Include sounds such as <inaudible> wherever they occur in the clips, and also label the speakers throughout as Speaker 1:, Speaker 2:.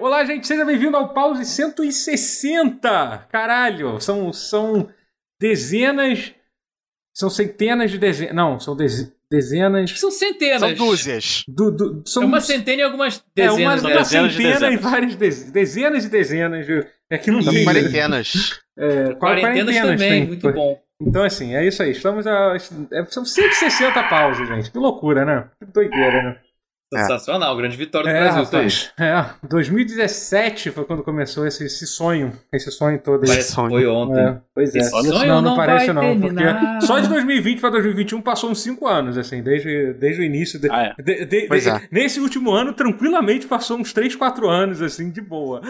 Speaker 1: Olá, gente, seja bem-vindo ao Pause 160. Caralho, são, são dezenas, são centenas de dezenas, não, são deze- dezenas,
Speaker 2: São centenas.
Speaker 3: São dúzias.
Speaker 1: do, do- são
Speaker 2: É uma centena e algumas
Speaker 1: é, uma,
Speaker 2: dezenas.
Speaker 1: uma
Speaker 2: né?
Speaker 4: dezenas de
Speaker 1: centena e
Speaker 4: dezenas.
Speaker 1: várias dez- dezenas e dezenas. viu? É que não
Speaker 3: São
Speaker 1: tem.
Speaker 3: quarentenas.
Speaker 1: É,
Speaker 2: Quarentenas também,
Speaker 1: tem.
Speaker 2: muito bom.
Speaker 1: Então, assim, é isso aí. Estamos a. é- São 160 pausas, gente. Que loucura, né? Que doideira, né?
Speaker 3: É.
Speaker 2: Sensacional, grande vitória do
Speaker 1: É,
Speaker 2: Brasil. tá aí.
Speaker 1: rapaz. É, 2017 foi quando começou esse, esse sonho. Esse sonho todo. aí.
Speaker 2: Parece que foi ontem.
Speaker 1: É, pois é.
Speaker 2: Esse sonho
Speaker 1: não, não
Speaker 2: não
Speaker 1: parece
Speaker 2: vai
Speaker 1: não.
Speaker 2: terminar.
Speaker 1: Porque só de 2020 para 2021 passou uns 5 anos, assim, desde, desde o início. de-
Speaker 4: Ah, é.
Speaker 1: de- de-
Speaker 3: Pois
Speaker 1: de-
Speaker 3: é.
Speaker 1: Nesse último ano, tranquilamente passou uns 3, 4 anos, assim, de boa.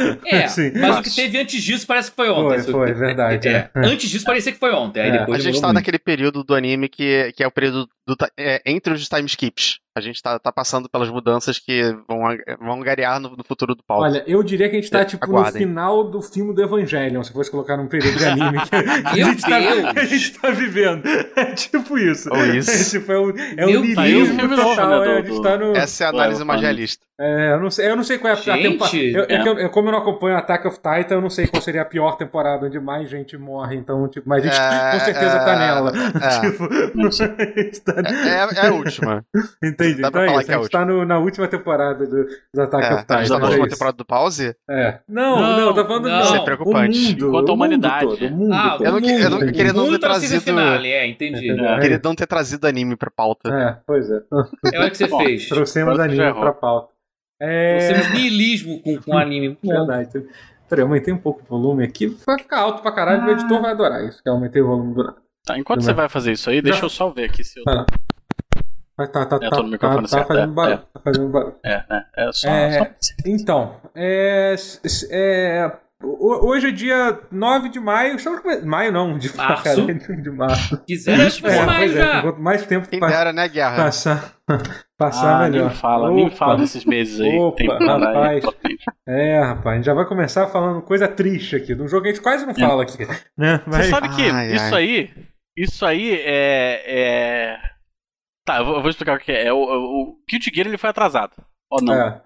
Speaker 1: <laughs>
Speaker 2: É,
Speaker 1: Sim.
Speaker 2: mas o
Speaker 4: Mas-
Speaker 2: que teve antes disso parece que foi
Speaker 1: Foi,
Speaker 2: ontem.
Speaker 1: foi, verdade.
Speaker 2: É,
Speaker 1: é.
Speaker 2: Antes disso parecia que foi ontem. Aí
Speaker 1: É.
Speaker 2: depois
Speaker 3: A gente
Speaker 2: demorou
Speaker 3: tá
Speaker 2: muito.
Speaker 3: naquele período do anime que, que é o período do, ti- é, entre os time skips. A gente tá, tá passando pelas mudanças que vão, a- vão garear no, no futuro do Paulo.
Speaker 1: Olha, eu diria que a gente tá, tipo,
Speaker 3: Aguardem.
Speaker 1: no final do filme do Evangelion, se fosse colocar num período de anime que a,
Speaker 2: Meu
Speaker 1: gente tá,
Speaker 2: Deus!
Speaker 1: que a gente tá vivendo. É tipo isso.
Speaker 3: Ou isso.
Speaker 1: É, tipo, é um, é um
Speaker 2: Meu
Speaker 4: Saiu o
Speaker 1: nirismo
Speaker 4: filme novo,
Speaker 1: total.
Speaker 4: né?
Speaker 1: é,
Speaker 4: do-
Speaker 1: a gente
Speaker 4: do-
Speaker 1: tá no...
Speaker 3: Essa é a
Speaker 4: Ué,
Speaker 3: análise
Speaker 4: eu falo
Speaker 3: magialista.
Speaker 1: É, eu, não sei, eu não sei qual é a,
Speaker 2: Gente!
Speaker 1: temporada. Eu, é
Speaker 4: É.
Speaker 1: que eu- eu- como eu não acompanho Attack of Titan, eu não sei qual seria a pior temporada onde mais gente morre, então, tipo, mas a gente
Speaker 3: É,
Speaker 1: com certeza tá
Speaker 3: é,
Speaker 1: nela.
Speaker 3: é.
Speaker 1: <laughs> Tipo, a gente tá-
Speaker 3: É, é
Speaker 1: <laughs>
Speaker 3: a última.
Speaker 1: Entendi.
Speaker 3: dá
Speaker 1: Então
Speaker 3: pra
Speaker 1: é
Speaker 3: falar
Speaker 1: isso,
Speaker 3: que é
Speaker 1: a
Speaker 3: a
Speaker 1: gente tá no- na última temporada do, do Attack
Speaker 3: É,
Speaker 1: of Titan.
Speaker 3: a gente tá na
Speaker 1: é
Speaker 3: última
Speaker 1: isso.
Speaker 3: temporada do pause.
Speaker 1: É. Não, não,
Speaker 4: Não,
Speaker 1: eu tô falando
Speaker 2: não.
Speaker 1: do-
Speaker 3: Isso é
Speaker 2: Não.
Speaker 3: preocupante.
Speaker 1: O mundo,
Speaker 4: Enquanto a
Speaker 1: o
Speaker 4: humanidade.
Speaker 1: mundo todo, o mundo
Speaker 2: Ah,
Speaker 1: todo.
Speaker 3: Eu não- eu não- eu queria não ter
Speaker 2: muito ao season
Speaker 3: trazido-
Speaker 2: finale, é, entendi.
Speaker 1: Entendeu? É.
Speaker 3: Queria não ter trazido anime pra pauta.
Speaker 1: É, pois é.
Speaker 2: É o que você
Speaker 4: Bom,
Speaker 2: fez.
Speaker 1: Trouxemos
Speaker 4: Agora você já
Speaker 1: anime pra
Speaker 4: errou.
Speaker 1: pauta.
Speaker 2: Você
Speaker 1: É.
Speaker 2: fez niilismo com, com anime. Muito bom.
Speaker 1: Verdade. Peraí, eu aumentei um pouco o volume aqui. Vai ficar alto pra caralho, o
Speaker 4: Ah.
Speaker 1: editor vai adorar isso, que eu aumentei o volume do nada.
Speaker 4: Tá, enquanto você vai fazer isso aí, deixa eu só ver aqui se eu.
Speaker 1: Ah, Mas tá, tá, tá,
Speaker 4: Eu tô no
Speaker 1: tá,
Speaker 4: microfone
Speaker 1: tá
Speaker 4: certo,
Speaker 1: fazendo
Speaker 4: é,
Speaker 1: barulho. Tá fazendo barulho.
Speaker 4: É, né? É só.
Speaker 1: É.
Speaker 4: só-
Speaker 1: Então, é, s- s- é, ho- hoje é dia 9 de maio. Estamos come- Maio não, de
Speaker 2: Março.
Speaker 1: caralho, <laughs> de março.
Speaker 2: Quiser, acho que
Speaker 1: É,
Speaker 2: fosse
Speaker 1: pois
Speaker 2: mais
Speaker 1: é,
Speaker 2: já.
Speaker 1: quanto mais tempo
Speaker 3: Quem
Speaker 1: pa-
Speaker 3: dera, né,
Speaker 1: Tá.
Speaker 3: Guerra?
Speaker 1: passar, <laughs> passar
Speaker 4: ah,
Speaker 1: melhor.
Speaker 4: nem fala, nem
Speaker 1: Opa.
Speaker 4: fala desses meses aí
Speaker 1: Opa,
Speaker 4: que tem pra andar aí
Speaker 1: rapaz.
Speaker 4: pra frente.
Speaker 1: É, rapaz, a gente já vai começar falando coisa triste aqui, de um jogo que a gente quase não
Speaker 4: É.
Speaker 1: fala aqui. Né? Mas-
Speaker 4: Você sabe que
Speaker 3: Ai, ai.
Speaker 4: isso aí. Isso aí é. é... Tá, eu vou eu vou explicar o que é. é o, o, o Guilty Gear ele foi atrasado. Ou não?
Speaker 1: É.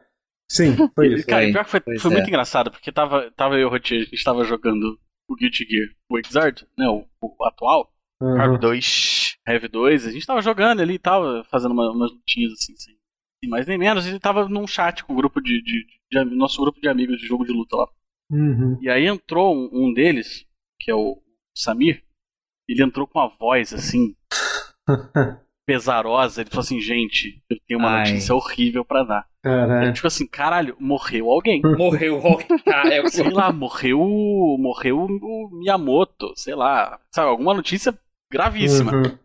Speaker 1: Sim,
Speaker 4: <laughs>
Speaker 1: foi isso.
Speaker 4: Cara,
Speaker 2: Foi,
Speaker 4: pior que foi,
Speaker 2: pois
Speaker 4: foi
Speaker 2: é.
Speaker 4: muito engraçado, porque tava, tava eu e o Rotier, a gente tava jogando o Guilty Gear Wizard, né? O, o atual,
Speaker 1: Uhum.
Speaker 3: 2.
Speaker 4: Heavy 2, a gente tava jogando ali e tava fazendo uma- umas lutinhas assim, sem sem mais nem menos, e tava num chat com o grupo de, de, de- de am- nosso grupo de amigos de jogo de luta lá.
Speaker 1: Uhum.
Speaker 4: E aí entrou um, um deles, que é o Samir, ele entrou com uma voz assim, pesarosa, ele falou assim, gente, eu tenho uma
Speaker 2: Ai.
Speaker 4: notícia horrível pra dar.
Speaker 1: <laughs> Caralho.
Speaker 4: Tipo assim, caralho, morreu alguém.
Speaker 2: Morreu o cara.
Speaker 1: <laughs>
Speaker 2: É,
Speaker 4: sei lá, morreu, morreu o Miyamoto, sei lá, sabe, alguma notícia gravíssima.
Speaker 1: Uhum.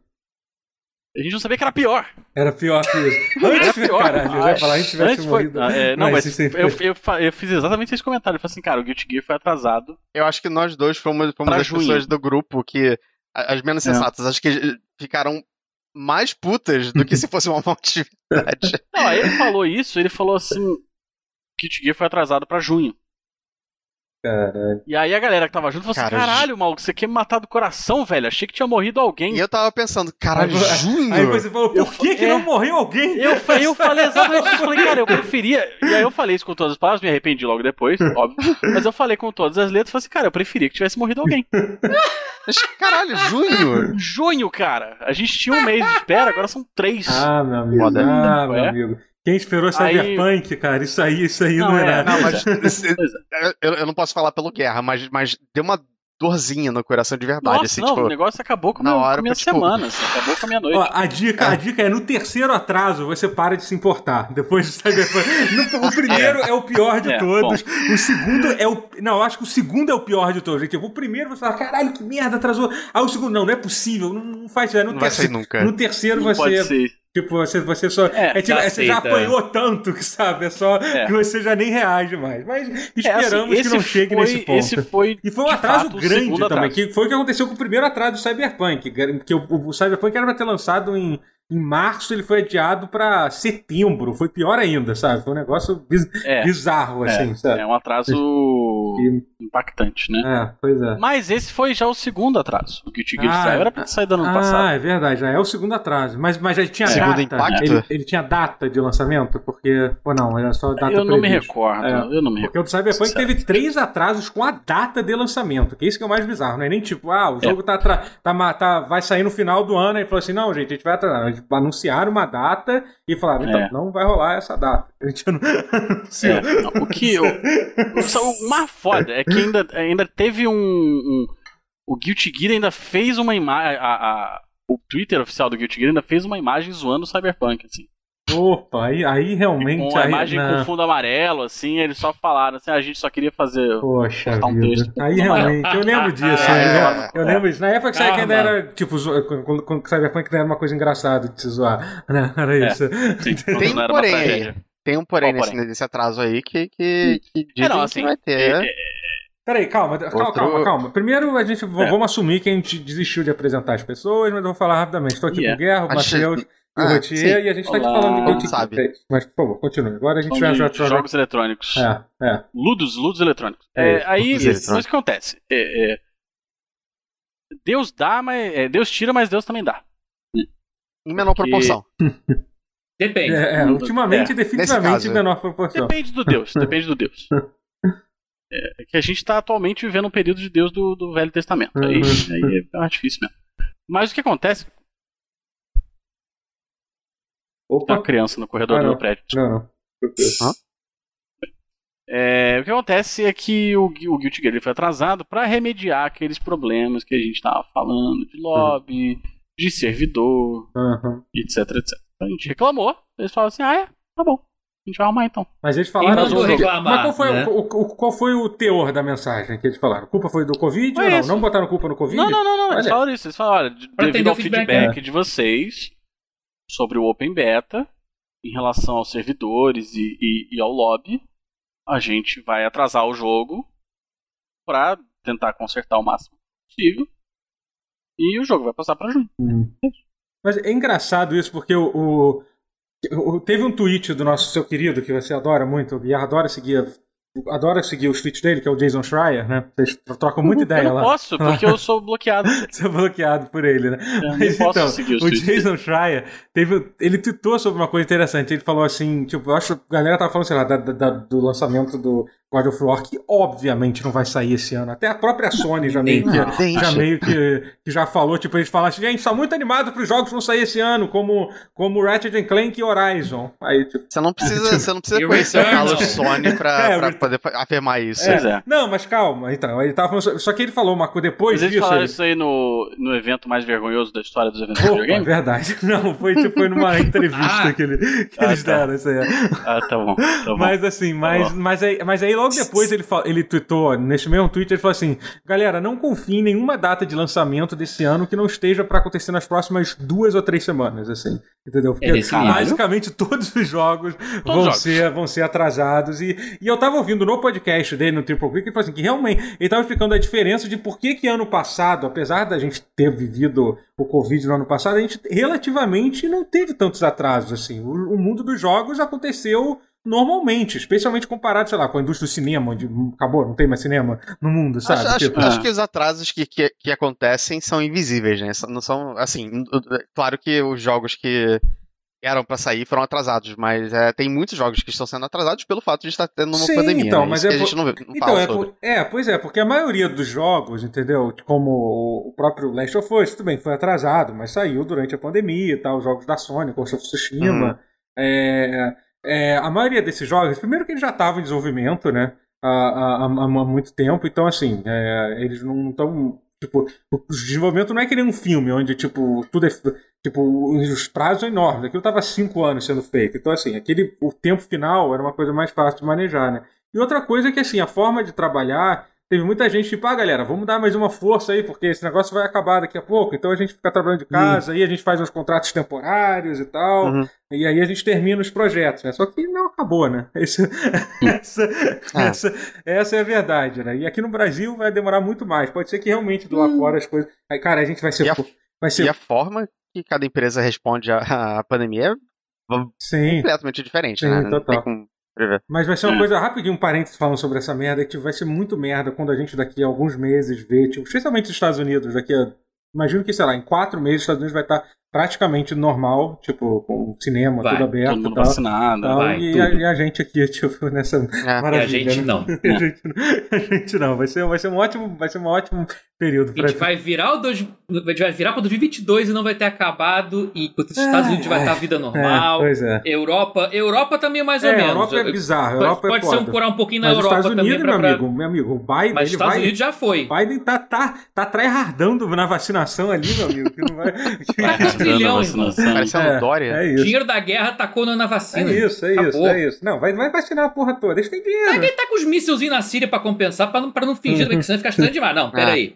Speaker 4: A gente não sabia que era pior.
Speaker 1: Era pior que isso. Antes,
Speaker 4: <laughs> Era pior.
Speaker 1: caralho, eu ia falar, a gente tivesse
Speaker 4: Antes foi-
Speaker 1: morrido.
Speaker 4: Ah, é, não, mas,
Speaker 1: isso aí foi-
Speaker 4: eu, eu fa- eu fiz exatamente esse comentário. Eu falei assim, cara, o Guilty Gear foi atrasado.
Speaker 3: Eu acho que nós dois fomos, fomos
Speaker 4: Pra
Speaker 3: as
Speaker 4: junho.
Speaker 3: pessoas do grupo que. a- As menos
Speaker 4: É.
Speaker 3: sensatas. Acho que eh, ficaram mais putas do que se fosse uma <laughs> maltividade.
Speaker 4: Não, aí ele falou isso, ele falou assim, Guilty Gear foi atrasado pra junho.
Speaker 1: Caralho.
Speaker 4: E aí a galera que tava junto falou assim,
Speaker 3: Cara,
Speaker 4: caralho, maluco, você quer me matar do coração, velho? Achei que tinha morrido
Speaker 3: E
Speaker 4: alguém.
Speaker 3: eu tava pensando, caralho,
Speaker 1: Aí vo-
Speaker 3: junho?
Speaker 1: Aí você falou, por
Speaker 4: Eu-
Speaker 1: que que não
Speaker 4: é.
Speaker 1: morreu alguém?
Speaker 4: Eu, fa- eu falei exatamente isso, eu falei, cara, eu preferia. E aí eu falei isso com todas as palavras, me arrependi logo depois, óbvio. Mas eu falei com todas as letras, falei assim, cara, eu preferia que tivesse morrido alguém.
Speaker 3: Mas, caralho, junho?
Speaker 4: Junho, cara. A gente tinha um mês de espera, agora são três.
Speaker 1: Ah, meu amigo.
Speaker 3: Foda.
Speaker 1: Ah, meu
Speaker 4: É?
Speaker 1: amigo. Quem esperou
Speaker 4: Aí-
Speaker 1: Cyberpunk, cara, isso aí, isso aí não,
Speaker 4: Não,
Speaker 1: é,
Speaker 4: é,
Speaker 1: nada.
Speaker 4: não,
Speaker 3: <laughs> mas- Esse-
Speaker 4: Pois é.
Speaker 3: eu, eu não posso falar pelo Guerra, mas, mas deu uma dorzinha no coração de verdade,
Speaker 4: Nossa,
Speaker 3: assim,
Speaker 4: não, né, o
Speaker 3: tipo.
Speaker 4: negócio acabou com,
Speaker 3: na
Speaker 4: meu,
Speaker 3: hora
Speaker 4: com a minha
Speaker 3: foi, tipo,
Speaker 4: semana, assim, acabou com a minha noite.
Speaker 1: Ó, a dica,
Speaker 3: É.
Speaker 1: a dica é no terceiro atraso você para de se importar. Depois do Cyberpunk. No- o primeiro é o pior de
Speaker 4: É,
Speaker 1: todos. O segundo é o. Não, eu acho que o segundo é o pior de todos. Tipo, o primeiro você fala, caralho, que merda, atrasou. Aí o segundo, não, não é possível. Não, não faz isso. Aí No,
Speaker 3: Não vai sair
Speaker 1: terceiro,
Speaker 3: nunca.
Speaker 1: no terceiro
Speaker 4: Não pode
Speaker 1: você.
Speaker 4: ser.
Speaker 1: Tipo, você, você só. É,
Speaker 4: É,
Speaker 1: tipo,
Speaker 2: já
Speaker 1: você já
Speaker 2: aceita.
Speaker 1: apanhou tanto que sabe, é só
Speaker 4: É.
Speaker 1: que você já nem reage mais. Mas
Speaker 4: É, assim,
Speaker 1: esperamos que
Speaker 4: esse
Speaker 1: não chegue
Speaker 4: foi-
Speaker 1: nesse ponto.
Speaker 4: Esse foi.
Speaker 1: E foi um
Speaker 4: de
Speaker 1: atraso
Speaker 4: fato, o
Speaker 1: grande
Speaker 4: segundo
Speaker 1: também,
Speaker 4: atraso.
Speaker 1: que foi o que aconteceu com o primeiro atraso do Cyberpunk. Que o, o Cyberpunk era pra ter lançado em, em março, ele foi adiado pra setembro. Foi pior ainda, sabe? Foi um negócio biz-
Speaker 4: É,
Speaker 1: bizarro, assim,
Speaker 4: é,
Speaker 1: sabe?
Speaker 4: é um atraso
Speaker 1: E-
Speaker 4: impactante, né?
Speaker 1: É, pois é.
Speaker 4: Mas esse foi já o segundo atraso. O Guilty Gear
Speaker 1: Ah,
Speaker 4: saiu era pra ter saído ano
Speaker 1: ah,
Speaker 4: passado.
Speaker 1: é verdade, já é o segundo atraso. Mas, mas já tinha
Speaker 3: Segundo
Speaker 1: data.
Speaker 3: impacto?
Speaker 1: Ele, ele tinha data de lançamento? Porque. Ou não, era só data
Speaker 4: Eu não me
Speaker 1: prevista.
Speaker 4: recordo,
Speaker 1: É.
Speaker 4: eu não me recordo.
Speaker 1: Porque o do Cyberpunk
Speaker 4: Certo.
Speaker 1: teve três atrasos com a data de lançamento, que é isso que é o mais bizarro, não é nem tipo, ah, o jogo tá, atra- tá, ma- tá- vai sair no final do ano e falou assim, não, gente, a gente vai atrasar. Eles anunciaram uma data e falaram, então,
Speaker 4: É.
Speaker 1: não vai rolar essa data. <laughs> A gente não...
Speaker 4: É, não, o que eu, só o mais foda é que ainda, ainda teve um, um- O Guilty Gear ainda fez uma imagem. O Twitter oficial do Guilty Gear ainda fez uma imagem zoando o Cyberpunk, assim.
Speaker 1: Opa, aí, aí realmente...
Speaker 4: Com a
Speaker 1: aí-
Speaker 4: imagem
Speaker 1: não.
Speaker 4: com fundo amarelo, assim, eles só falaram assim, a gente só queria fazer.
Speaker 1: Poxa
Speaker 4: postar um
Speaker 1: vida.
Speaker 4: texto.
Speaker 1: Aí realmente, eu
Speaker 3: <laughs>
Speaker 1: lembro disso.
Speaker 3: É.
Speaker 1: eu, eu lembro disso. Na época que Cyberpunk ainda
Speaker 2: Karma.
Speaker 1: era, tipo, zo- quando, quando Cyberpunk ainda era uma coisa engraçada de se zoar. <laughs> né? Era isso.
Speaker 4: Assim, <laughs> quando
Speaker 3: Tem um
Speaker 4: não era uma
Speaker 3: porém aí.
Speaker 4: tragédia.
Speaker 3: Tem um porém,
Speaker 4: Qual porém?
Speaker 3: Nesse, nesse atraso aí que, que, que dizem
Speaker 4: É, não, assim,
Speaker 3: que vai ter.
Speaker 4: é-
Speaker 1: Peraí, calma, calma,
Speaker 3: Outro-
Speaker 1: calma, calma. Primeiro a gente v-
Speaker 4: É.
Speaker 1: vamos assumir que a gente desistiu de apresentar as pessoas, mas eu vou falar rapidamente. Estou aqui
Speaker 4: Yeah.
Speaker 1: com o Guerra, o
Speaker 3: A gente-
Speaker 1: Matheus e o
Speaker 3: Ah,
Speaker 1: Rotier,
Speaker 4: é
Speaker 3: sim.
Speaker 1: e a gente está aqui
Speaker 4: Olá.
Speaker 1: falando
Speaker 4: Todo
Speaker 1: do
Speaker 3: mundo sabe.
Speaker 1: Guilty Gear. Mas, por favor, continue. Agora a gente já
Speaker 4: São
Speaker 1: já
Speaker 4: de é, um jogos eletrônicos.
Speaker 1: É, é.
Speaker 4: Ludos, ludos eletrônicos.
Speaker 1: É,
Speaker 4: É, aí,
Speaker 3: ludos
Speaker 4: mas
Speaker 3: eletrônicos.
Speaker 4: o que acontece? É, é, Deus dá, mas. é, Deus tira, mas Deus também dá.
Speaker 3: Em menor
Speaker 4: porque-
Speaker 3: proporção.
Speaker 2: Depende.
Speaker 1: É, é, ultimamente, definitivamente,
Speaker 3: caso.
Speaker 1: em menor proporção.
Speaker 4: Depende do
Speaker 1: <laughs>
Speaker 4: Deus, depende do Deus. É, é que a gente está atualmente vivendo um período de Deus do, do Velho Testamento. Aí,
Speaker 1: Uhum.
Speaker 4: aí é mais difícil mesmo. Mas o que acontece? Tem uma
Speaker 1: Opa,
Speaker 4: criança no corredor
Speaker 1: Ah,
Speaker 4: do
Speaker 1: não.
Speaker 4: meu prédio.
Speaker 1: não, não.
Speaker 4: É, o que acontece é que o, Gui- o Guilty Gear ele foi atrasado para remediar aqueles problemas que a gente estava falando de lobby, de servidor,
Speaker 1: Aham.
Speaker 4: etc, etc. Então a gente reclamou, eles falaram assim, ah é, tá bom, a gente vai arrumar então.
Speaker 1: Mas eles
Speaker 2: Quem
Speaker 1: falaram.
Speaker 2: mandou
Speaker 1: do-
Speaker 2: reclamar,
Speaker 1: Mas qual foi,
Speaker 2: né?
Speaker 1: o, o- qual foi o teor da mensagem que eles falaram? A culpa foi do Covid
Speaker 4: Foi
Speaker 1: ou não?
Speaker 4: isso.
Speaker 1: Não botaram culpa no Covid?
Speaker 4: Não, não, não, não, eles
Speaker 1: Olha.
Speaker 4: falaram isso, eles falaram, olha, de-
Speaker 2: Pra atender
Speaker 4: devido ao
Speaker 2: o feedback,
Speaker 4: feedback, né? de vocês sobre o Open Beta, em relação aos servidores e, e- e ao lobby, a gente vai atrasar o jogo pra tentar consertar o máximo possível. E o jogo vai passar pra junho.
Speaker 1: Mas é engraçado isso, porque o, o- o- Teve um tweet do nosso seu querido, que você adora muito, e adora seguir. Adora seguir os tweets dele, que é o Jason Schreier, né? Vocês trocam muita ideia
Speaker 4: Uhum. eu não
Speaker 1: lá.
Speaker 4: posso, porque eu
Speaker 1: <laughs>
Speaker 4: sou bloqueado.
Speaker 1: Você é bloqueado por ele, né?
Speaker 4: Eu não
Speaker 1: <laughs> Mas
Speaker 4: posso
Speaker 1: então,
Speaker 4: seguir os
Speaker 1: o
Speaker 4: tweets dele.
Speaker 1: Jason Schreier, teve, ele tweetou sobre uma coisa interessante. Ele falou assim: tipo, eu acho que a galera tava falando, sei lá, da- da- da- do lançamento do God of War, que obviamente não vai sair esse ano. Até a própria Sony já meio
Speaker 4: é.
Speaker 1: que,
Speaker 3: Gente,
Speaker 1: já meio que, que já falou, tipo, eles falaram assim, gente, tá muito animado pros jogos que vão sair esse ano, como, como Ratchet and Clank e Horizon. Aí, tipo,
Speaker 3: você não
Speaker 4: <laughs>
Speaker 3: precisa, você não precisa
Speaker 2: Eu
Speaker 3: conhecer o
Speaker 2: retorno.
Speaker 3: Carlos Sony pra,
Speaker 1: É,
Speaker 3: pra
Speaker 1: eu-
Speaker 3: poder afirmar isso.
Speaker 4: Pois é.
Speaker 1: não, mas calma, então, ele tava falando, sobre- só que ele falou uma coisa depois
Speaker 4: Mas eles
Speaker 1: disso,
Speaker 4: falaram assim,
Speaker 1: ele,
Speaker 4: isso aí no, no evento mais vergonhoso da história dos eventos de
Speaker 1: Opa, é
Speaker 4: videogame?
Speaker 1: verdade. <laughs> Não, foi tipo foi
Speaker 4: <laughs>
Speaker 1: numa entrevista
Speaker 2: Ah.
Speaker 1: que, ele, que
Speaker 4: Ah,
Speaker 1: eles
Speaker 4: tá.
Speaker 1: deram. Isso aí. é.
Speaker 4: Ah, tá bom, tá bom.
Speaker 1: Mas assim, mas,
Speaker 4: bom.
Speaker 1: mas, aí, mas aí logo depois ele, fala, ele tweetou, nesse mesmo tweet, ele falou assim: galera, não confie em nenhuma data de lançamento desse ano que não esteja pra acontecer nas próximas duas ou três semanas, assim. Entendeu? Porque
Speaker 2: É desse nível.
Speaker 1: basicamente todos os jogos vão,
Speaker 4: jogos.
Speaker 1: Ser, vão ser atrasados. E, e eu tava ouvindo no podcast dele, no Triple Quick, ele falou assim: que realmente ele tava explicando a diferença de por que, que ano passado, apesar da gente ter vivido o Covid no ano passado, a gente relativamente não teve tantos atrasos assim. O, o mundo dos jogos aconteceu normalmente, especialmente comparado, sei lá, com a indústria do cinema, onde acabou, não tem mais cinema no mundo, sabe?
Speaker 3: Acho, acho-
Speaker 1: Tipo,
Speaker 3: acho
Speaker 4: Ah.
Speaker 3: que os atrasos que, que, que acontecem são invisíveis, né? São- Não são, assim, é claro que os jogos que eram pra sair foram atrasados, mas é, tem muitos jogos que estão sendo atrasados pelo fato de estar tendo uma
Speaker 1: Sim,
Speaker 3: pandemia.
Speaker 1: então,
Speaker 3: né?
Speaker 1: mas
Speaker 3: Isso
Speaker 1: é
Speaker 3: que a
Speaker 1: por-
Speaker 3: gente não, vê- não
Speaker 1: Então,
Speaker 3: fala
Speaker 1: é,
Speaker 3: sobre.
Speaker 1: por- é, pois é, porque a maioria dos jogos, entendeu? Como o- o próprio Last of Us, tudo bem, foi atrasado, mas saiu durante a pandemia e tal, os jogos da Sony, Ghost of Tsushima. É, é, a maioria desses jogos, primeiro que eles já estavam em desenvolvimento, né? Há, há- há- há muito tempo, então assim, é, eles não estão. Tipo, o desenvolvimento não é que nem um filme, onde, tipo, tudo é. Tipo, os prazos são enormes. Aquilo tava cinco anos sendo feito. Então, assim, aquele, o tempo final era uma coisa mais fácil de manejar, né? E outra coisa é que, assim, a forma de trabalhar, teve muita gente tipo, ah, galera, vamos dar mais uma força aí, porque esse negócio vai acabar daqui a pouco. Então a gente fica trabalhando de casa, aí a gente faz uns contratos temporários e tal,
Speaker 3: Uhum.
Speaker 1: e aí a gente termina os projetos, né? Só que não acabou, né? <laughs> Isso- essa, essa, essa é a verdade, né? E aqui no Brasil vai demorar muito mais. Pode ser que realmente do lá fora as coisas. Aí, cara, a gente vai ser.
Speaker 3: Hum. E a-
Speaker 1: Vai
Speaker 3: E
Speaker 1: ser.
Speaker 3: a forma que cada empresa responde à à pandemia é
Speaker 1: Sim.
Speaker 3: completamente diferente,
Speaker 1: Sim,
Speaker 3: né? Não
Speaker 1: total.
Speaker 3: tem como- Escrever.
Speaker 1: Mas vai ser uma coisa, rapidinho, um parênteses falando sobre essa merda, que tipo, vai ser muito merda quando a gente daqui a alguns meses vê, tipo, especialmente os Estados Unidos, daqui a. Imagino que, sei lá, em quatro meses os Estados Unidos vai estar praticamente normal, tipo, com cinema,
Speaker 2: Vai,
Speaker 1: tudo
Speaker 4: Todo
Speaker 1: aberto e
Speaker 4: mundo
Speaker 1: tal.
Speaker 4: vacinado.
Speaker 1: tal,
Speaker 2: vai,
Speaker 1: e,
Speaker 2: tudo.
Speaker 1: a, e a gente aqui, <laughs> tipo, nessa
Speaker 3: É.
Speaker 2: E a
Speaker 1: maravilha.
Speaker 2: gente
Speaker 1: né? <laughs>
Speaker 2: não.
Speaker 1: A
Speaker 2: né?
Speaker 1: gente, não- a gente não, vai ser, vai ser um ótimo, vai ser um ótimo período
Speaker 2: A
Speaker 1: pra
Speaker 2: gente vai virar o dois, a gente vai virar para 2022 e não vai ter acabado. E enquanto os Estados
Speaker 1: Ai,
Speaker 2: Unidos vai
Speaker 1: ai.
Speaker 2: estar a
Speaker 1: <laughs>
Speaker 2: vida
Speaker 1: É,
Speaker 2: normal.
Speaker 1: pois é.
Speaker 2: Europa, Europa também é mais ou
Speaker 1: É,
Speaker 2: menos.
Speaker 1: Europa é bizarro,
Speaker 2: Pode-
Speaker 1: Europa
Speaker 2: pode
Speaker 1: é
Speaker 2: ser
Speaker 1: foda.
Speaker 2: um curar um pouquinho na
Speaker 1: Mas os
Speaker 2: Europa
Speaker 1: Estados
Speaker 2: também
Speaker 1: Unidos,
Speaker 2: pra,
Speaker 1: meu
Speaker 2: pra-
Speaker 1: amigo, meu amigo, o Biden,
Speaker 2: Mas os
Speaker 1: ele
Speaker 2: Estados
Speaker 1: vai,
Speaker 2: Unidos já foi.
Speaker 1: Biden tá, tá, tá tryhardando na vacinação ali, meu amigo. Que não vai...
Speaker 2: Vai.
Speaker 4: vacinando,
Speaker 2: Trilhão,
Speaker 4: vacinação.
Speaker 3: Parecendo um
Speaker 1: É,
Speaker 3: Dória.
Speaker 1: é
Speaker 2: O
Speaker 1: isso.
Speaker 2: dinheiro da guerra tacou na, na
Speaker 1: É
Speaker 2: vacina.
Speaker 1: isso, né? é isso,
Speaker 2: Acabou.
Speaker 1: é isso. Não, vai, vai vacinar a porra toda. Eles têm dinheiro.
Speaker 2: Ele tá com os mísselzinhos na Síria pra compensar, pra não, pra não fingir,
Speaker 1: <laughs>
Speaker 2: porque senão fica estranho demais. Não, peraí.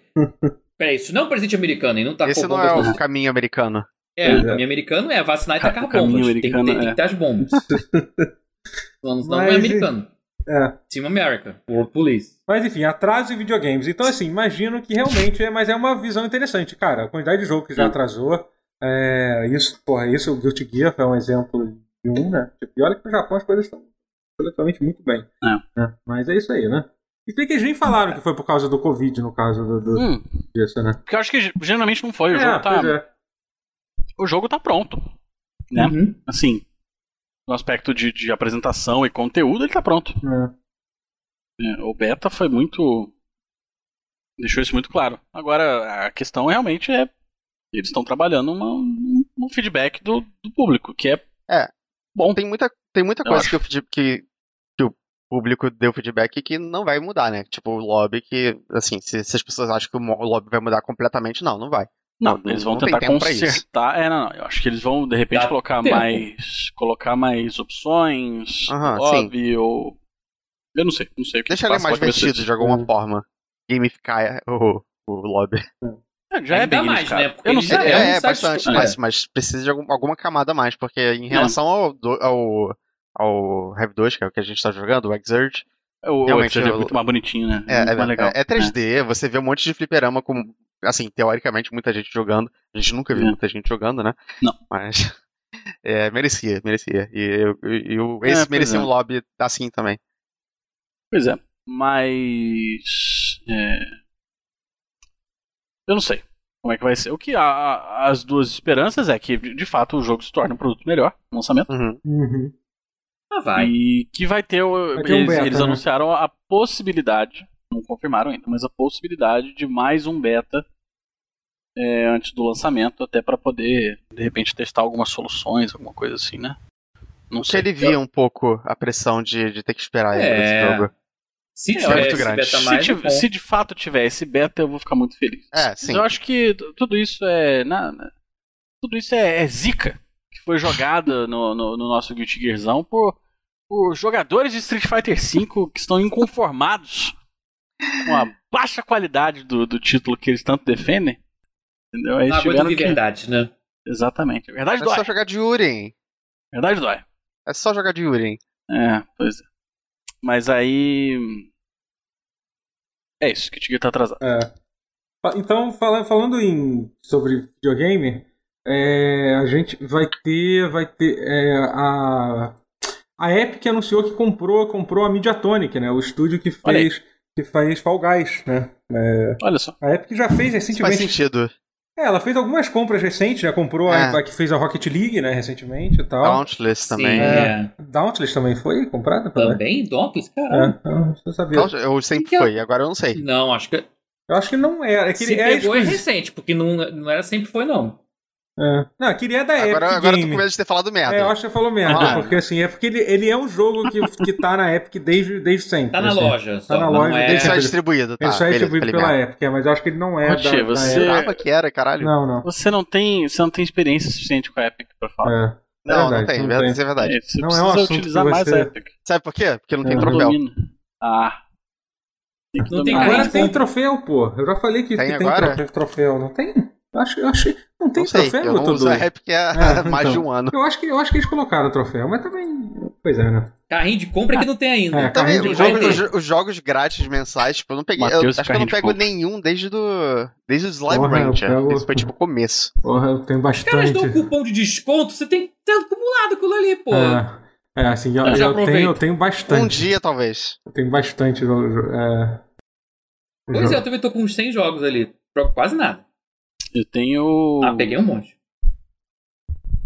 Speaker 2: Peraí, isso não é um presidente americano, ele não tá
Speaker 3: Esse não é o caminho americano.
Speaker 2: É,
Speaker 1: Pois
Speaker 2: o
Speaker 1: é.
Speaker 2: caminho americano é vacinar e
Speaker 4: Ca-
Speaker 2: tacar
Speaker 4: caminho
Speaker 2: bombas. Tem que, ter,
Speaker 4: americano,
Speaker 2: tem que
Speaker 4: é.
Speaker 2: ter as bombas.
Speaker 1: <laughs>
Speaker 2: Não, não
Speaker 1: Mas,
Speaker 2: é americano.
Speaker 1: É.
Speaker 2: Team America, World Police.
Speaker 1: Mas enfim, atraso em videogames. Então, assim, imagino que realmente é, mas é uma visão interessante, cara. A quantidade de jogo que já
Speaker 4: Sim.
Speaker 1: atrasou. É, isso, porra, isso, o Guilty Gear foi um exemplo de um, né? Tipo, E olha que no Japão as coisas estão relativamente muito bem.
Speaker 4: É.
Speaker 1: né? Mas é isso aí, né? E tem que eles nem falaram que foi por causa do Covid, no caso do, do,
Speaker 4: Hum,
Speaker 1: disso, né?
Speaker 4: porque eu acho que ge- geralmente não foi. O,
Speaker 1: é,
Speaker 4: jogo, tá,
Speaker 1: pois é.
Speaker 4: o jogo tá pronto. Né?
Speaker 2: Uhum.
Speaker 4: Assim, no aspecto de, de apresentação e conteúdo, ele tá pronto.
Speaker 1: É.
Speaker 4: É, o beta foi muito. Deixou isso muito claro. Agora, a questão realmente é. Eles estão trabalhando uma- um, um feedback do, do público, que é.
Speaker 3: Bom, tem muita, tem muita
Speaker 4: Eu
Speaker 3: coisa
Speaker 4: acho.
Speaker 3: que, o feed- que, que o público deu feedback que não vai mudar, né? Tipo, o lobby que, assim, se, se as pessoas acham que o mo- o lobby vai mudar completamente, não, não vai.
Speaker 4: Não,
Speaker 3: Não,
Speaker 4: eles vão
Speaker 3: não tem
Speaker 4: tentar
Speaker 3: tempo pra isso.
Speaker 4: consertar. É, não, não. Eu acho que eles vão, de repente,
Speaker 2: Dá
Speaker 4: colocar
Speaker 2: tempo.
Speaker 4: mais. Colocar mais opções.
Speaker 3: Aham,
Speaker 4: lobby ou. Eu não sei, não sei o que
Speaker 3: Deixa
Speaker 4: que
Speaker 3: ele
Speaker 4: passa
Speaker 3: mais
Speaker 4: pela cabeça
Speaker 3: vestido
Speaker 4: deles.
Speaker 3: de alguma
Speaker 1: Hum.
Speaker 3: forma. Gamificar é, o, o lobby.
Speaker 4: É, já é
Speaker 2: Ainda
Speaker 4: bem
Speaker 2: mais,
Speaker 4: unificado.
Speaker 2: né? Porque
Speaker 4: Eu não
Speaker 2: eles
Speaker 4: sei.
Speaker 2: já-
Speaker 4: é,
Speaker 2: um
Speaker 3: É, é,
Speaker 2: site
Speaker 3: bastante,
Speaker 2: de-
Speaker 3: mas, mas precisa de algum- alguma camada a mais, porque
Speaker 4: É.
Speaker 3: em relação ao, do- ao, ao Heavy 2, que é o que a gente tá jogando, o Exurge,
Speaker 4: O, o
Speaker 3: Realmente,
Speaker 4: episódio é
Speaker 3: eu-
Speaker 4: muito mais bonitinho, né?
Speaker 3: É,
Speaker 4: muito
Speaker 3: é,
Speaker 4: mais legal.
Speaker 3: é- é 3D, você vê um monte de fliperama com, assim, teoricamente muita gente jogando. A gente nunca viu
Speaker 4: É.
Speaker 3: muita gente jogando, né?
Speaker 4: Não.
Speaker 3: Mas <laughs> é, merecia, merecia. E, eu- e, e o-
Speaker 4: É,
Speaker 3: esse
Speaker 4: pois
Speaker 3: merecia
Speaker 4: é.
Speaker 3: um lobby assim também.
Speaker 4: Pois é, mas. é, Eu não sei como é que vai ser. O que a- a- as duas esperanças é que, de de fato, o jogo se torne um produto melhor no lançamento.
Speaker 3: Uhum.
Speaker 1: Uhum.
Speaker 2: Ah, vai.
Speaker 4: E que vai ter. o-
Speaker 1: Vai ter um
Speaker 4: eles
Speaker 1: beta,
Speaker 4: eles
Speaker 1: né?
Speaker 4: anunciaram a possibilidade, não confirmaram ainda, mas a possibilidade de mais um beta é, antes do lançamento, até pra poder, de repente, testar algumas soluções, alguma coisa assim, né? Não
Speaker 3: Porque
Speaker 4: sei.
Speaker 3: ele via um pouco a pressão de, de ter que esperar ele
Speaker 2: É.
Speaker 3: esse jogo.
Speaker 2: Se
Speaker 4: é
Speaker 2: tiver
Speaker 3: muito
Speaker 2: esse
Speaker 3: grande.
Speaker 2: beta
Speaker 4: Se,
Speaker 2: mais, então.
Speaker 4: tiv-
Speaker 2: bom.
Speaker 4: se de fato tiver esse beta, eu vou ficar muito feliz.
Speaker 3: É, sim.
Speaker 4: Mas eu acho que t- tudo isso é. na- na- tudo isso é, é zica que foi jogada no, no, no nosso Guilty Gearzão por, por jogadores de Street Fighter V que estão inconformados com a baixa qualidade do, do título que eles tanto defendem. Entendeu? Aí
Speaker 2: não
Speaker 4: eles
Speaker 2: aguenta
Speaker 4: tiveram
Speaker 2: Ah, de
Speaker 4: que-
Speaker 2: verdade, né?
Speaker 4: Exatamente. A verdade
Speaker 3: É
Speaker 4: dói.
Speaker 3: só jogar de Yuri.
Speaker 4: A verdade dói.
Speaker 3: É só jogar de Yuri.
Speaker 4: É, pois é. Mas aí. hum, É isso, Guilty Gear tá atrasado.
Speaker 1: É. Fa- Então, fala- falando em, sobre videogame, é, a gente vai ter. Vai ter é, a, a Epic anunciou que comprou, comprou a Mediatonic, né? O estúdio que
Speaker 4: Olha aí.
Speaker 1: fez, que faz Fall Guys, né?
Speaker 4: Olha só.
Speaker 1: A Epic já fez
Speaker 3: Isso faz
Speaker 1: recentemente.
Speaker 3: sentido.
Speaker 1: É, ela fez algumas compras recentes, né? Comprou a,
Speaker 3: É.
Speaker 1: a que fez a Rocket League, né? Recentemente e tal.
Speaker 3: Dauntless
Speaker 2: Sim,
Speaker 3: também.
Speaker 2: é.
Speaker 1: Dauntless também foi comprada? pela-
Speaker 2: Também? Domples?
Speaker 1: É,
Speaker 2: Caralho.
Speaker 1: eu não sabia.
Speaker 3: Daunt- Eu sempre
Speaker 2: Que que é?
Speaker 3: foi, agora eu não sei.
Speaker 2: Não, acho que.
Speaker 1: Eu acho que não era. É que
Speaker 2: Se
Speaker 1: ele é,
Speaker 2: pegou é
Speaker 1: exclusivo.
Speaker 2: recente, porque não, não era sempre foi, não.
Speaker 1: É. Não, aquele é da Epic
Speaker 3: Agora, agora eu tô
Speaker 1: Game.
Speaker 3: com medo de ter falado merda.
Speaker 1: É, eu acho que você falou merda,
Speaker 3: Ah.
Speaker 1: porque assim, é porque ele, ele é um jogo que, que tá na Epic desde, desde sempre.
Speaker 2: Tá na
Speaker 1: assim.
Speaker 2: loja. Só,
Speaker 1: na
Speaker 2: mas
Speaker 1: loja
Speaker 2: não é...
Speaker 1: desde
Speaker 3: Ele só é
Speaker 1: sempre.
Speaker 3: distribuído, tá?
Speaker 1: Ele só é
Speaker 3: beleza,
Speaker 1: distribuído
Speaker 3: falei
Speaker 1: pela
Speaker 3: merda.
Speaker 1: Epic, é, mas eu acho que ele não é
Speaker 4: Ô, tia,
Speaker 1: da,
Speaker 4: você-
Speaker 1: da Epic.
Speaker 3: Brava que era, caralho.
Speaker 1: Não, não.
Speaker 4: Você não tem, você não tem experiência suficiente com a Epic pra falar.
Speaker 1: É.
Speaker 3: Não,
Speaker 1: verdade,
Speaker 3: não tem,
Speaker 1: não
Speaker 3: verdade,
Speaker 1: tem.
Speaker 3: isso é verdade.
Speaker 4: Você
Speaker 1: Não é um
Speaker 4: precisa
Speaker 1: assunto que
Speaker 4: utilizar
Speaker 1: você-
Speaker 4: mais a Epic.
Speaker 3: Sabe por quê? Porque não tem
Speaker 1: É.
Speaker 4: Não
Speaker 3: troféu.
Speaker 4: domina. Ah. Tem que
Speaker 2: Não tem
Speaker 4: dominar.
Speaker 1: Agora
Speaker 2: carrinho de
Speaker 1: tem
Speaker 2: compra.
Speaker 1: troféu, pô. Eu já falei que
Speaker 3: Tem
Speaker 1: que tem,
Speaker 3: agora?
Speaker 1: tro- troféu, não tem? Eu acho, eu achei. Não tem
Speaker 3: Não sei, eu
Speaker 1: troféu,
Speaker 3: não uso
Speaker 1: Dudu?
Speaker 3: a Epic há
Speaker 1: É,
Speaker 3: <laughs> mais de
Speaker 1: então.
Speaker 3: um ano.
Speaker 1: Eu acho, que, eu acho que eles colocaram o troféu, mas também. Pois é, né?
Speaker 2: Carrinho de compra que não tem ainda.
Speaker 1: É,
Speaker 3: Também,
Speaker 1: Carrinho de
Speaker 3: os
Speaker 2: Vai
Speaker 3: jogos,
Speaker 2: ter.
Speaker 3: os jo- os jogos grátis mensais, tipo, eu não peguei. eu
Speaker 4: Mateus,
Speaker 3: acho que eu não
Speaker 4: carrinho de
Speaker 3: pego
Speaker 4: compra.
Speaker 3: nenhum desde do. Desde o Slime
Speaker 1: Porra, eu
Speaker 3: Rancher.
Speaker 1: pego-
Speaker 3: Isso foi tipo o começo.
Speaker 1: Porra, eu tenho
Speaker 2: Os caras
Speaker 1: bastante.
Speaker 2: dão cupom de desconto, você tem que ter acumulado aquilo ali, pô.
Speaker 1: É. É, assim, eu,
Speaker 2: Eu já
Speaker 1: eu
Speaker 2: aproveito.
Speaker 1: tenho, eu tenho bastante.
Speaker 3: Um dia, talvez.
Speaker 1: Eu tenho bastante jogo. jo- É,
Speaker 2: Pois é, eu
Speaker 1: jogo.
Speaker 2: também tô com uns 100 jogos ali. Jogo quase nada.
Speaker 4: Eu tenho.
Speaker 2: Ah, peguei um monte.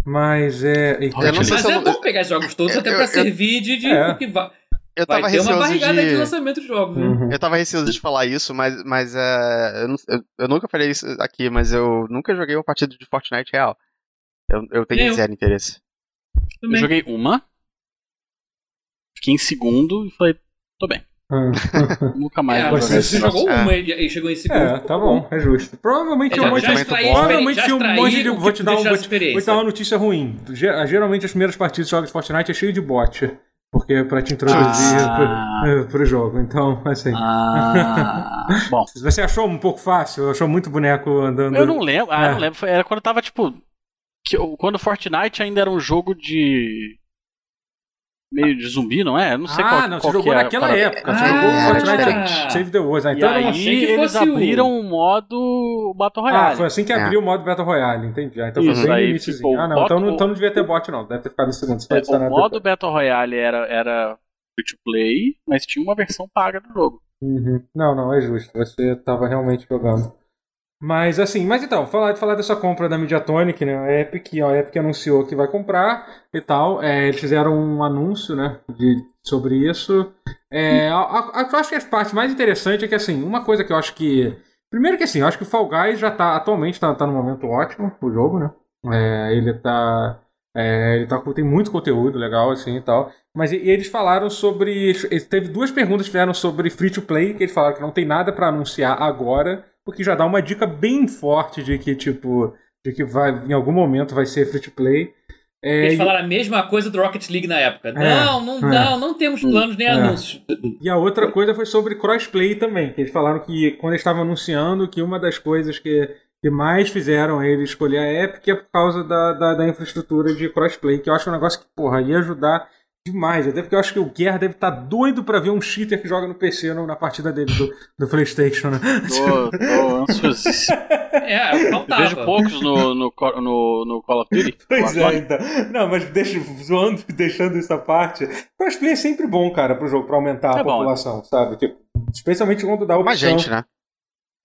Speaker 1: Mas é. e-
Speaker 3: Eu não sei
Speaker 2: Mas
Speaker 3: se
Speaker 2: é
Speaker 3: eu não-
Speaker 2: bom pegar jogos todos até
Speaker 3: eu-
Speaker 2: pra
Speaker 3: eu-
Speaker 2: servir de. de
Speaker 1: É.
Speaker 2: porque vai,
Speaker 3: Eu
Speaker 2: vai
Speaker 3: tava
Speaker 2: ter uma
Speaker 3: receoso
Speaker 2: barrigada de...
Speaker 3: de...
Speaker 2: lançamento de jogos, né?
Speaker 1: Uhum.
Speaker 3: Eu tava receoso de falar isso, mas, mas é, eu, não- eu- eu nunca falei isso aqui, mas eu nunca joguei uma partida de Fortnite real. Eu, eu tenho
Speaker 2: É, Eu.
Speaker 3: zero interesse.
Speaker 4: Eu
Speaker 2: Também.
Speaker 4: joguei uma. Fiquei em segundo e falei, tô bem.
Speaker 1: Ah.
Speaker 4: Nunca mais
Speaker 2: É,
Speaker 4: vou
Speaker 2: você
Speaker 4: jogar
Speaker 1: esse
Speaker 2: você
Speaker 4: esse troço.
Speaker 2: jogou
Speaker 3: troço.
Speaker 2: uma e, e chegou em segundo.
Speaker 1: É, tá bom, é justo. Provavelmente
Speaker 2: É,
Speaker 1: tinha um monte
Speaker 3: já
Speaker 1: de.
Speaker 3: experimento
Speaker 2: extraí-
Speaker 3: bom.
Speaker 2: experi-
Speaker 1: Provavelmente
Speaker 2: já
Speaker 1: tinha um
Speaker 2: extraí
Speaker 1: monte de.
Speaker 2: o que
Speaker 1: Vou te
Speaker 4: tipo,
Speaker 1: dar um.
Speaker 2: deixa
Speaker 1: Vou
Speaker 2: a
Speaker 1: te-
Speaker 2: experiência.
Speaker 1: Vou te dar uma notícia ruim. Ge- Geralmente as primeiras partidas de jogos de Fortnite é cheio de bot. Porque é pra te introduzir
Speaker 4: Ah.
Speaker 1: pro, eh, pro jogo. Então, assim. <laughs>
Speaker 4: Ah, bom.
Speaker 1: Você achou um pouco fácil? Achou muito boneco andando.
Speaker 4: Eu não lembro. Ah, eu não
Speaker 1: É.
Speaker 4: lembro. Foi- Era quando eu tava, tipo. que eu- quando Fortnite ainda era um jogo de. Meio de zumbi, não é? Eu não sei
Speaker 1: ah,
Speaker 4: qual,
Speaker 1: não,
Speaker 4: qual
Speaker 1: você jogou
Speaker 4: que é a
Speaker 1: naquela
Speaker 4: parada.
Speaker 1: época. Você
Speaker 2: Ah,
Speaker 1: jogou o
Speaker 3: era
Speaker 1: Fortnite
Speaker 2: diferente.
Speaker 1: Save the Ah, então Wars. Aí,
Speaker 4: E
Speaker 1: todo mundo-
Speaker 4: aí
Speaker 2: achei que
Speaker 4: eles
Speaker 2: fosse o-
Speaker 4: abriram um modo Battle
Speaker 1: Ah,
Speaker 4: Royale.
Speaker 1: foi assim que abriu o modo Battle Royale, entendi. Ah, Então
Speaker 4: É. Isso,
Speaker 1: foi bem
Speaker 4: aí
Speaker 1: no iniciozinho.
Speaker 4: ficou
Speaker 1: Ah,
Speaker 4: o
Speaker 1: não, então,
Speaker 4: bot-
Speaker 1: não, então não devia ter bot, não. Deve ter ficado no segundo. Você
Speaker 4: É,
Speaker 1: pode
Speaker 4: o
Speaker 1: adicionar
Speaker 4: modo
Speaker 1: depois.
Speaker 4: Battle Royale era, era free to play, mas tinha uma versão paga do jogo.
Speaker 1: Uhum. Não, não, é justo. Você tava realmente jogando. Mas assim, mas então, falar, falar dessa compra da Mediatonic, né? A Epic, ó, a Epic anunciou que vai comprar e tal. É, eles fizeram um anúncio, né? De, sobre isso. É, a- a- a- eu acho que a parte mais interessante é que, assim, uma coisa que eu acho que. Primeiro que assim, eu acho que o Fall Guys já tá. Atualmente tá, tá num momento ótimo o jogo, né? É, ele tá. é, ele tá, com- tem muito conteúdo legal, assim e tal. Mas e- e eles falaram sobre. eles- Teve duas perguntas que fizeram sobre free to play, que eles falaram que não tem nada pra anunciar agora, o que já dá uma dica bem forte de que, tipo, de que vai, em algum momento vai ser free to play. É,
Speaker 2: Eles
Speaker 1: e-
Speaker 2: falaram a mesma coisa do Rocket League na época. não, não,
Speaker 1: é.
Speaker 2: não, não temos planos nem
Speaker 1: É.
Speaker 2: anúncios.
Speaker 1: E a outra coisa foi sobre crossplay também, que eles falaram que quando eles estavam anunciando que uma das coisas que, que mais fizeram ele escolher a Epic é por causa da, da, da infraestrutura de crossplay, que eu acho um negócio que, porra, ia ajudar demais. Até porque eu acho que o Guerra deve estar doido pra ver um cheater que joga no PC no- na partida dele do, do PlayStation, né?
Speaker 4: Tô, tô
Speaker 2: <laughs>
Speaker 4: ansiosíssimo.
Speaker 2: É,
Speaker 4: Eu vejo
Speaker 2: faltava.
Speaker 4: poucos no, no, co- no, no Call of Duty.
Speaker 1: <laughs> <laughs> Pois
Speaker 4: Agora,
Speaker 1: é, então. Não, mas deixa, zoando, <laughs> deixando isso à parte. Crossplay é sempre bom, cara, pro jogo, pra aumentar a
Speaker 4: É bom,
Speaker 1: população, sabe? Tipo, especialmente quando dá opção.
Speaker 3: Mas gente, né?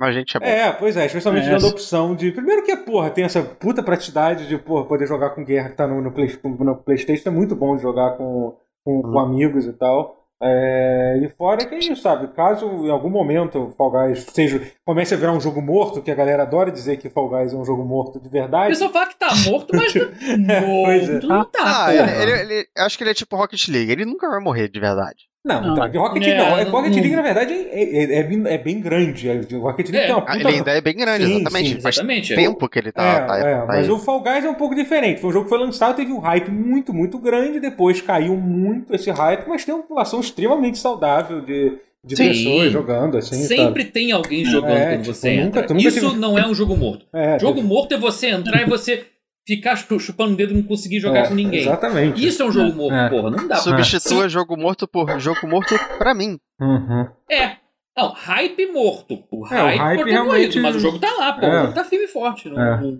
Speaker 3: Mas gente é bom.
Speaker 1: É, pois é, especialmente
Speaker 4: É.
Speaker 1: dando a opção de. Primeiro que, porra, tem essa puta praticidade de, porra, poder jogar com guerra que tá no, no, Play- no Playstation, é muito bom de jogar com, com, com amigos e tal. É, e fora que é isso, sabe? Caso em algum momento o Fall Guys seja, comece a virar um jogo morto, que a galera adora dizer que Fall Guys é um jogo morto de
Speaker 2: O
Speaker 1: verdade.
Speaker 2: pessoal fala que tá morto, mas
Speaker 1: É,
Speaker 2: não,
Speaker 1: <laughs> pois é.
Speaker 2: morto não tá.
Speaker 3: Ah,
Speaker 2: pô.
Speaker 3: ele, ele- ele- eu acho que ele é tipo Rocket League. Ele nunca vai morrer de verdade.
Speaker 1: Não,
Speaker 4: Não,
Speaker 1: então, Rocket League
Speaker 2: é,
Speaker 1: não. É,
Speaker 2: não-
Speaker 1: Rocket League,
Speaker 2: não-
Speaker 1: na verdade, é, é, é bem- é bem grande. É, o Rocket League
Speaker 2: É,
Speaker 1: tem uma
Speaker 3: Ah,
Speaker 1: puta.
Speaker 3: Ele ainda é bem grande,
Speaker 1: Sim,
Speaker 3: exatamente.
Speaker 1: sim,
Speaker 3: Faz
Speaker 2: Exatamente.
Speaker 3: tempo que ele tá,
Speaker 1: é,
Speaker 3: tá-
Speaker 1: é,
Speaker 3: tá
Speaker 1: mas
Speaker 3: aí.
Speaker 1: o Fall Guys é um pouco diferente. Foi um jogo que foi lançado, teve um hype muito, muito grande, depois caiu muito esse hype, mas tem uma população extremamente saudável de, de
Speaker 2: Sim.
Speaker 1: pessoas jogando, assim. sabe?
Speaker 2: Sempre tem alguém jogando
Speaker 1: É,
Speaker 2: quando
Speaker 1: tipo,
Speaker 2: você
Speaker 1: nunca-
Speaker 2: entra.
Speaker 1: tu nunca
Speaker 2: Isso
Speaker 1: tive-
Speaker 2: não é um jogo morto.
Speaker 1: É,
Speaker 2: Jogo morto é você entrar e você ficar chu- chupando o dedo e não conseguir jogar
Speaker 1: é,
Speaker 2: com ninguém.
Speaker 1: Exatamente.
Speaker 2: Isso é um jogo morto,
Speaker 1: É.
Speaker 2: porra. Não dá.
Speaker 3: Substitua jogo morto por jogo morto pra mim.
Speaker 1: Uhum.
Speaker 2: É. Não, hype morto. O
Speaker 1: É, o
Speaker 2: hype,
Speaker 1: hype
Speaker 2: pode ter
Speaker 1: realmente-
Speaker 2: morrido, mas o jogo tá lá, pô.
Speaker 1: É.
Speaker 2: O jogo tá firme e forte. Não,
Speaker 1: É.
Speaker 2: não-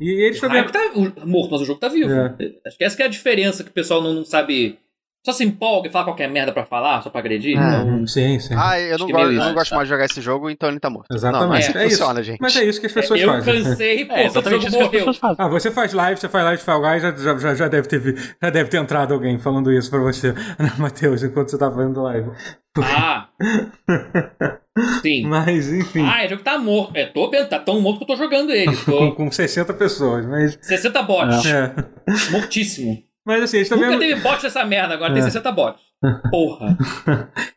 Speaker 1: E eles
Speaker 2: O
Speaker 1: também.
Speaker 2: hype tá o- morto, mas o jogo tá vivo. Acho que essa que é a diferença que o pessoal não, não sabe. Só se empolga e fala qualquer merda pra falar, só pra agredir.
Speaker 3: É.
Speaker 2: Então,
Speaker 1: Uhum, Sim, sim.
Speaker 3: Ah, eu
Speaker 2: Acho
Speaker 3: não,
Speaker 2: que é
Speaker 3: gosto,
Speaker 2: meio
Speaker 3: eu
Speaker 2: isso,
Speaker 3: não gosto
Speaker 2: tá?
Speaker 3: mais de jogar esse jogo, então ele tá morto.
Speaker 1: Exatamente,
Speaker 3: Não, assim
Speaker 1: é isso.
Speaker 3: funciona, gente.
Speaker 1: Mas é isso que as pessoas
Speaker 2: eu
Speaker 1: fazem.
Speaker 2: cansei, pô.
Speaker 4: É,
Speaker 2: esse
Speaker 4: exatamente
Speaker 2: jogo
Speaker 4: isso que as
Speaker 2: morreu.
Speaker 4: pessoas fazem.
Speaker 1: Ah, você faz live, você faz live de Fall Guys, já, já- já, já, deve ter, vi- já deve ter entrado alguém falando isso pra você, <laughs> Matheus, enquanto você tá fazendo live.
Speaker 2: Ah! Sim.
Speaker 1: Mas, enfim,
Speaker 2: Ah, é jogo que tá morto. É, tô, bem- tá tão morto que eu tô jogando
Speaker 1: <laughs>
Speaker 2: ele.
Speaker 1: com,
Speaker 2: Tô
Speaker 1: com 60 pessoas, mas.
Speaker 2: 60 bots.
Speaker 1: É. É.
Speaker 2: Mortíssimo.
Speaker 1: Mas assim, eles também,
Speaker 2: Nunca teve bot nessa merda, agora tem 60 bots.
Speaker 1: <laughs>
Speaker 2: Porra.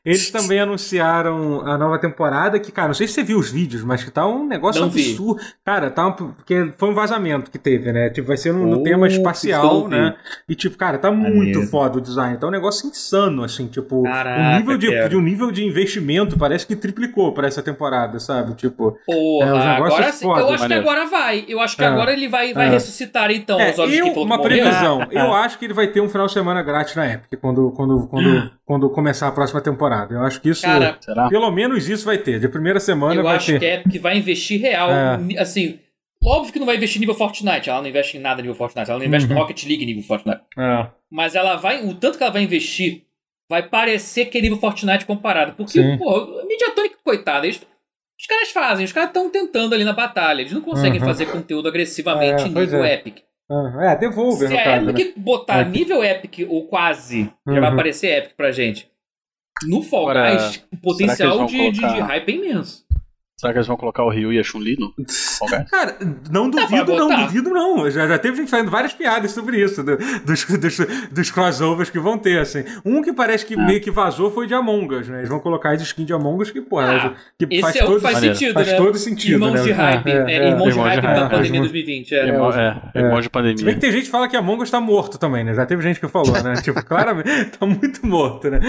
Speaker 1: eles também anunciaram a nova temporada, que, cara, não sei se você viu os vídeos, mas que tá um negócio
Speaker 2: Não vi.
Speaker 1: absurdo. Cara, tá um, porque foi um vazamento que teve, né? Tipo, vai ser no, no
Speaker 2: Oh,
Speaker 1: tema
Speaker 2: isso eu
Speaker 1: espacial,
Speaker 2: não vi.
Speaker 1: né? E, tipo, cara, tá
Speaker 2: Maneiro.
Speaker 1: muito foda o design. Tá um negócio insano, assim, tipo,
Speaker 2: Caraca,
Speaker 1: o nível de,
Speaker 2: quero.
Speaker 1: de um nível de investimento parece que triplicou pra essa temporada, sabe? Tipo.
Speaker 2: Porra.
Speaker 1: É, os negócios
Speaker 2: agora sim.
Speaker 1: foda,
Speaker 2: Eu acho
Speaker 4: maneiro.
Speaker 2: que agora vai. Eu acho que
Speaker 1: É.
Speaker 2: agora ele vai, vai
Speaker 1: É.
Speaker 2: ressuscitar, então,
Speaker 1: É,
Speaker 2: os olhos de
Speaker 1: eu,
Speaker 2: quem falou que
Speaker 1: uma
Speaker 2: morreu.
Speaker 1: previsão. Eu acho que ele vai ter um final de semana grátis na Epic quando, quando, quando,
Speaker 2: <gasps>
Speaker 1: quando começar a próxima temporada. Eu acho que isso.
Speaker 2: Cara,
Speaker 4: Será?
Speaker 1: Pelo menos isso vai ter. De primeira semana
Speaker 2: eu
Speaker 1: vai
Speaker 2: acho é.
Speaker 1: ter.
Speaker 2: que é porque vai investir real.
Speaker 1: É.
Speaker 2: ni- Assim, Óbvio que não vai investir nível Fortnite, ela não investe em nada nível Fortnite, ela não investe
Speaker 1: Uhum.
Speaker 2: no Rocket League nível Fortnite.
Speaker 1: É,
Speaker 2: Mas ela vai, o tanto que ela vai investir, vai parecer que é nível Fortnite comparado. Porque,
Speaker 1: Sim.
Speaker 2: pô, a Mediatonic, coitada, eles, os caras fazem, os caras estão tentando ali na batalha, eles não conseguem
Speaker 1: Uhum.
Speaker 2: fazer conteúdo agressivamente
Speaker 1: É, pois
Speaker 2: nível
Speaker 1: é.
Speaker 2: Epic.
Speaker 1: é, é Devolver,
Speaker 2: Se
Speaker 1: no
Speaker 2: a
Speaker 1: caso, né?
Speaker 2: Epic botar
Speaker 1: Epic.
Speaker 2: nível Epic ou quase, já vai
Speaker 1: Uhum.
Speaker 2: aparecer Epic pra gente. No Fall
Speaker 4: Agora,
Speaker 2: Guys, o potencial
Speaker 4: vão
Speaker 2: de, de, de
Speaker 4: colocar-
Speaker 2: hype é imenso.
Speaker 4: Será que eles vão colocar o Ryu e a Chun-Li no Fall Guys?
Speaker 1: Cara, não
Speaker 2: pra
Speaker 1: duvido, não
Speaker 2: botar.
Speaker 1: duvido, não. Já, já teve gente fazendo várias piadas sobre isso, do- dos, dos, dos crossovers que vão ter, assim. Um que parece
Speaker 2: Ah.
Speaker 1: que meio que vazou foi de Among Us, né? Eles vão colocar as skins de Among Us que, pô,
Speaker 2: Ah,
Speaker 1: que
Speaker 2: Esse
Speaker 1: faz
Speaker 2: é o
Speaker 1: todo
Speaker 2: que faz
Speaker 4: Maneiro.
Speaker 2: sentido,
Speaker 1: faz
Speaker 2: né?
Speaker 1: todo sentido,
Speaker 2: irmãos
Speaker 1: né?
Speaker 2: de hype. É, irmãos de
Speaker 4: Irmãos de
Speaker 2: hype
Speaker 4: hype,
Speaker 2: da
Speaker 4: é.
Speaker 2: pandemia 2020. É.
Speaker 4: Emo- é, emoji
Speaker 1: Se bem que
Speaker 4: pandemia.
Speaker 1: tem gente que fala que Among Us tá morto também, né? Já teve gente que falou, né? tipo, <laughs> claramente, tá muito morto, né?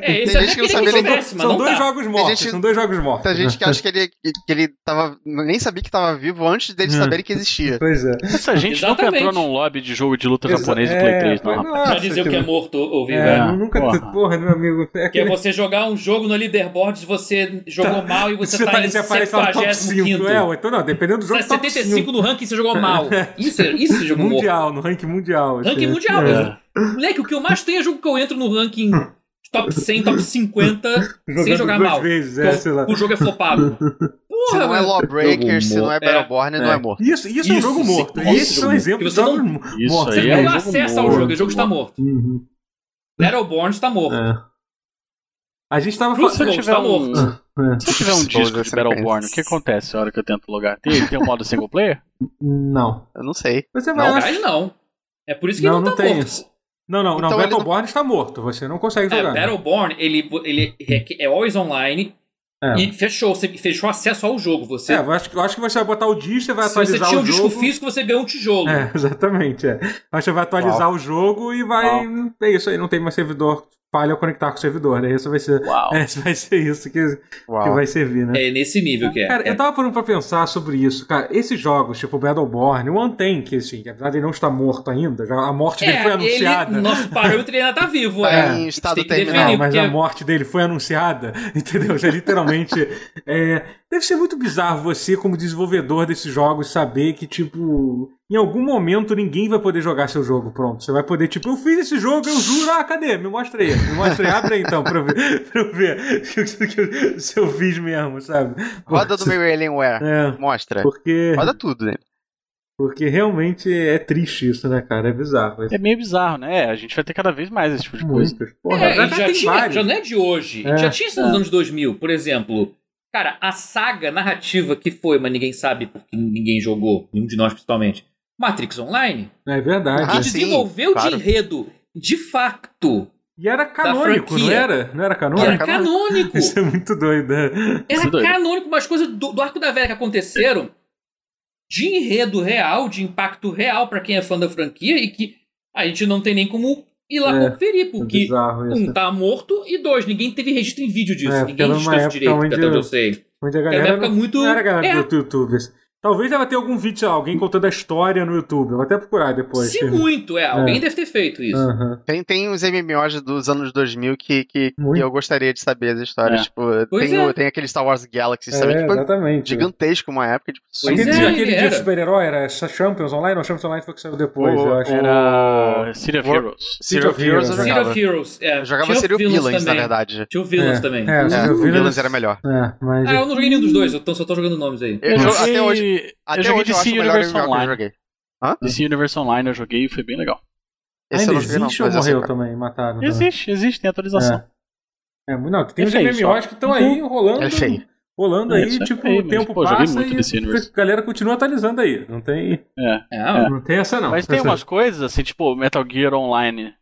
Speaker 2: É, esse
Speaker 3: Tem
Speaker 2: até
Speaker 3: gente
Speaker 2: queria
Speaker 3: que não
Speaker 2: que
Speaker 3: sabe
Speaker 2: ele
Speaker 3: nem como-
Speaker 2: soubesse, mas
Speaker 1: são
Speaker 2: não
Speaker 1: dois
Speaker 2: dá.
Speaker 1: jogos mortos,
Speaker 3: gente- tá-
Speaker 1: são dois jogos mortos.
Speaker 3: Muita gente que acha que ele, que ele tava. nem sabia que tava vivo antes deles
Speaker 1: Hum.
Speaker 3: saberem que existia.
Speaker 1: Pois é.
Speaker 4: Essa gente nunca
Speaker 2: Exatamente.
Speaker 4: entrou num lobby de jogo de luta
Speaker 1: Exa-
Speaker 4: japonês de
Speaker 1: é,
Speaker 4: Play 3, não,
Speaker 1: mas
Speaker 4: rapaz.
Speaker 1: nossa,
Speaker 2: Pra dizer o que é morto ou vivo.
Speaker 1: É,
Speaker 2: É.
Speaker 4: né?
Speaker 1: nunca. Porra.
Speaker 4: Porra.
Speaker 1: meu amigo. É
Speaker 2: Que é
Speaker 1: aquele-
Speaker 2: você jogar um jogo no leaderboard se você jogou mal e você, tá, em
Speaker 1: você aparece lá no top 5,
Speaker 2: 75.
Speaker 1: é, ou então não, dependendo do
Speaker 2: Você
Speaker 1: jogo,
Speaker 2: tá
Speaker 1: top
Speaker 2: 75 no ranking e você jogou mal. Isso é, isso é jogo morto.
Speaker 1: Mundial, no ranking mundial.
Speaker 2: Ranking
Speaker 1: assim.
Speaker 2: mundial.
Speaker 1: É.
Speaker 2: eu- Moleque, o que eu mais tenho é jogo que eu entro no ranking top 100, top
Speaker 1: <laughs>
Speaker 2: 50, sem
Speaker 1: Jogando
Speaker 2: jogar
Speaker 1: duas
Speaker 2: mal.
Speaker 1: vezes, é,
Speaker 2: Porque
Speaker 1: sei lá.
Speaker 2: o jogo é flopado.
Speaker 3: Se
Speaker 2: Porra,
Speaker 3: não é
Speaker 2: mano.
Speaker 3: Lawbreaker, se não é
Speaker 2: É,
Speaker 3: Battleborn, não
Speaker 4: é.
Speaker 3: é morto.
Speaker 1: Isso, isso, é um
Speaker 2: Isso,
Speaker 1: jogo
Speaker 2: sim.
Speaker 1: morto.
Speaker 2: Nossa,
Speaker 1: Esses são
Speaker 2: jogo-
Speaker 1: exemplos de
Speaker 2: você não-
Speaker 1: jogos mo-
Speaker 4: Isso
Speaker 1: mortos.
Speaker 2: Você
Speaker 4: aí
Speaker 2: não
Speaker 4: é
Speaker 2: dá
Speaker 4: jogo
Speaker 2: acesso ao
Speaker 4: morto.
Speaker 2: jogo, o jogo está morto.
Speaker 1: Uhum.
Speaker 2: Battleborn está morto.
Speaker 1: É. A gente tava é,
Speaker 4: Se eu
Speaker 1: falando.
Speaker 2: Crucible.
Speaker 4: tiver
Speaker 2: Tá
Speaker 4: um,
Speaker 2: morto.
Speaker 4: se eu tiver um
Speaker 3: Exposure,
Speaker 4: disco de
Speaker 3: você não
Speaker 4: Battleborn, o que acontece na hora que eu tento logar? Tem, tem um modo single player?
Speaker 1: Não.
Speaker 3: Eu não sei.
Speaker 1: Você vai.
Speaker 2: Não,
Speaker 1: lá-
Speaker 2: mas não. É por isso que
Speaker 1: Não,
Speaker 2: não,
Speaker 1: não
Speaker 2: tá
Speaker 1: tem
Speaker 2: morto.
Speaker 1: isso. Não, não, não.
Speaker 3: Então ele não-
Speaker 1: Battleborn está morto. Você não consegue
Speaker 2: É,
Speaker 1: jogar. né?
Speaker 2: Battleborn, ele, ele é, é always online
Speaker 1: É.
Speaker 2: e fechou, você fechou acesso ao jogo. Você,
Speaker 1: É, eu acho, que- eu acho que você vai botar o disco, você vai
Speaker 2: se você
Speaker 1: atualizar
Speaker 2: tinha
Speaker 1: o
Speaker 2: um disco
Speaker 1: jogo.
Speaker 2: físico, você ganhou um tijolo. <laughs>
Speaker 1: É, exatamente. É. Aí você vai atualizar o jogo e vai. É isso aí, não tem mais servidor. Falha ao conectar com o servidor, né? Isso vai ser.
Speaker 4: Uau.
Speaker 1: <laughs> é, isso vai ser isso que, que
Speaker 3: Uau.
Speaker 1: vai servir, né?
Speaker 2: É nesse nível que é.
Speaker 1: Cara, eu tava parando pra pensar sobre isso, cara. Esses jogos, tipo Battleborn, o Anten, que assim, que apesar de ele não estar morto ainda, já- a morte dele
Speaker 2: É,
Speaker 1: foi anunciada.
Speaker 2: Ele, nosso parâmetro ele ainda tá vivo.
Speaker 3: Tá
Speaker 2: é.
Speaker 3: em estado
Speaker 2: tem que
Speaker 3: terminal.
Speaker 2: defender,
Speaker 1: Não, mas
Speaker 2: porque-
Speaker 1: a morte dele foi anunciada, <laughs> entendeu? Já literalmente. é, deve ser muito bizarro você, como desenvolvedor desses jogos, saber que, tipo, em algum momento ninguém vai poder jogar seu jogo. Pronto. Você vai poder, tipo, eu fiz esse jogo, eu juro, ah, cadê? Me mostra aí. Me mostra aí, abre aí então pra eu ver, <laughs> pra eu ver <laughs> se, eu- se eu fiz mesmo, sabe?
Speaker 3: Roda do meu Alienware.
Speaker 1: É,
Speaker 3: Mostra.
Speaker 1: porque,
Speaker 3: Roda tudo, né?
Speaker 1: porque realmente é triste isso, né, cara? É bizarro.
Speaker 4: É meio bizarro, né? É, a gente vai ter cada vez mais esse tipo de coisa.
Speaker 3: Hum.
Speaker 1: Muitas. Porra,
Speaker 2: É, e
Speaker 1: já
Speaker 2: já,
Speaker 1: tem
Speaker 2: tinha,
Speaker 1: vários.
Speaker 2: já não é de hoje.
Speaker 1: É.
Speaker 2: Já tinha isso nos
Speaker 4: É.
Speaker 2: anos 2000, por exemplo. Cara, a saga narrativa que foi, mas ninguém sabe porque ninguém jogou, nenhum de nós principalmente. Matrix Online,
Speaker 1: É verdade.
Speaker 3: Ah,
Speaker 2: que
Speaker 3: sim,
Speaker 2: desenvolveu de
Speaker 3: claro.
Speaker 2: enredo de facto.
Speaker 1: E era canônico, não
Speaker 2: franquia.
Speaker 1: era? Não era canônico?
Speaker 2: Era
Speaker 1: <laughs>
Speaker 2: canônico.
Speaker 1: Isso é muito doido. né?
Speaker 2: Era
Speaker 4: doido.
Speaker 2: canônico, umas coisas do, do Arco da Velha que aconteceram de enredo real, de impacto real pra quem é fã da franquia e que a gente não tem nem como ir lá
Speaker 1: É,
Speaker 2: conferir,
Speaker 1: É
Speaker 2: porque
Speaker 1: bizarro isso.
Speaker 2: um tá morto e dois, ninguém teve registro em vídeo disso.
Speaker 1: É, porque
Speaker 2: ninguém
Speaker 1: era
Speaker 2: registrou
Speaker 1: uma
Speaker 2: isso
Speaker 1: época
Speaker 2: direito,
Speaker 1: onde
Speaker 2: até onde eu sei.
Speaker 1: Onde a
Speaker 2: Era
Speaker 1: galera
Speaker 2: uma época
Speaker 1: não-
Speaker 2: muito.
Speaker 1: não era a
Speaker 2: É,
Speaker 1: galera do YouTube. assim. Talvez ela tenha algum vídeo, sei lá, alguém contando a história no YouTube. Eu vou até procurar depois. É,
Speaker 2: se muito, é. Alguém deve ter feito isso.
Speaker 1: Aham.
Speaker 3: Tem, tem uns MMOs dos anos 2000 que, que, que
Speaker 1: Muito.
Speaker 3: eu gostaria de saber as histórias.
Speaker 4: É.
Speaker 3: Tipo,
Speaker 2: Pois
Speaker 3: tem,
Speaker 2: é.
Speaker 3: o- tem aquele Star Wars Galaxy também,
Speaker 1: É,
Speaker 3: que foi
Speaker 1: exatamente.
Speaker 3: gigantesco uma época. Tipo,
Speaker 2: Pois
Speaker 1: Aquele,
Speaker 2: é,
Speaker 1: de-
Speaker 2: ele
Speaker 1: aquele de
Speaker 2: era.
Speaker 1: super-herói era essa Champions Online? Não, Champions Online foi que saiu depois,
Speaker 3: O-
Speaker 1: eu acho.
Speaker 4: Era City of
Speaker 3: War-
Speaker 4: Heroes.
Speaker 1: City
Speaker 3: City of
Speaker 1: of
Speaker 3: Heroes eu
Speaker 1: Heroes.
Speaker 2: City
Speaker 3: jogava.
Speaker 2: of Heroes. É,
Speaker 3: Eu jogava
Speaker 2: tinha o
Speaker 3: City of
Speaker 2: Villains
Speaker 3: Villains, na
Speaker 2: também.
Speaker 3: verdade.
Speaker 2: Tinha o Villains
Speaker 1: É,
Speaker 2: também.
Speaker 1: é,
Speaker 3: É,
Speaker 1: City
Speaker 3: o
Speaker 1: of Heroes
Speaker 3: Villains era melhor.
Speaker 1: É, mas...
Speaker 2: Ah, eu não joguei nenhum dos dois, eu tô- só tô jogando nomes aí.
Speaker 3: Eu jo-
Speaker 4: joguei-
Speaker 3: até hoje, até
Speaker 4: eu joguei
Speaker 3: hoje eu acho o
Speaker 4: DC
Speaker 3: melhor MMO
Speaker 4: Universe
Speaker 3: que eu
Speaker 4: Online.
Speaker 3: joguei.
Speaker 4: DC Universe Online eu joguei e foi bem legal.
Speaker 3: Esse
Speaker 1: Ainda
Speaker 3: eu não joguei, não.
Speaker 1: existe ou
Speaker 3: mas eu sei
Speaker 1: morreu
Speaker 3: qual.
Speaker 1: também? Mataram. também?
Speaker 4: Existe, existe, tem atualização.
Speaker 1: É, muito- não, tem
Speaker 4: É
Speaker 1: uns
Speaker 4: feio,
Speaker 1: MMOs que estão aí rolando.
Speaker 3: É feio.
Speaker 1: Rolando
Speaker 4: É,
Speaker 1: aí,
Speaker 4: isso é
Speaker 1: tipo,
Speaker 4: feio,
Speaker 1: o
Speaker 4: mas,
Speaker 1: tempo
Speaker 4: pô, joguei
Speaker 1: passa
Speaker 4: muito
Speaker 1: e
Speaker 4: desse universo.
Speaker 1: a galera continua atualizando aí. Não tem,
Speaker 4: É.
Speaker 2: É,
Speaker 1: não tem essa, não.
Speaker 4: Mas tem
Speaker 1: Essa-
Speaker 4: umas coisas, assim, tipo Metal Gear Online,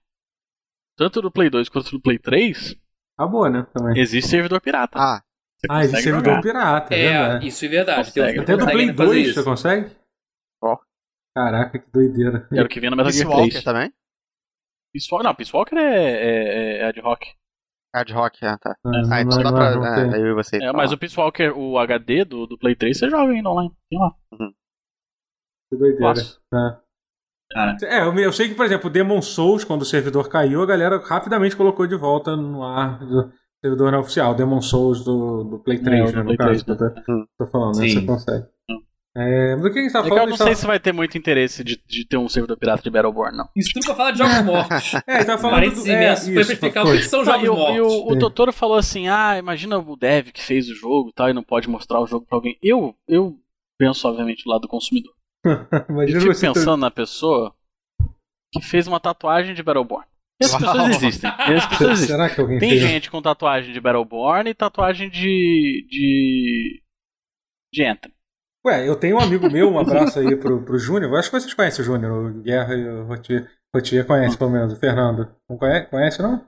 Speaker 4: tanto do Play 2 quanto do Play 3,
Speaker 1: Acabou, né? Também.
Speaker 4: existe servidor pirata.
Speaker 3: Ah,
Speaker 4: Você
Speaker 1: Ah, existe
Speaker 4: consegue
Speaker 1: servidor
Speaker 4: jogar.
Speaker 1: pirata, é,
Speaker 2: é,
Speaker 1: verdade.
Speaker 2: isso é verdade. Tem uns que
Speaker 4: Consegue.
Speaker 1: Até do
Speaker 2: conseguem
Speaker 1: Play
Speaker 2: fazer
Speaker 1: 2
Speaker 2: isso.
Speaker 1: você consegue?
Speaker 3: Ó.
Speaker 1: Caraca, que doideira.
Speaker 4: Era o que vinha no Metal
Speaker 3: Peace
Speaker 4: Gear
Speaker 3: Walker
Speaker 4: 3.
Speaker 3: também?
Speaker 4: Peace Walker, não, Peace Walker é, é, é ad hoc.
Speaker 3: Hard Rock, ah, tá.
Speaker 1: Ah,
Speaker 3: Ah, então
Speaker 1: não-
Speaker 3: dá
Speaker 1: não-
Speaker 3: pra.
Speaker 1: não
Speaker 3: ah,
Speaker 1: tem.
Speaker 3: eu e você.
Speaker 4: É, mas o Peace Walker, o HD do, do Play 3, você joga ainda online. Tem lá.
Speaker 1: Que é doideira.
Speaker 4: Fácil.
Speaker 1: né?
Speaker 4: Cara.
Speaker 1: É, eu, eu sei que, por exemplo, o Demon Souls, quando o servidor caiu, a galera rapidamente colocou de volta no ar do servidor não oficial, Demon Souls do, do Play 3,
Speaker 4: do
Speaker 1: né, no
Speaker 4: É, Play
Speaker 1: caso.
Speaker 4: 3,
Speaker 1: que eu tô, tô falando, né?
Speaker 2: Sim.
Speaker 1: Você consegue. É, mas o que a gente tá
Speaker 4: É que eu
Speaker 1: falando?
Speaker 4: não
Speaker 1: a gente
Speaker 4: sei
Speaker 1: tá-
Speaker 4: se vai ter muito interesse de, de ter um servidor pirata de Battleborn, não.
Speaker 2: Isso tudo pra falar de jogos mortos.
Speaker 1: É, a gente tá <laughs> falando
Speaker 2: Parênteses
Speaker 1: do...
Speaker 2: imensos
Speaker 1: é,
Speaker 2: pra
Speaker 1: isso,
Speaker 2: explicar o
Speaker 1: foi.
Speaker 2: que são jogos
Speaker 4: Não, e o, e
Speaker 2: mortos.
Speaker 4: o, o
Speaker 1: Sim.
Speaker 4: doutor falou assim: ah, imagina o dev que fez o jogo e tal, e não pode mostrar o jogo pra alguém. Eu, eu penso, obviamente, do lado do consumidor. E
Speaker 1: <laughs> Imagina
Speaker 4: fico
Speaker 1: você... ter-
Speaker 4: pensando na pessoa que fez uma tatuagem de Battleborn. Essas
Speaker 3: Uau.
Speaker 4: pessoas existem. Essas pessoas existem.
Speaker 1: Será que alguém
Speaker 4: Tem
Speaker 1: fez?
Speaker 4: gente com tatuagem de Battleborn e tatuagem de. de. de Anthem.
Speaker 1: Ué, eu tenho um amigo meu, um abraço aí pro, pro Júnior. Eu Acho que vocês conhecem o Júnior, o Guerra e o Rotier. Rotier conhece, pelo menos, o Fernando. Não conhece, conhece não?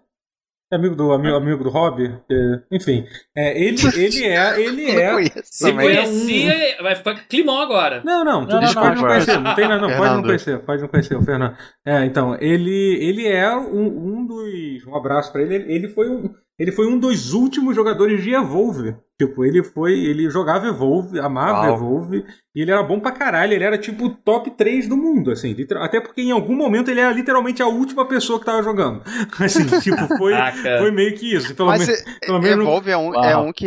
Speaker 1: É amigo do, amigo, amigo do Hobby? É, enfim, é, ele, ele é. Ele
Speaker 3: Eu
Speaker 1: é. um-
Speaker 3: conheço
Speaker 2: Se
Speaker 3: também.
Speaker 2: conhecia, assim, é, vai ficar climão agora.
Speaker 1: Não, não,
Speaker 4: Não,
Speaker 1: eles
Speaker 4: não,
Speaker 1: podem
Speaker 4: não,
Speaker 1: não conhecer, não tem nada, não, pode não
Speaker 3: Fernando.
Speaker 1: conhecer, pode não conhecer o Fernando. É, então, ele, ele é um, um dos. Um abraço pra ele, ele, ele foi um. Ele foi um dos últimos jogadores de Evolve. Tipo, ele foi. Ele jogava Evolve, amava
Speaker 3: Uau.
Speaker 1: Evolve, e ele era bom pra caralho. Ele era tipo o top 3 do mundo, assim. literal- Até porque em algum momento ele era literalmente a última pessoa que tava jogando. <laughs> Assim, tipo, foi,
Speaker 4: Ah, é.
Speaker 2: Caraca.
Speaker 1: foi meio que isso. Pelo
Speaker 3: Mas
Speaker 1: menos.
Speaker 3: é-
Speaker 1: pelo menos-
Speaker 3: Evolve é um,
Speaker 4: Uau.
Speaker 3: é um que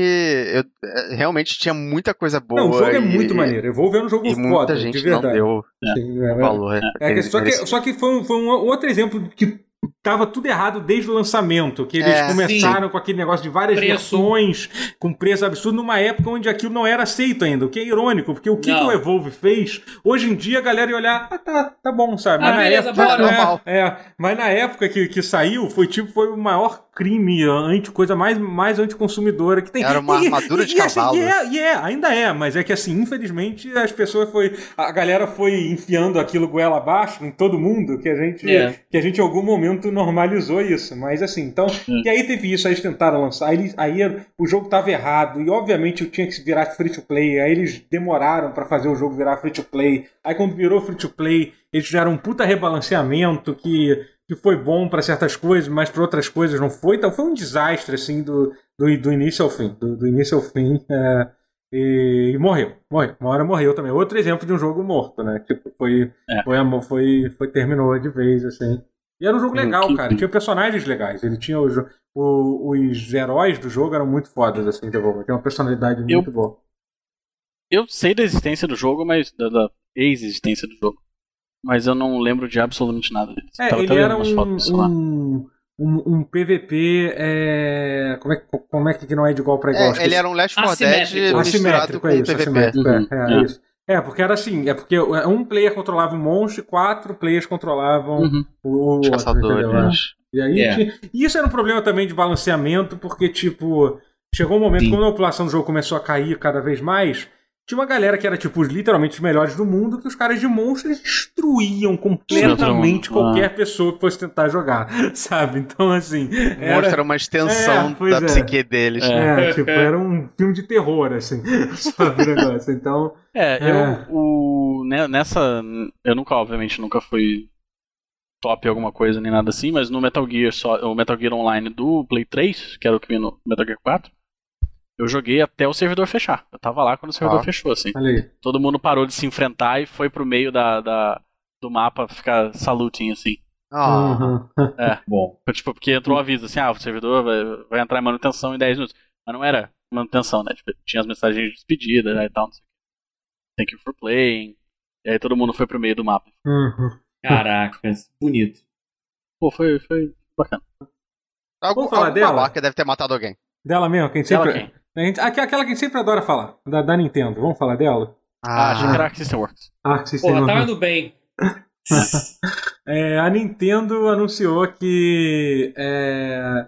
Speaker 3: eu, é, realmente tinha muita coisa boa.
Speaker 1: Não, o jogo é
Speaker 3: e-
Speaker 1: muito maneiro. Evolve é um jogo
Speaker 3: E
Speaker 1: foda,
Speaker 3: muita gente
Speaker 1: de verdade.
Speaker 3: não deu
Speaker 1: Sim, é, é.
Speaker 3: valor.
Speaker 1: É que-
Speaker 3: Eles-
Speaker 1: só, que,
Speaker 3: eles-
Speaker 1: só que foi um, foi um outro exemplo que tava tudo errado desde o lançamento, que eles
Speaker 3: É,
Speaker 1: começaram com aquele negócio de várias
Speaker 2: Preço.
Speaker 1: versões com preço absurdo numa época onde aquilo não era aceito ainda, o que é irônico, porque o que,
Speaker 2: Não.
Speaker 1: que o Evolve fez, hoje em dia a galera ia olhar, ah, tá, tá bom, sabe?
Speaker 2: Ah, beleza, bora.
Speaker 3: Normal.
Speaker 1: É, é, mas na época que, que saiu, foi tipo, foi o maior crime, a anti, coisa mais, mais anticonsumidora que tem.
Speaker 3: Era uma armadura de
Speaker 1: e assim,
Speaker 3: cavalo.
Speaker 1: e é, e é, ainda é, mas é que assim, infelizmente, as pessoas foi. A galera foi enfiando aquilo goela abaixo em todo mundo, que a gente.
Speaker 2: É.
Speaker 1: Que a gente em algum momento normalizou isso. Mas assim, então. E aí teve isso, aí eles tentaram lançar, aí, eles- aí o jogo tava errado, e obviamente eu tinha que virar free to play, aí eles demoraram pra fazer o jogo virar free to play. Aí quando virou free to play, eles fizeram um puta rebalanceamento que, que foi bom pra certas coisas, mas pra outras coisas não foi. Então foi um desastre, assim, do, do, do início ao fim. Do, do início ao fim. é, e, e morreu, morreu. Uma hora morreu também. Outro exemplo de um jogo morto, né? Tipo, foi,
Speaker 4: É.
Speaker 1: foi, amor- foi, foi terminou de vez, assim. E era um jogo
Speaker 4: Hum,
Speaker 1: legal,
Speaker 4: que-
Speaker 1: cara. Tinha personagens legais. Ele tinha os, o- os heróis do jogo eram muito fodas, assim, de Devolver. Tinha uma personalidade
Speaker 4: Eu-
Speaker 1: muito boa.
Speaker 4: Eu sei da existência do jogo, mas. da, da ex-existência do jogo. Mas eu não lembro de absolutamente nada deles.
Speaker 1: É,
Speaker 4: Tava
Speaker 1: ele
Speaker 4: até vendo
Speaker 1: era
Speaker 4: umas fotos
Speaker 1: um,
Speaker 4: no celular.
Speaker 1: um, um, um PVP. é, Como, é, que- como é que não é de igual pra igual?
Speaker 3: É,
Speaker 1: Esqueci.
Speaker 3: ele era um Last 4 Dead
Speaker 2: Assimétrico.
Speaker 3: misturado
Speaker 1: Assimétrico,
Speaker 3: com
Speaker 1: é isso.
Speaker 3: PVP.
Speaker 1: Assimétrico, é,
Speaker 4: Uhum.
Speaker 1: é,
Speaker 4: É.
Speaker 1: isso. É, porque era assim, é porque um player controlava um monstro e quatro players controlavam
Speaker 4: Uhum. É.
Speaker 1: o, o
Speaker 3: Os
Speaker 1: outro, entendeu? É.
Speaker 3: caçadores. né?
Speaker 1: E aí,
Speaker 2: Yeah.
Speaker 1: tinha- e isso era um problema também de balanceamento, porque, tipo, chegou um momento,
Speaker 2: Sim.
Speaker 1: quando a população do jogo começou a cair cada vez mais, tinha uma galera que era, tipo, literalmente os melhores do mundo, que os caras de monstro eles destruíam completamente
Speaker 4: Destruíam todo mundo. Ah.
Speaker 1: qualquer pessoa que fosse tentar jogar, <laughs> sabe? Então, assim,
Speaker 3: O
Speaker 2: É.
Speaker 1: era,
Speaker 3: monstro era uma extensão
Speaker 1: É, pois é.
Speaker 3: da psique deles.
Speaker 4: É.
Speaker 1: é, tipo, era um filme de terror, assim, <laughs> sabe o negócio. Então,
Speaker 4: É,
Speaker 1: É.
Speaker 4: eu. O, né, nessa. Eu nunca, obviamente, nunca fui top em alguma coisa nem nada assim, mas no Metal Gear só. O Metal Gear Online do Play 3, que era o que vinha no Metal Gear 4, eu joguei até o servidor fechar. Eu tava lá quando o servidor
Speaker 3: Ah.
Speaker 4: fechou, assim.
Speaker 1: olha aí.
Speaker 4: Todo mundo parou de se enfrentar e foi pro meio da, da- do mapa ficar salutinho, assim.
Speaker 3: Ah,
Speaker 1: Uhum.
Speaker 2: Bom.
Speaker 4: Foi, Tipo, porque entrou um aviso assim, ah, o servidor vai, vai entrar em manutenção em 10 minutos. Mas não era manutenção, né? Tipo, tinha as mensagens de despedida né, e tal, não sei o que. Thank you for playing. E aí todo mundo foi pro meio do mapa.
Speaker 1: Uhum.
Speaker 2: Caracas, bonito.
Speaker 4: Pô, foi, foi bacana.
Speaker 3: Algum,
Speaker 1: falar
Speaker 3: algum
Speaker 1: dela?
Speaker 3: babaca deve ter matado alguém.
Speaker 1: Dela mesmo, que a gente
Speaker 4: Dela
Speaker 1: sempre. a gente- aquela que a gente sempre adora falar, da, da Nintendo. Vamos falar dela?
Speaker 4: Ah, achei que era Arc System Works.
Speaker 1: Arc System
Speaker 2: Porra, tá
Speaker 1: Works.
Speaker 2: tava indo bem.
Speaker 1: É, a Nintendo anunciou que. é,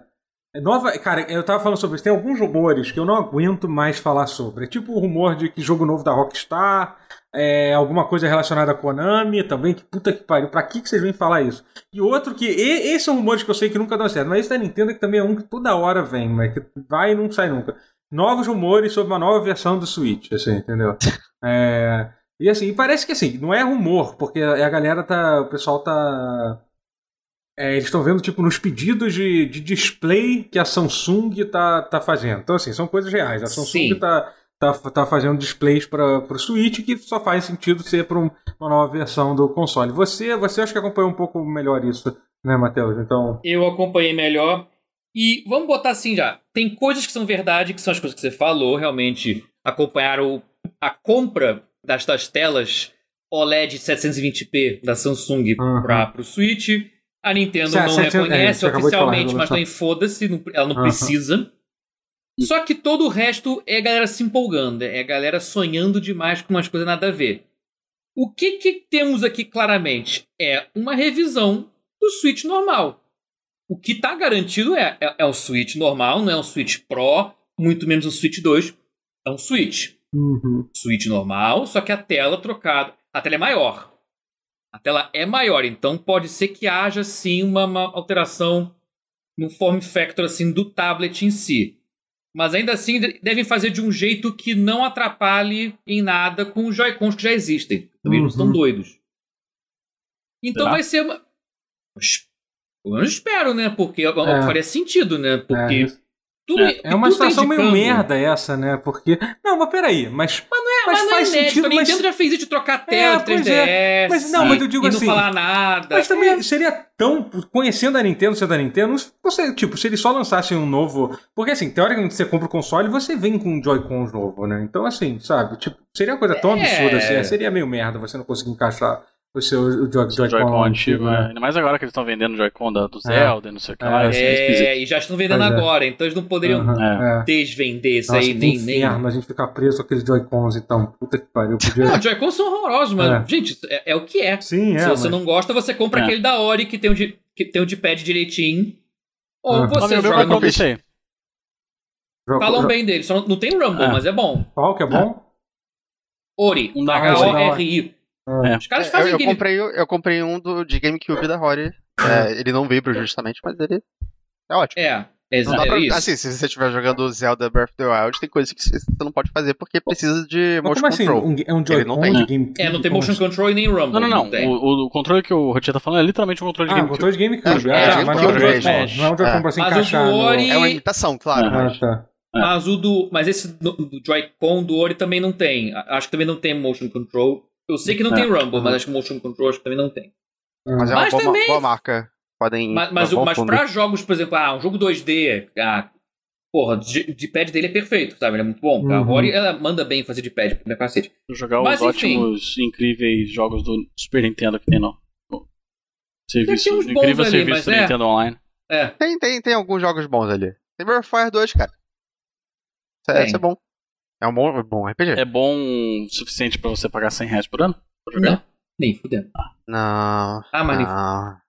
Speaker 1: nova, cara, eu tava falando sobre isso. Tem alguns rumores que eu não aguento mais falar sobre. É tipo o rumor de que jogo novo da Rockstar, é, alguma coisa relacionada à Konami também. Que puta que pariu, pra que, que vocês vêm falar isso? E outro que. e- é esses são rumores que eu sei que nunca dão certo, mas esse da Nintendo que também é um que toda hora vem, mas que vai e não sai nunca. Novos rumores sobre uma nova versão do Switch, assim, entendeu? É, e assim, e parece que assim, não é rumor, porque a a galera tá. O pessoal tá. é, eles estão vendo, tipo, nos pedidos de, de display que a Samsung tá, tá fazendo. Então, assim, são coisas reais. A Samsung
Speaker 2: Sim.
Speaker 1: tá, tá, tá fazendo displays para o Switch que só faz sentido ser para uma nova versão do console. Você, você acho que acompanhou um pouco melhor isso, né, Matheus? Então.
Speaker 2: Eu acompanhei melhor. E vamos botar assim já. Tem coisas que são verdade, que são as coisas que você falou, realmente acompanharam o- a compra das suas telas OLED 720p da Samsung
Speaker 1: Uhum.
Speaker 2: para pro Switch. A Nintendo
Speaker 1: Certo,
Speaker 2: não
Speaker 1: certo, é,
Speaker 2: reconhece
Speaker 1: você acabou de falar,
Speaker 2: oficialmente, mas
Speaker 1: tá.
Speaker 2: também foda-se, não- ela não
Speaker 1: Uhum.
Speaker 2: precisa. Só que todo o resto é galera se empolgando, é galera sonhando demais com umas coisas nada a ver. O que que temos aqui claramente é uma revisão do Switch normal. O que tá garantido é, é, é um Switch normal, não é um Switch Pro, muito menos um Switch 2. É um Switch.
Speaker 1: Uhum.
Speaker 2: Switch normal, só que a tela trocada. A tela é maior. A tela é maior, então pode ser que haja sim uma, uma alteração no form factor assim do tablet em si. Mas ainda assim de- devem fazer de um jeito que não atrapalhe em nada com os Joy-Cons que já existem. Também não são
Speaker 1: Uhum.
Speaker 2: doidos. Então
Speaker 4: Será?
Speaker 2: vai ser uma... Eu não espero, né? Porque eu- eu-
Speaker 1: É.
Speaker 2: faria sentido, né? Porque
Speaker 1: É.
Speaker 2: tudo
Speaker 1: É uma
Speaker 2: tudo tá
Speaker 1: situação meio
Speaker 2: indicando.
Speaker 1: merda essa, né? Porque. Não, mas peraí, mas.
Speaker 2: É, mas, não
Speaker 1: faz
Speaker 2: é inédito.
Speaker 1: sentido,
Speaker 2: a
Speaker 1: mas-
Speaker 2: Nintendo já fez isso de trocar a tela
Speaker 1: É,
Speaker 2: do
Speaker 1: pois
Speaker 2: 3DS.
Speaker 1: é. Mas não, mas eu digo
Speaker 2: e
Speaker 1: assim-
Speaker 2: não falar nada.
Speaker 1: Mas tá- também seria tão. Conhecendo a Nintendo, sendo a Nintendo, você, tipo, se eles só lançassem um novo. Porque assim, teoricamente você compra o console e você vem com um Joy-Cons novo, né? Então, assim, sabe? Tipo, seria uma coisa tão
Speaker 2: É.
Speaker 1: absurda assim. é, Seria meio merda você não conseguir encaixar o seu o Joy- Joy-Con
Speaker 4: Joy-Con antigo,
Speaker 1: né?
Speaker 4: né? Ainda mais agora que eles estão vendendo Joy-Con da- do
Speaker 1: É.
Speaker 4: Zelda, e não sei o que lá.
Speaker 1: É.
Speaker 4: assim, esquisito.
Speaker 2: É, e já estão vendendo
Speaker 1: Pois é.
Speaker 2: agora, então eles não poderiam
Speaker 1: Aham,
Speaker 4: É.
Speaker 1: é.
Speaker 2: desvender isso
Speaker 1: Nossa,
Speaker 2: aí,
Speaker 1: que
Speaker 2: nem, nem.
Speaker 1: inferno a gente ficar preso àqueles Joy-Cons então. Puta que
Speaker 2: <laughs>
Speaker 1: pariu,
Speaker 2: Não, é
Speaker 1: podia.
Speaker 2: Joy-Cons são horrorosos, mas,
Speaker 1: É.
Speaker 2: gente, é, é o que é.
Speaker 1: Sim, é.
Speaker 2: Se você
Speaker 1: mas-
Speaker 2: não gosta, você compra
Speaker 4: É.
Speaker 2: aquele da Ori que tem o de, que tem o de pad direitinho. Ou
Speaker 1: Aham.
Speaker 4: Amigo
Speaker 2: você
Speaker 4: meu
Speaker 2: joga
Speaker 4: comprou
Speaker 2: no...
Speaker 4: desse aí.
Speaker 1: Joy-
Speaker 2: Falam
Speaker 1: Joy-
Speaker 2: bem dele, só não, não tem Rumble,
Speaker 4: É.
Speaker 2: mas é bom.
Speaker 1: Qual que é bom?
Speaker 2: Ori,
Speaker 4: Um da
Speaker 2: H-O-R-I.
Speaker 1: É.
Speaker 2: Os caras
Speaker 3: Eu,
Speaker 2: fazem
Speaker 3: eu
Speaker 2: aquele
Speaker 3: comprei, eu comprei um do, de GameCube da Rory. É, ele não veio pra justamente, mas ele é ótimo.
Speaker 2: É, é,
Speaker 3: Não dá
Speaker 2: é
Speaker 3: pra-
Speaker 2: isso.
Speaker 3: assim, se você estiver jogando Zelda Breath of the Wild, tem coisas que você não pode fazer porque precisa de
Speaker 1: Mas
Speaker 3: motion
Speaker 1: como assim?
Speaker 3: control.
Speaker 1: Um, é um
Speaker 3: Ele não
Speaker 1: Joy-Con
Speaker 3: tem.
Speaker 1: de GameCube?
Speaker 2: é, não tem
Speaker 1: Como
Speaker 2: motion
Speaker 1: assim?
Speaker 2: control e nem Rumble.
Speaker 4: Não, não, não.
Speaker 2: tem.
Speaker 4: O, o controle que o Rotinha tá falando é literalmente um controle de
Speaker 1: Ah,
Speaker 4: GameCube.
Speaker 1: botou de GameCube.
Speaker 3: É,
Speaker 1: Ah,
Speaker 3: é,
Speaker 1: tá, mas não é um
Speaker 3: GameCube,
Speaker 1: Joy-Con.
Speaker 3: gente.
Speaker 1: Não é um Joy-Con
Speaker 3: É.
Speaker 1: pra se
Speaker 2: Mas o
Speaker 1: encaixar.
Speaker 2: do
Speaker 1: no-
Speaker 2: Ori-
Speaker 3: É uma imitação, claro.
Speaker 4: Ah,
Speaker 1: Ah,
Speaker 3: mas-
Speaker 1: tá.
Speaker 4: É.
Speaker 2: Mas o do. Mas esse do, do Joy-Con do Ori também não tem. A- Acho que também não tem motion control. Eu sei que não
Speaker 4: É.
Speaker 2: tem Rumble, mas acho que motion control acho que também não tem.
Speaker 1: Ah.
Speaker 3: Mas é uma
Speaker 2: Mas
Speaker 3: boa,
Speaker 2: também-
Speaker 3: boa marca. Podem.
Speaker 2: Mas, mas,
Speaker 3: é um
Speaker 2: o-
Speaker 3: bom
Speaker 2: mas
Speaker 3: fundo.
Speaker 2: pra jogos, por exemplo, ah, um jogo 2D, ah, porra, o de de pad dele é perfeito, sabe? Ele é muito bom. A
Speaker 1: Uhum.
Speaker 2: Ori ela manda bem fazer de pad pra cacete.
Speaker 4: Jogar
Speaker 2: Mas,
Speaker 4: os
Speaker 2: enfim.
Speaker 4: ótimos, incríveis jogos do Super Nintendo que tem no, no serviço.
Speaker 2: Tem uns
Speaker 4: no
Speaker 2: bons
Speaker 4: incrível
Speaker 2: ali, mas
Speaker 4: serviço do
Speaker 2: é.
Speaker 4: Nintendo Online.
Speaker 2: É.
Speaker 3: Tem, tem, tem alguns jogos bons ali. Tem Breath of the Wild 2, cara. Isso é,
Speaker 2: Tem.
Speaker 3: isso é bom. É um bom, bom RPG.
Speaker 4: É bom o suficiente pra você pagar 100 reais por ano? Pra jogar?
Speaker 2: Não. Nem fudendo.
Speaker 3: Não.
Speaker 2: Ah, mas nem
Speaker 3: não.
Speaker 4: Ah,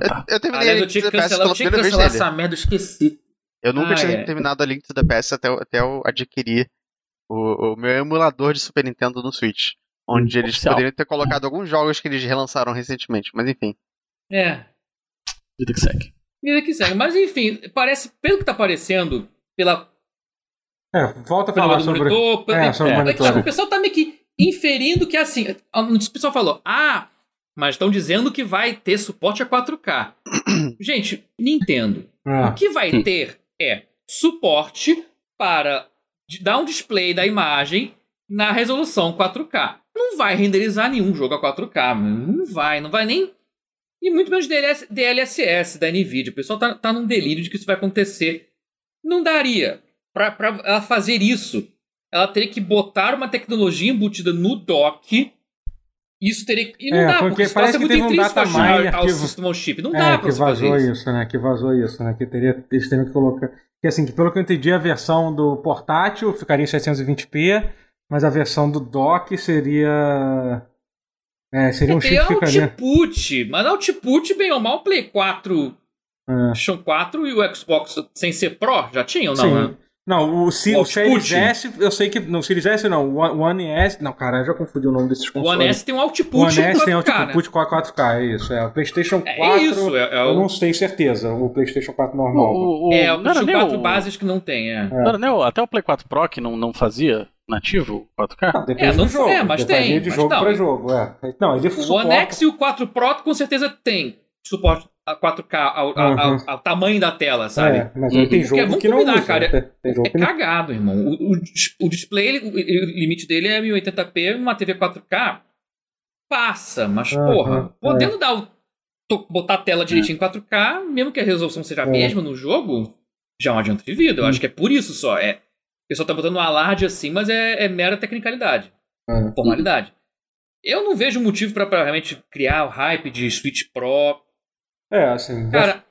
Speaker 3: Eu,
Speaker 4: tá.
Speaker 3: eu terminei
Speaker 2: Aliás, eu
Speaker 3: Link to
Speaker 2: tinha
Speaker 3: the
Speaker 2: que
Speaker 3: Past
Speaker 2: cancelar, eu
Speaker 3: pela
Speaker 2: tinha que
Speaker 3: primeira vez
Speaker 2: cancelar
Speaker 3: nele.
Speaker 2: essa merda, eu esqueci.
Speaker 3: Eu nunca
Speaker 2: Ah,
Speaker 3: tinha
Speaker 2: é.
Speaker 3: terminado a Link to the Past até, eu- até eu adquirir o, o meu emulador de Super Nintendo no Switch.
Speaker 1: Hum,
Speaker 3: Onde eles
Speaker 4: Oficial.
Speaker 3: poderiam ter colocado alguns jogos que eles relançaram recentemente, mas enfim.
Speaker 2: É.
Speaker 4: Vida que segue.
Speaker 2: Vida que segue. Mas enfim, parece, pelo que tá parecendo, pela
Speaker 1: É, volta a
Speaker 2: problema
Speaker 1: falar
Speaker 2: do
Speaker 1: sobre...
Speaker 2: monitor. pe-
Speaker 1: É, sobre
Speaker 4: É.
Speaker 1: o
Speaker 2: Mas, tipo, o
Speaker 1: monitor.
Speaker 2: pessoal tá meio que inferindo que é assim. O pessoal falou, ah, mas estão dizendo que vai ter suporte a 4K. <clears throat> Gente, Nintendo. O
Speaker 1: É.
Speaker 2: que vai
Speaker 4: Hum.
Speaker 2: ter é suporte para de- dar um display da imagem na resolução 4K. Não vai renderizar nenhum jogo a 4K, mano. não vai, não vai nem. E muito menos DLS DLSS da Nvidia. O pessoal tá, tá num delírio de que isso vai acontecer. Não daria pra, pra ela fazer isso. Ela teria que botar uma tecnologia embutida no dock. Isso teria que. E não
Speaker 1: É,
Speaker 2: dá,
Speaker 1: porque
Speaker 2: porque senão
Speaker 1: parece
Speaker 2: você
Speaker 1: que
Speaker 2: é muito
Speaker 1: teve um
Speaker 2: intrínseco
Speaker 1: data miner
Speaker 2: achar ao
Speaker 1: que-
Speaker 2: System on Chip. Não
Speaker 1: É,
Speaker 2: dá pra
Speaker 1: que
Speaker 2: você fazer
Speaker 1: vazou
Speaker 2: isso.
Speaker 1: isso. né? Que vazou isso, né? Que teria, eles teriam que colocar. Que assim, que pelo que eu entendi, a versão do portátil ficaria em 720p, mas a versão do dock seria. É, seria um
Speaker 2: É, tem
Speaker 1: chip que ficaria.
Speaker 2: output, mas é um output, bem ou mal, Play 4,
Speaker 1: É.
Speaker 2: PlayStation 4 e o Xbox sem ser Pro já tinham, não?
Speaker 1: Sim.
Speaker 2: né?
Speaker 1: Não, o, C,
Speaker 2: O
Speaker 1: o Series
Speaker 2: output.
Speaker 1: S, eu sei que. Não, o Series S não, o One- One S. Não, cara, eu já confundi o nome desses
Speaker 2: O
Speaker 1: consoles.
Speaker 2: One S tem um output
Speaker 1: O tipo One
Speaker 2: e um
Speaker 1: S tem
Speaker 2: 4K, né?
Speaker 1: output 4K, é isso. É, o PlayStation 4.
Speaker 2: É isso, é, é
Speaker 1: Eu
Speaker 2: o,
Speaker 1: não sei certeza, o PlayStation 4 normal.
Speaker 4: O, o,
Speaker 2: é, o
Speaker 4: não era
Speaker 2: PlayStation
Speaker 4: nem
Speaker 2: 4
Speaker 4: o-
Speaker 2: bases que não tem, é.
Speaker 4: não era nem o- até o Play 4 Pro que não, não fazia nativo 4K?
Speaker 1: Não, Ah, depende
Speaker 2: É, não-
Speaker 1: do jogo.
Speaker 2: é, mas
Speaker 1: depende
Speaker 2: tem,
Speaker 1: de
Speaker 2: mas
Speaker 1: jogo
Speaker 2: não.
Speaker 1: pra jogo, é. Não, ele
Speaker 2: O One X e o 4 Pro com certeza tem suporte a 4K ao, ao- ao-
Speaker 1: Uhum.
Speaker 2: ao tamanho da tela, sabe?
Speaker 1: É, mas aí
Speaker 4: Uhum.
Speaker 1: tem
Speaker 2: Porque
Speaker 1: jogo
Speaker 2: vamos
Speaker 1: que não
Speaker 2: combinar,
Speaker 1: usa.
Speaker 2: cara,
Speaker 1: Tem- Tem jogo
Speaker 2: É
Speaker 1: que não...
Speaker 2: cagado, irmão. O, o dis- o display, ele- o, ele- o limite dele é 1080p, uma TV 4K. Passa, mas
Speaker 1: Aham,
Speaker 2: porra,
Speaker 1: é.
Speaker 2: podendo dar o, to- botar a tela direitinho em 4K, mesmo que a resolução seja a
Speaker 1: É.
Speaker 2: mesma no jogo, já é um adianto de vida. Eu
Speaker 1: Hum.
Speaker 2: acho que é por isso só. É, o pessoal tá botando um alarde assim, mas é, é mera tecnicalidade.
Speaker 1: É.
Speaker 2: Formalidade. Eu não vejo motivo pra, pra realmente criar o hype de Switch Pro.
Speaker 1: É, assim.
Speaker 2: Cara,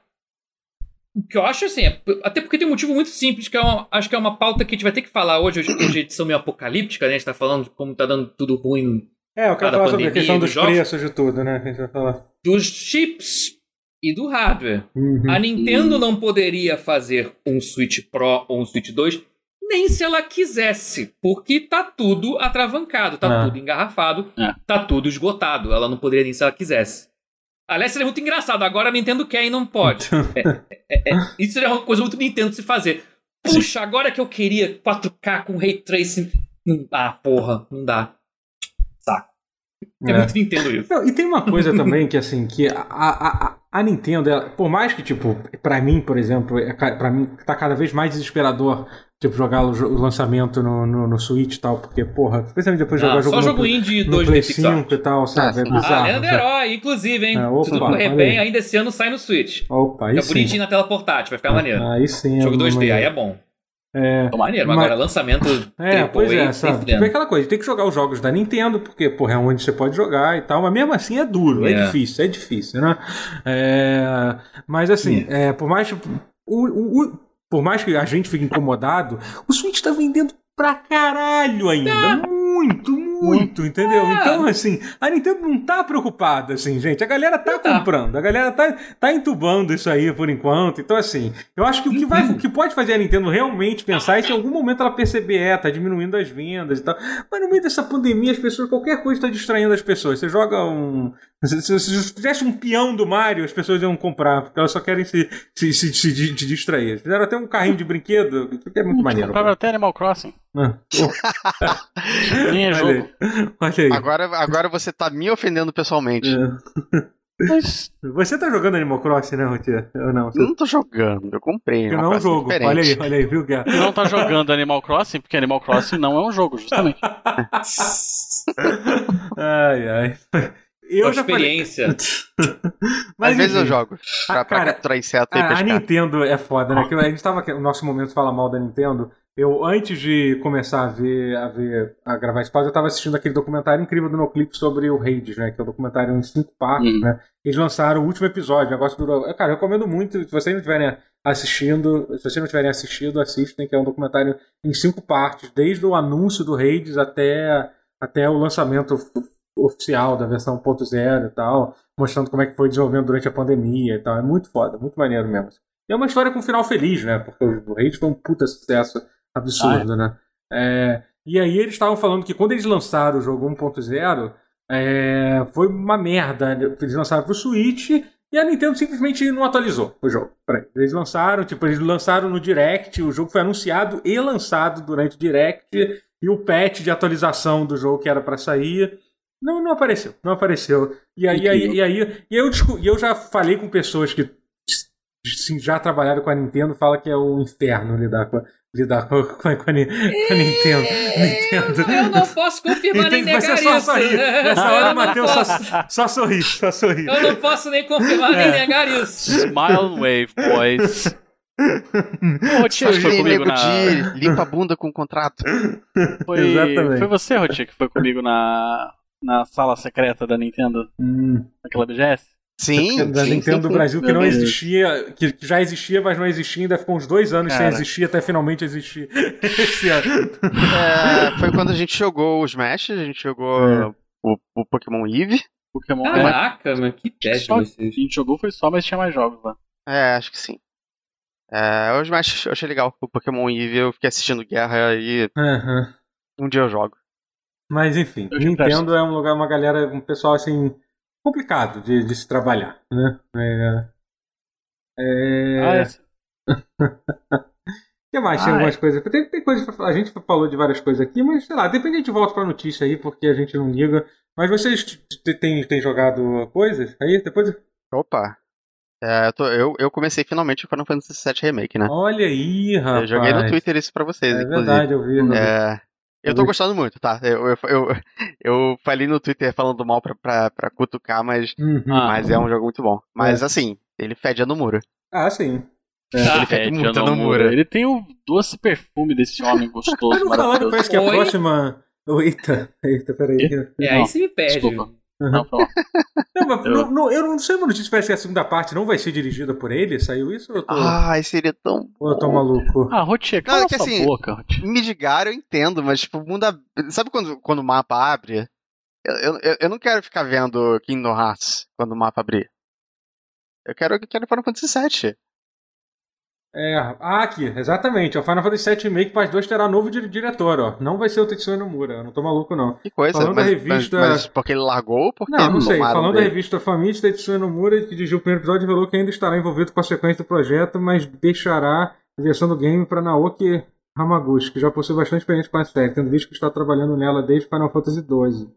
Speaker 2: o que eu acho assim, é- até porque tem um motivo muito simples, que é uma, acho que é uma pauta que a gente vai ter que falar hoje, hoje, hoje é edição meio apocalíptica, né? A gente tá falando de como tá dando tudo ruim
Speaker 1: é, eu quero
Speaker 2: cada
Speaker 1: falar sobre a
Speaker 2: pandemia
Speaker 1: questão
Speaker 2: e
Speaker 1: dos
Speaker 2: dos jogos.
Speaker 1: preços de tudo,
Speaker 2: <laughs>
Speaker 1: né? Que a gente vai falar.
Speaker 2: dos chips e do hardware.
Speaker 1: Uhum.
Speaker 2: A Nintendo não poderia fazer um Switch Pro ou um Switch 2, nem se ela quisesse, porque tá tudo atravancado, tá
Speaker 1: É.
Speaker 2: tudo engarrafado,
Speaker 4: É.
Speaker 2: tá tudo esgotado. Ela não poderia nem se ela quisesse. Aliás, seria muito engraçado. Agora a Nintendo quer e não pode. É, é, é. Isso seria uma coisa muito Nintendo de se fazer. Puxa, agora que eu queria 4K com Ray Tracing. Não dá, porra, não dá. Saco.
Speaker 1: <laughs>
Speaker 2: É,
Speaker 1: É.
Speaker 2: muito Nintendo isso.
Speaker 1: Não, e tem uma coisa também que, assim, que a, a, a- a Nintendo, ela- por mais que, tipo, pra mim, por exemplo, é ca- pra mim tá cada vez mais desesperador, tipo, jogar o, jo- o lançamento no, no, no Switch e tal, porque, porra, especialmente depois de jogar
Speaker 2: Ah,
Speaker 1: jogo
Speaker 2: só
Speaker 1: no,
Speaker 2: jogo
Speaker 1: Play-
Speaker 2: indie
Speaker 1: no
Speaker 2: 2
Speaker 1: Play
Speaker 2: de Pixar.
Speaker 1: 5 e tal, sabe? É
Speaker 3: Ah,
Speaker 1: bizarro.
Speaker 2: Ah, Lenda do
Speaker 1: sabe?
Speaker 2: Herói, inclusive, hein?
Speaker 1: É, opa,
Speaker 2: Se tudo correr
Speaker 1: olha
Speaker 2: bem,
Speaker 1: aí.
Speaker 2: ainda esse ano sai no Switch.
Speaker 1: Opa, aí
Speaker 2: Fica
Speaker 1: sim.
Speaker 2: bonitinho na tela portátil, vai ficar maneiro.
Speaker 1: Aí sim.
Speaker 2: Jogo
Speaker 1: é
Speaker 2: 2D,
Speaker 1: maneiro.
Speaker 2: aí é bom.
Speaker 1: É,
Speaker 2: Tô maneiro, mas
Speaker 1: Mas-
Speaker 2: agora lançamento
Speaker 1: é,
Speaker 2: AAA,
Speaker 1: pois é,
Speaker 2: nem
Speaker 1: sabe?
Speaker 2: fudendo.
Speaker 1: Tipo, é aquela coisa, tem que jogar os jogos da Nintendo, porque, porra, é onde você pode jogar e tal, mas mesmo assim é duro, é,
Speaker 2: É.
Speaker 1: difícil, é difícil, né? É, mas assim, é, por mais tipo, o- o- o- por mais que a gente fique incomodado, o Switch tá vendendo pra caralho ainda.
Speaker 2: É.
Speaker 1: Muito, muito, entendeu? Então, assim, a Nintendo não tá preocupada, assim, gente. A galera tá
Speaker 2: Não tá.
Speaker 1: comprando, a galera tá, tá entubando isso aí por enquanto. Então, assim, eu acho que o que, vai, o que pode fazer a Nintendo realmente pensar é se em algum momento ela perceber, é, tá diminuindo as vendas e tal. Mas no meio dessa pandemia, as pessoas, qualquer coisa tá distraindo as pessoas. Você joga um. Se, se, se se fizesse um peão do Mario, as pessoas iam comprar, porque elas só querem se, se, se, se di- te distrair. Eles Fizeram até um carrinho de brinquedo, que é muito maneiro.
Speaker 4: Comprava até Animal Crossing.
Speaker 1: Ah,
Speaker 4: Nem é
Speaker 1: Olha
Speaker 4: jogo.
Speaker 1: Olha aí. <laughs>
Speaker 3: Agora, agora você tá me ofendendo pessoalmente.
Speaker 1: É.
Speaker 4: Mas
Speaker 1: Você tá jogando Animal Crossing, né, Rotia? Eu não.
Speaker 3: Eu
Speaker 1: Você...
Speaker 3: não tô jogando, eu comprei.
Speaker 1: Eu
Speaker 3: uma
Speaker 1: não é um
Speaker 3: coisa
Speaker 1: jogo.
Speaker 3: diferente.
Speaker 1: Olha aí, olha aí, viu, Guerra?
Speaker 4: ele não tá jogando Animal Crossing, porque Animal Crossing não é um jogo,
Speaker 1: <laughs>
Speaker 4: justamente.
Speaker 1: Ai, ai. <laughs>
Speaker 2: Eu
Speaker 1: Eu já falei. <laughs>
Speaker 2: experiência.
Speaker 1: Mas,
Speaker 3: Às vezes eu
Speaker 1: enfim. Ah,
Speaker 3: jogo. Pra, pra
Speaker 1: cara,
Speaker 3: capturar inseto e
Speaker 1: Ah, a
Speaker 3: pescar.
Speaker 1: Nintendo é foda, né? Que a gente tava. O nosso momento de falar mal da Nintendo. Eu, antes de começar a ver, a ver, a gravar esse podcast, eu tava assistindo aquele documentário incrível do Noclip sobre o Hades, né? Que é um documentário em cinco partes,
Speaker 4: Uhum.
Speaker 1: né? Eles lançaram o último episódio, o negócio durou. Cara, eu recomendo muito. Se vocês não tiverem assistindo, se vocês não tiverem assistido, assistem, que é um documentário em cinco partes, desde o anúncio do Hades até, até o lançamento of- oficial da versão 1.0 e tal, mostrando como é que foi desenvolvendo durante a pandemia e tal. É muito foda, muito maneiro mesmo. E é uma história com um final feliz, né? Porque o Hades foi um puta sucesso absurdo, né? É, e aí eles estavam falando que quando eles lançaram o jogo 1.0, é, foi uma merda. né? Eles lançaram pro Switch e a Nintendo simplesmente não atualizou o jogo. pra eles. Eles lançaram, tipo, eles lançaram no Direct, o jogo foi anunciado e lançado durante o Direct, e o patch de atualização do jogo que era pra sair. Não, não apareceu, não apareceu. E aí, e aí, e aí e eu, discu- e eu já falei com pessoas que assim, já trabalharam com a Nintendo, fala que é um inferno lidar com a, lidar com a, com a- com a Ni- com a Nintendo. Nintendo.
Speaker 2: Eu não posso confirmar nem
Speaker 1: Entende? Mas
Speaker 2: negar
Speaker 1: é só
Speaker 2: isso.
Speaker 1: sorrir. Nessa
Speaker 2: Eu
Speaker 1: hora
Speaker 2: não
Speaker 1: o Matheus só,
Speaker 2: posso-
Speaker 1: só sorri, só sorri.
Speaker 2: Eu não posso nem confirmar
Speaker 1: É.
Speaker 2: nem negar isso.
Speaker 4: Smile and Wave,
Speaker 1: <laughs>
Speaker 4: boys. Ô, Rotinha
Speaker 3: Sorri,
Speaker 4: que foi
Speaker 3: nego
Speaker 4: comigo na.
Speaker 1: <laughs>
Speaker 3: de limpa a bunda com o contrato.
Speaker 4: Foi,
Speaker 1: Exatamente.
Speaker 4: foi você, Rotinha, que foi comigo na, na sala secreta da Nintendo,
Speaker 1: Hum,
Speaker 4: naquela BGS?
Speaker 3: Sim,
Speaker 1: da
Speaker 3: sim,
Speaker 1: Nintendo do
Speaker 3: sim,
Speaker 1: Brasil que
Speaker 4: Meu
Speaker 1: não é
Speaker 4: Deus.
Speaker 1: existia, que que já existia, mas não existia, ainda ficou uns dois anos sem
Speaker 4: Cara.
Speaker 1: existir até finalmente existir <laughs> esse ano.
Speaker 3: É, foi quando a gente jogou o Smash, a gente jogou
Speaker 1: É.
Speaker 3: o, o Pokémon Eve.
Speaker 4: Pokémon é.
Speaker 2: Caraca, mano, que teste
Speaker 4: Só que a
Speaker 2: vocês.
Speaker 4: gente jogou foi só, mas tinha mais jogos lá.
Speaker 3: É, acho que sim. É, o Smash eu <laughs> achei legal. O Pokémon Eve eu fiquei assistindo guerra e
Speaker 1: Aham.
Speaker 3: um dia eu jogo.
Speaker 1: Mas enfim,
Speaker 4: Eu te
Speaker 3: tá
Speaker 1: Nintendo
Speaker 4: empresto.
Speaker 1: é um lugar, uma galera, um pessoal assim, complicado de, de se trabalhar, né? É... É...
Speaker 4: Ah, esse-
Speaker 1: O que mais? Tem
Speaker 4: Ah,
Speaker 1: algumas coisas. Tem, tem coisas pra- A gente falou de várias coisas aqui, mas sei lá, depende a gente volta pra notícia aí, porque a gente não liga. Mas vocês t- t- têm têm jogado coisas aí? Depois.
Speaker 3: Opa! É, eu, tô- eu, eu comecei finalmente o Final Fantasy VII Remake, né?
Speaker 1: Olha aí,
Speaker 3: eu
Speaker 1: rapaz.
Speaker 3: joguei no Twitter isso pra vocês,
Speaker 1: É
Speaker 3: inclusive.
Speaker 1: verdade, eu vi.
Speaker 3: É, eu tô gostando muito, tá? Eu, eu, eu, eu falei no Twitter falando mal pra, pra, pra cutucar, mas,
Speaker 1: Uhum.
Speaker 4: Ah.
Speaker 3: mas é um jogo muito bom.
Speaker 1: É.
Speaker 3: Mas assim, ele fede no muro.
Speaker 1: Ah, sim.
Speaker 4: Ah,
Speaker 3: fede
Speaker 4: é,
Speaker 3: muito
Speaker 4: John
Speaker 3: no
Speaker 4: Nomura.
Speaker 3: muro.
Speaker 4: Ele tem o doce perfume desse homem
Speaker 1: Mas
Speaker 4: gostoso,
Speaker 1: não falaram que
Speaker 4: maravilhoso.
Speaker 1: parece que a
Speaker 2: Oi?
Speaker 1: próxima. Eita, eita, peraí.
Speaker 2: É, aí
Speaker 4: Não,
Speaker 2: você me perde.
Speaker 4: desculpa.
Speaker 1: Uhum.
Speaker 4: Não, foi lá.
Speaker 1: Não, mas
Speaker 4: Eu-
Speaker 1: não- não- eu não sei uma notícia, parece que a segunda parte não vai ser dirigida por ele, saiu isso? Ou eu tô,
Speaker 3: Ai, seria tão.
Speaker 1: ou eu tô maluco?
Speaker 4: Ah, Rotier, cala
Speaker 3: Não, é que
Speaker 4: sua
Speaker 3: assim-
Speaker 4: boca, Rotier.
Speaker 3: Midgar eu entendo, mas tipo, o mundo. ab- Sabe quando, quando o mapa abre? Eu, eu- eu, eu não quero ficar vendo Kingdom Hearts quando o mapa abrir. Eu quero, eu quero Final Fantasy VII.
Speaker 1: É, ah, aqui, exatamente. O Final Fantasy VII Remake Parte 2 terá novo dire- diretor, ó. Não vai ser o Tetsuya Nomura, eu não tô maluco, não.
Speaker 3: Que coisa.
Speaker 1: Falando da
Speaker 3: mas,
Speaker 1: revista-
Speaker 3: mas, mas porque ele largou ou porque
Speaker 1: Não, não sei.
Speaker 3: tomaram
Speaker 1: Falando da
Speaker 3: dele?
Speaker 1: revista Famitsu, Tetsuya Nomura, que dirigiu o primeiro episódio, revelou que ainda estará envolvido com a sequência do projeto, mas deixará a direção do game para Naoki Hamaguchi, que já possui bastante experiência com a série, tendo visto que está trabalhando nela desde Final Fantasy XII.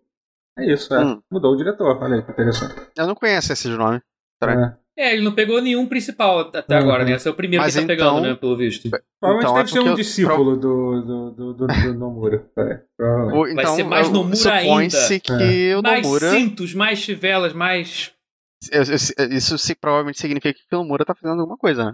Speaker 1: É isso, é.
Speaker 3: Hum.
Speaker 1: Mudou o diretor, olha aí, que interessante.
Speaker 3: Eu não conheço esses nomes. Estranho.
Speaker 1: É.
Speaker 2: É, ele não pegou nenhum principal at- até
Speaker 1: Uhum.
Speaker 2: agora, né? Esse é o primeiro
Speaker 3: Mas
Speaker 2: que tá
Speaker 3: então-
Speaker 2: pegando, né? Pelo visto.
Speaker 1: Provavelmente
Speaker 3: Então, é
Speaker 1: deve ser um
Speaker 3: porque eu-
Speaker 1: discípulo do, do, do, do,
Speaker 3: <laughs>
Speaker 1: do Nomura. É, provavelmente.
Speaker 3: O- então,
Speaker 2: Vai ser mais
Speaker 3: eu-
Speaker 2: Nomura
Speaker 3: supõe-se
Speaker 1: É.
Speaker 2: ainda.
Speaker 3: que o
Speaker 2: mais
Speaker 3: Nomura.
Speaker 2: cintos, mais chivelas, mais.
Speaker 3: eu- eu- Isso se- provavelmente significa que o Nomura tá fazendo alguma coisa, né?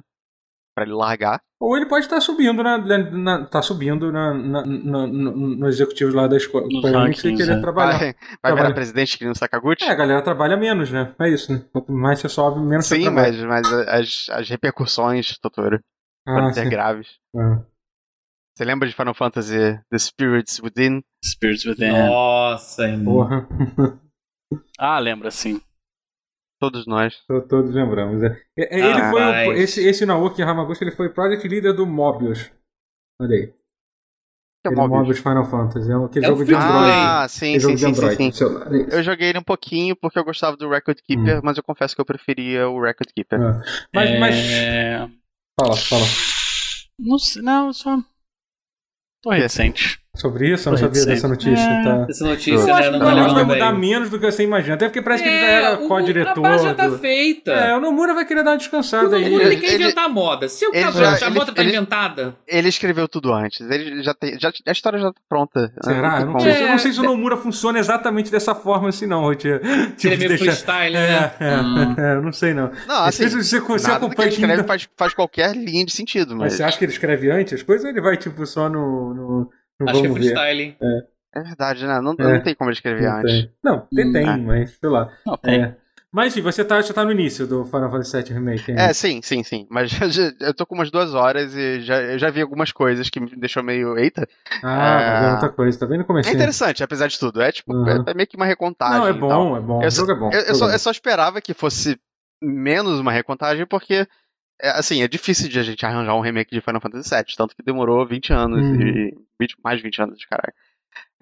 Speaker 3: Pra ele largar.
Speaker 1: Ou ele pode estar subindo na, na, na- tá subindo na, na, na- no, no executivo lá da escola.
Speaker 4: Nos
Speaker 1: Provavelmente ele
Speaker 4: rankings,
Speaker 1: queria
Speaker 4: né?
Speaker 1: trabalhar.
Speaker 3: Vai, vai virar
Speaker 1: Trabalha.
Speaker 3: presidente que nem o Sakaguchi?
Speaker 1: É, a galera trabalha menos, né? É isso, né? Quanto mais você sobe, menos você
Speaker 3: Sim,
Speaker 1: trabalha.
Speaker 3: mas, mas as, as repercussões, Totoro, podem
Speaker 1: Ah,
Speaker 3: ser
Speaker 1: sim.
Speaker 3: é graves.
Speaker 1: Ah.
Speaker 3: Você lembra de Final Fantasy The Spirits Within?
Speaker 4: Spirits Within.
Speaker 2: Nossa, irmão.
Speaker 1: É. Porra, <laughs>
Speaker 4: Ah, lembra sim.
Speaker 3: Todos nós.
Speaker 1: to- todos lembramos. É. É, é,
Speaker 4: Ah,
Speaker 1: Ele foi o-
Speaker 2: mas-
Speaker 1: esse, esse Naoki Hamaguchi ele foi project leader do Mobius. Olha aí.
Speaker 3: Que é
Speaker 1: Aquele
Speaker 3: Mobius?
Speaker 1: Mobius Final Fantasy. É aquele
Speaker 2: É o
Speaker 1: jogo de
Speaker 2: free to
Speaker 1: Android.
Speaker 2: play.
Speaker 3: Ah, sim,
Speaker 1: Aquele
Speaker 3: sim,
Speaker 1: jogo de
Speaker 3: sim, sim,
Speaker 1: Android
Speaker 3: sim.
Speaker 1: no celular. É isso.
Speaker 3: Eu joguei ele um pouquinho porque eu gostava do Record
Speaker 1: Hum.
Speaker 3: Keeper, mas eu confesso que eu preferia o Record Keeper.
Speaker 1: Mas,
Speaker 4: é...
Speaker 1: mas. Fala, fala.
Speaker 4: Não sei, não, eu só. Tô recente.
Speaker 1: Sobre isso, eu não
Speaker 4: Foi
Speaker 1: sabia
Speaker 4: receita.
Speaker 1: dessa notícia.
Speaker 4: É.
Speaker 1: Tá.
Speaker 2: Essa notícia,
Speaker 1: eu
Speaker 2: né?
Speaker 1: acho que
Speaker 2: Não
Speaker 1: o negócio
Speaker 2: tá
Speaker 1: vai
Speaker 2: legal
Speaker 1: mudar
Speaker 2: também.
Speaker 1: menos do que você imagina. Até porque parece que ele já
Speaker 2: É,
Speaker 1: era
Speaker 2: o-
Speaker 1: co-diretor.
Speaker 2: A base já tá
Speaker 1: do-
Speaker 2: feita.
Speaker 1: É, o Nomura vai querer dar uma
Speaker 2: O
Speaker 1: descansada
Speaker 2: Nomura,
Speaker 1: aí. Tipo,
Speaker 2: ele,
Speaker 3: Ele- é-
Speaker 2: quer
Speaker 3: ele-
Speaker 2: inventar a moda. Se o
Speaker 3: ele
Speaker 2: cabra-
Speaker 3: já-
Speaker 2: a moda tá
Speaker 1: <laughs>
Speaker 3: ele-
Speaker 2: inventada.
Speaker 3: Ele escreveu tudo antes. Ele já tem. Já, a história já tá pronta.
Speaker 1: Será? Eu
Speaker 3: Não
Speaker 1: não,
Speaker 3: tem
Speaker 1: sei, se-
Speaker 3: como.
Speaker 1: eu não sei se o Nomura funciona exatamente dessa forma assim, não, Rotier.
Speaker 2: É. Ele é meio
Speaker 1: deixar-
Speaker 2: freestyle, né?
Speaker 1: É, é, é, eu não sei não.
Speaker 3: Não,
Speaker 1: Às
Speaker 3: assim,
Speaker 1: vezes você, você
Speaker 3: nada do que
Speaker 1: acompanha
Speaker 3: ele
Speaker 1: quem
Speaker 3: escreve
Speaker 1: ainda...
Speaker 3: faz, faz qualquer linha de sentido,
Speaker 1: Mas
Speaker 3: mas.
Speaker 1: você acha que ele escreve antes as coisas ou ele vai, tipo, só no. no, no
Speaker 2: Acho que é
Speaker 1: vamos ver?
Speaker 2: freestyle, hein?
Speaker 3: É verdade, né? Não,
Speaker 1: É.
Speaker 3: não tem como ele escrever
Speaker 1: Não
Speaker 3: antes.
Speaker 1: tem. Não, tem,
Speaker 4: Hum.
Speaker 1: tem,
Speaker 3: Ah.
Speaker 1: mas sei lá.
Speaker 4: Não, tem.
Speaker 1: É. Mas enfim, você tá, você tá no início do Final Fantasy VII Remake. ainda.
Speaker 3: É, sim, sim, sim. Mas <laughs> já- já- eu tô com umas duas horas e já, eu já vi algumas coisas que me deixou meio. Eita!
Speaker 1: Ah, mas é
Speaker 3: é.
Speaker 1: outra coisa, tá bem no
Speaker 3: É
Speaker 1: começo.
Speaker 3: interessante, apesar de tudo. É tipo,
Speaker 1: Uhum.
Speaker 3: é meio que uma recontagem.
Speaker 1: Não, é
Speaker 3: e tal.
Speaker 1: bom, é bom.
Speaker 3: Eu
Speaker 1: O
Speaker 3: só-
Speaker 1: jogo é bom.
Speaker 3: Eu, eu
Speaker 1: o jogo
Speaker 3: só,
Speaker 1: é
Speaker 3: eu só esperava que fosse menos uma recontagem, porque, é, assim, é difícil de a gente arranjar um remake de Final Fantasy VII, tanto que demorou 20 anos,
Speaker 1: Uhum.
Speaker 3: e 20 mais de 20 anos, caralho.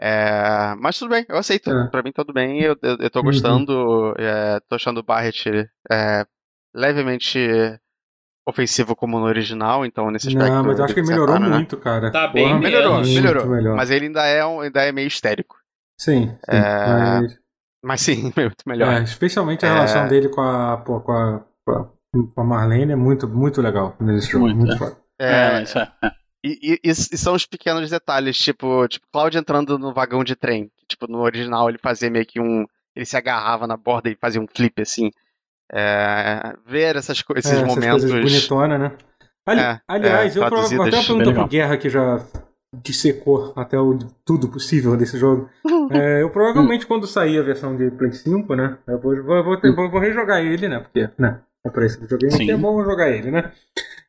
Speaker 3: É, mas tudo bem, eu aceito.
Speaker 1: É.
Speaker 3: Pra mim, tá tudo bem, eu, eu, eu tô
Speaker 1: Uhum.
Speaker 3: gostando, é, tô achando o Barret é, levemente ofensivo como no original, então nesse aspecto.
Speaker 1: Não, mas eu acho que
Speaker 3: eles
Speaker 1: ele melhorou
Speaker 3: acertaram, né?
Speaker 1: muito, cara.
Speaker 2: Tá bem
Speaker 1: Porra,
Speaker 2: mesmo.
Speaker 3: Melhorou,
Speaker 2: Muito
Speaker 3: melhorou.
Speaker 1: melhor.
Speaker 3: Mas ele ainda é, um- ainda é meio histérico.
Speaker 1: Sim, sim.
Speaker 3: É,
Speaker 1: mas-
Speaker 3: Mas sim, <laughs> muito melhor.
Speaker 1: É, especialmente a
Speaker 3: É.
Speaker 1: relação dele com a, pô, com a, com a- com a Marlene é muito, muito legal nesse jogo.
Speaker 4: Muito,
Speaker 1: Muito,
Speaker 4: é.
Speaker 1: foda.
Speaker 4: É,
Speaker 3: É,
Speaker 4: mas é.
Speaker 3: E, e- e- e são os pequenos detalhes, tipo, tipo, Cláudio entrando no vagão de trem. que, Tipo, no original ele fazia meio que um. Ele se agarrava na borda e fazia um flip, assim. É, ver essas co- esses
Speaker 1: É, essas
Speaker 3: momentos.
Speaker 1: coisas bonitonas, né? Ali-
Speaker 3: É,
Speaker 1: aliás,
Speaker 3: é,
Speaker 1: eu pro- até uma
Speaker 3: traduzidas, bem
Speaker 1: pergunta pro
Speaker 4: legal.
Speaker 1: Guerra que já dissecou até o, tudo possível desse
Speaker 3: <laughs>
Speaker 1: jogo. É, eu provavelmente, quando sair a versão de Play 5, né? Eu vou, vou, vou, ter- vou- vou rejogar ele, né? Porque, né? O preço do videogame
Speaker 4: Sim.
Speaker 1: é bom jogar ele, né?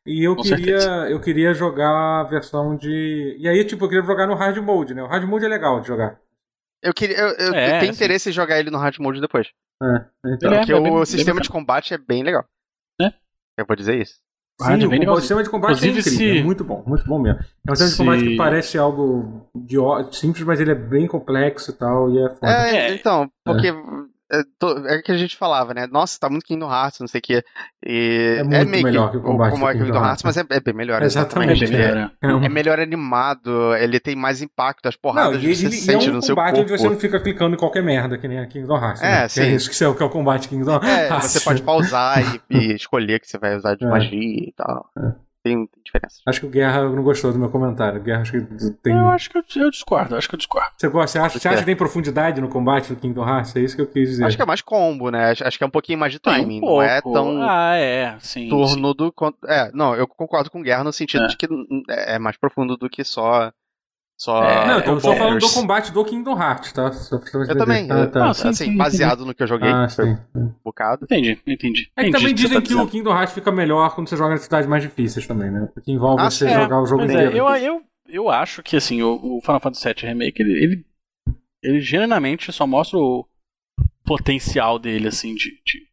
Speaker 1: E eu
Speaker 4: Com
Speaker 1: queria,
Speaker 4: certeza.
Speaker 1: eu queria jogar a versão de. E aí, tipo, eu queria jogar no hard mode, né? O hard mode é legal de jogar.
Speaker 3: Eu, queria, eu, eu- eu
Speaker 4: É,
Speaker 3: tenho
Speaker 4: sim.
Speaker 3: interesse em jogar ele no hard mode depois.
Speaker 1: É, então.
Speaker 4: Ele é,
Speaker 3: Porque
Speaker 4: bem-
Speaker 3: o
Speaker 4: bem
Speaker 3: sistema
Speaker 4: bacana.
Speaker 3: de combate é bem legal.
Speaker 4: É.
Speaker 3: Eu vou dizer isso.
Speaker 1: Sim,
Speaker 4: Rádio
Speaker 1: o
Speaker 4: bem
Speaker 1: combo- o
Speaker 4: legalzinho.
Speaker 1: sistema de combate é
Speaker 4: Inclusive,
Speaker 1: incrível,
Speaker 4: se-
Speaker 1: é muito bom, muito bom mesmo. É um sistema de
Speaker 4: se-
Speaker 1: combate que parece algo de ó- simples, mas ele é bem complexo e tal, e é foda.
Speaker 3: É,
Speaker 4: É.
Speaker 3: então, porque. É. to- é o que a gente falava, né? Nossa, tá muito Kingdom Hearts, não sei o quê. E
Speaker 1: É muito
Speaker 3: meio
Speaker 1: melhor que o combate
Speaker 3: como é
Speaker 1: do
Speaker 3: que o Kingdom
Speaker 1: Kingdom
Speaker 3: Hearts, mas é, é bem melhor.
Speaker 1: Exatamente.
Speaker 4: É
Speaker 3: exatamente.
Speaker 4: bem melhor, é.
Speaker 1: É um-
Speaker 3: É melhor animado, ele tem mais impacto, as
Speaker 1: Não,
Speaker 3: porradas
Speaker 1: e
Speaker 3: você
Speaker 1: ele e é
Speaker 3: sente
Speaker 1: um
Speaker 3: no seu
Speaker 1: combate onde
Speaker 3: corpo.
Speaker 1: você não fica clicando em qualquer merda, que nem a Kingdom Hearts.
Speaker 3: É,
Speaker 1: né? Que
Speaker 3: sim.
Speaker 1: É isso que é o que é o combate Kingdom
Speaker 3: É,
Speaker 1: Hearts.
Speaker 3: você pode pausar e,
Speaker 1: <laughs>
Speaker 3: e escolher que você vai usar de
Speaker 1: É.
Speaker 3: magia e tal. Tem, tem diferença.
Speaker 1: Acho que o Guerra não gostou do meu comentário. O Guerra acho que tem.
Speaker 4: Eu acho que eu, eu discordo, acho que eu discordo.
Speaker 1: Você, gosta, você, acha,
Speaker 3: Por
Speaker 1: você acha
Speaker 3: quê?
Speaker 1: que tem profundidade no combate do Kingdom Hearts? É isso que eu quis dizer.
Speaker 3: é. Acho que é mais combo, né? Acho, acho que é um pouquinho mais de
Speaker 4: Tem um
Speaker 3: timing, não é
Speaker 4: pouco.
Speaker 3: tão
Speaker 4: Ah, é, sim. sim.
Speaker 3: turno do. con- É, não, eu concordo com o Guerra no sentido
Speaker 4: É.
Speaker 3: de que hum, é é mais profundo do que só Só
Speaker 4: É,
Speaker 1: não, então eu tô
Speaker 3: banners.
Speaker 1: falando do combate do Kingdom Hearts, tá? Só pra você
Speaker 3: Eu
Speaker 1: entender.
Speaker 3: também,
Speaker 1: Ah,
Speaker 3: eu-
Speaker 1: tá.
Speaker 4: sim,
Speaker 3: assim,
Speaker 4: sim,
Speaker 3: baseado no que eu joguei,
Speaker 1: Ah,
Speaker 3: foi um
Speaker 1: sim.
Speaker 3: bocado.
Speaker 4: Entendi, entendi.
Speaker 1: É que também
Speaker 4: entendi o você
Speaker 1: dizem
Speaker 4: tá
Speaker 1: que o
Speaker 4: dizendo.
Speaker 1: Kingdom Hearts fica melhor quando você joga nas cidades mais difíceis também, né? Porque envolve
Speaker 3: Ah,
Speaker 1: você
Speaker 4: é,
Speaker 1: jogar o jogo
Speaker 4: Mas
Speaker 1: inteiro.
Speaker 4: é, eu, eu, eu acho que assim, o, o Final Fantasy VII Remake, ele, ele, ele genuinamente só mostra o potencial dele, assim, de, de-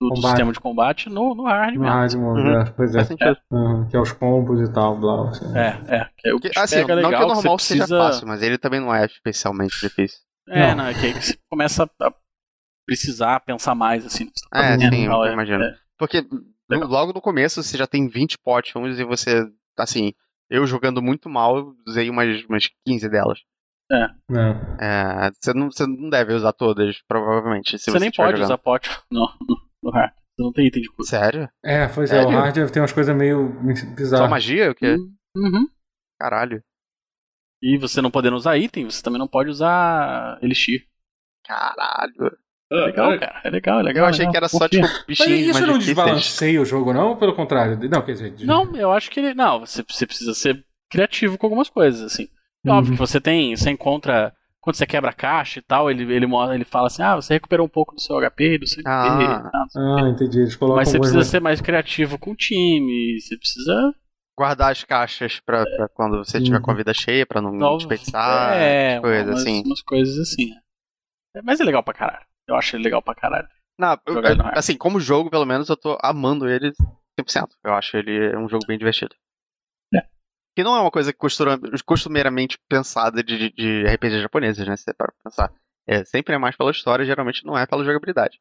Speaker 4: do, do
Speaker 1: Combate.
Speaker 4: sistema de combate no, no hard
Speaker 1: No
Speaker 4: mesmo.
Speaker 1: rádio,
Speaker 3: Uhum.
Speaker 1: é, pois é.
Speaker 3: Faz sentido.
Speaker 1: Uhum, que é os combos e tal, blá, blá. assim.
Speaker 4: É, é. Que é o
Speaker 3: Porque,
Speaker 4: que
Speaker 3: assim,
Speaker 4: pega
Speaker 3: não que
Speaker 4: legal,
Speaker 3: o normal
Speaker 4: você
Speaker 3: seja
Speaker 4: precisa...
Speaker 3: fácil, mas ele também não é especialmente difícil.
Speaker 4: É,
Speaker 1: Não.
Speaker 4: não, é que aí que você começa a precisar pensar mais, assim, no que você tá
Speaker 3: É,
Speaker 4: fazendo
Speaker 3: sim,
Speaker 4: e tal,
Speaker 3: eu
Speaker 4: é.
Speaker 3: imagino.
Speaker 4: É.
Speaker 3: Porque no- logo no começo você já tem 20 potions e você, assim, eu jogando muito mal, eu usei umas, umas 15 delas.
Speaker 1: É.
Speaker 3: É, você, não, você não deve usar todas, provavelmente. Se
Speaker 4: Você,
Speaker 3: você,
Speaker 4: nem
Speaker 3: estiver
Speaker 4: pode
Speaker 3: jogando.
Speaker 4: usar pote no, no, no hard. Você não tem item de cura.
Speaker 3: Sério?
Speaker 1: É, pois é, o
Speaker 3: Sério?
Speaker 1: hard tem umas coisas meio
Speaker 4: Tá.
Speaker 3: Só
Speaker 1: bizarras.
Speaker 3: magia? O quê?
Speaker 4: Uhum.
Speaker 3: Caralho.
Speaker 4: E você não podendo usar item, você também não pode usar elixir.
Speaker 3: Caralho.
Speaker 4: É
Speaker 2: Ah,
Speaker 4: legal, cara. É legal, é legal.
Speaker 3: Eu achei
Speaker 4: legal.
Speaker 3: que era só,
Speaker 4: Confia.
Speaker 3: tipo,
Speaker 1: Mas
Speaker 3: bichinhos
Speaker 1: isso
Speaker 4: um
Speaker 3: mais
Speaker 1: não
Speaker 3: difíceis.
Speaker 1: desbalanceia o jogo, não? Pelo contrário. Não, quer dizer. de-
Speaker 4: Não, eu acho que ele. Não, você, você precisa ser criativo com algumas coisas, assim. É
Speaker 1: Uhum.
Speaker 4: Óbvio que você tem. Você encontra. Quando você quebra a caixa e tal, ele, ele, mostra- ele fala assim: ah, você recuperou um pouco do seu HP, do seu
Speaker 3: Ah.
Speaker 4: HP. e tal.
Speaker 1: Ah, entendi. Eles colocam
Speaker 4: Mas você
Speaker 1: algumas-
Speaker 4: precisa ser mais criativo com o time. Você precisa.
Speaker 3: Guardar as caixas pra, pra quando você tiver com a vida cheia, pra não
Speaker 4: Tal-
Speaker 3: desperdiçar.
Speaker 4: Uhum. é,
Speaker 3: as coisas
Speaker 4: umas,
Speaker 3: assim.
Speaker 4: umas coisas assim. É, mas é legal pra caralho. Eu acho ele legal pra caralho.
Speaker 3: Não, eu-
Speaker 4: Jogar ele no hard.
Speaker 3: assim, como jogo, pelo menos, eu tô amando ele 100%. Eu acho ele é um jogo bem divertido.
Speaker 4: É.
Speaker 3: Que não é uma coisa costura- costumeiramente pensada de, de- de RPG japoneses, né? Se você para pra pensar. É, sempre é mais pela história, geralmente não é pela jogabilidade.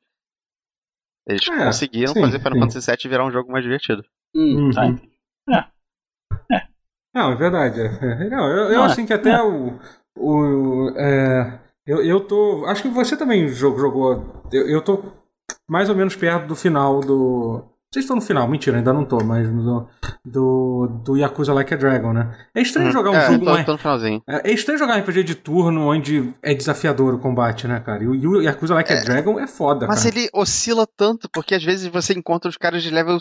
Speaker 3: Eles
Speaker 1: É,
Speaker 3: conseguiram
Speaker 1: sim,
Speaker 3: fazer Final
Speaker 1: sim.
Speaker 3: Fantasy VII virar um jogo mais divertido.
Speaker 4: Hum, tá,
Speaker 1: Uhum.
Speaker 4: entendi.
Speaker 1: Não, é verdade. <laughs> é. É, Não, eu, eu
Speaker 4: Não,
Speaker 1: assim que até o. o é, eu, eu tô. Acho que você também jo- jogou. Eu, eu tô mais ou menos perto do final do. Vocês estão no final, mentira, ainda não tô, mas do, do, do Yakuza Like a Dragon, né? É estranho jogar um
Speaker 3: é,
Speaker 1: jogo
Speaker 3: tô,
Speaker 1: mais.
Speaker 3: tô no finalzinho.
Speaker 1: É é estranho jogar RPG de turno onde é desafiador o combate, né, cara? E o e o Yakuza Like a Dragon é foda,
Speaker 3: Mas
Speaker 1: cara.
Speaker 3: ele oscila tanto, porque às vezes você encontra os caras de level.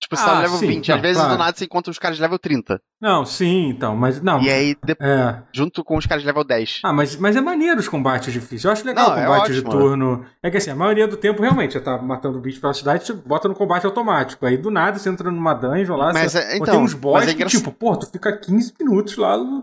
Speaker 3: Tipo, você tá
Speaker 1: Ah,
Speaker 3: no level
Speaker 1: sim,
Speaker 3: 20.
Speaker 1: não,
Speaker 3: às vezes
Speaker 1: claro.
Speaker 3: do nada você encontra os caras de level 30.
Speaker 1: Não, sim, então, mas não.
Speaker 3: E aí, de-
Speaker 1: É.
Speaker 3: junto com os caras de level 10.
Speaker 1: Ah, mas, mas é maneiro os combates difíceis. Eu acho legal
Speaker 3: Não,
Speaker 1: o
Speaker 3: é
Speaker 1: combate de
Speaker 3: ótimo.
Speaker 1: turno. É que assim, a maioria do tempo realmente você tá matando o bicho pela cidade, você bota no combate automático. Aí do nada você entra numa dungeon lá,
Speaker 3: Mas
Speaker 1: você...
Speaker 3: é-
Speaker 1: ou
Speaker 3: então,
Speaker 1: assim, tem uns boss
Speaker 3: mas é
Speaker 1: que
Speaker 3: engraç-
Speaker 1: tipo, pô, tu fica 15 minutos lá. lá...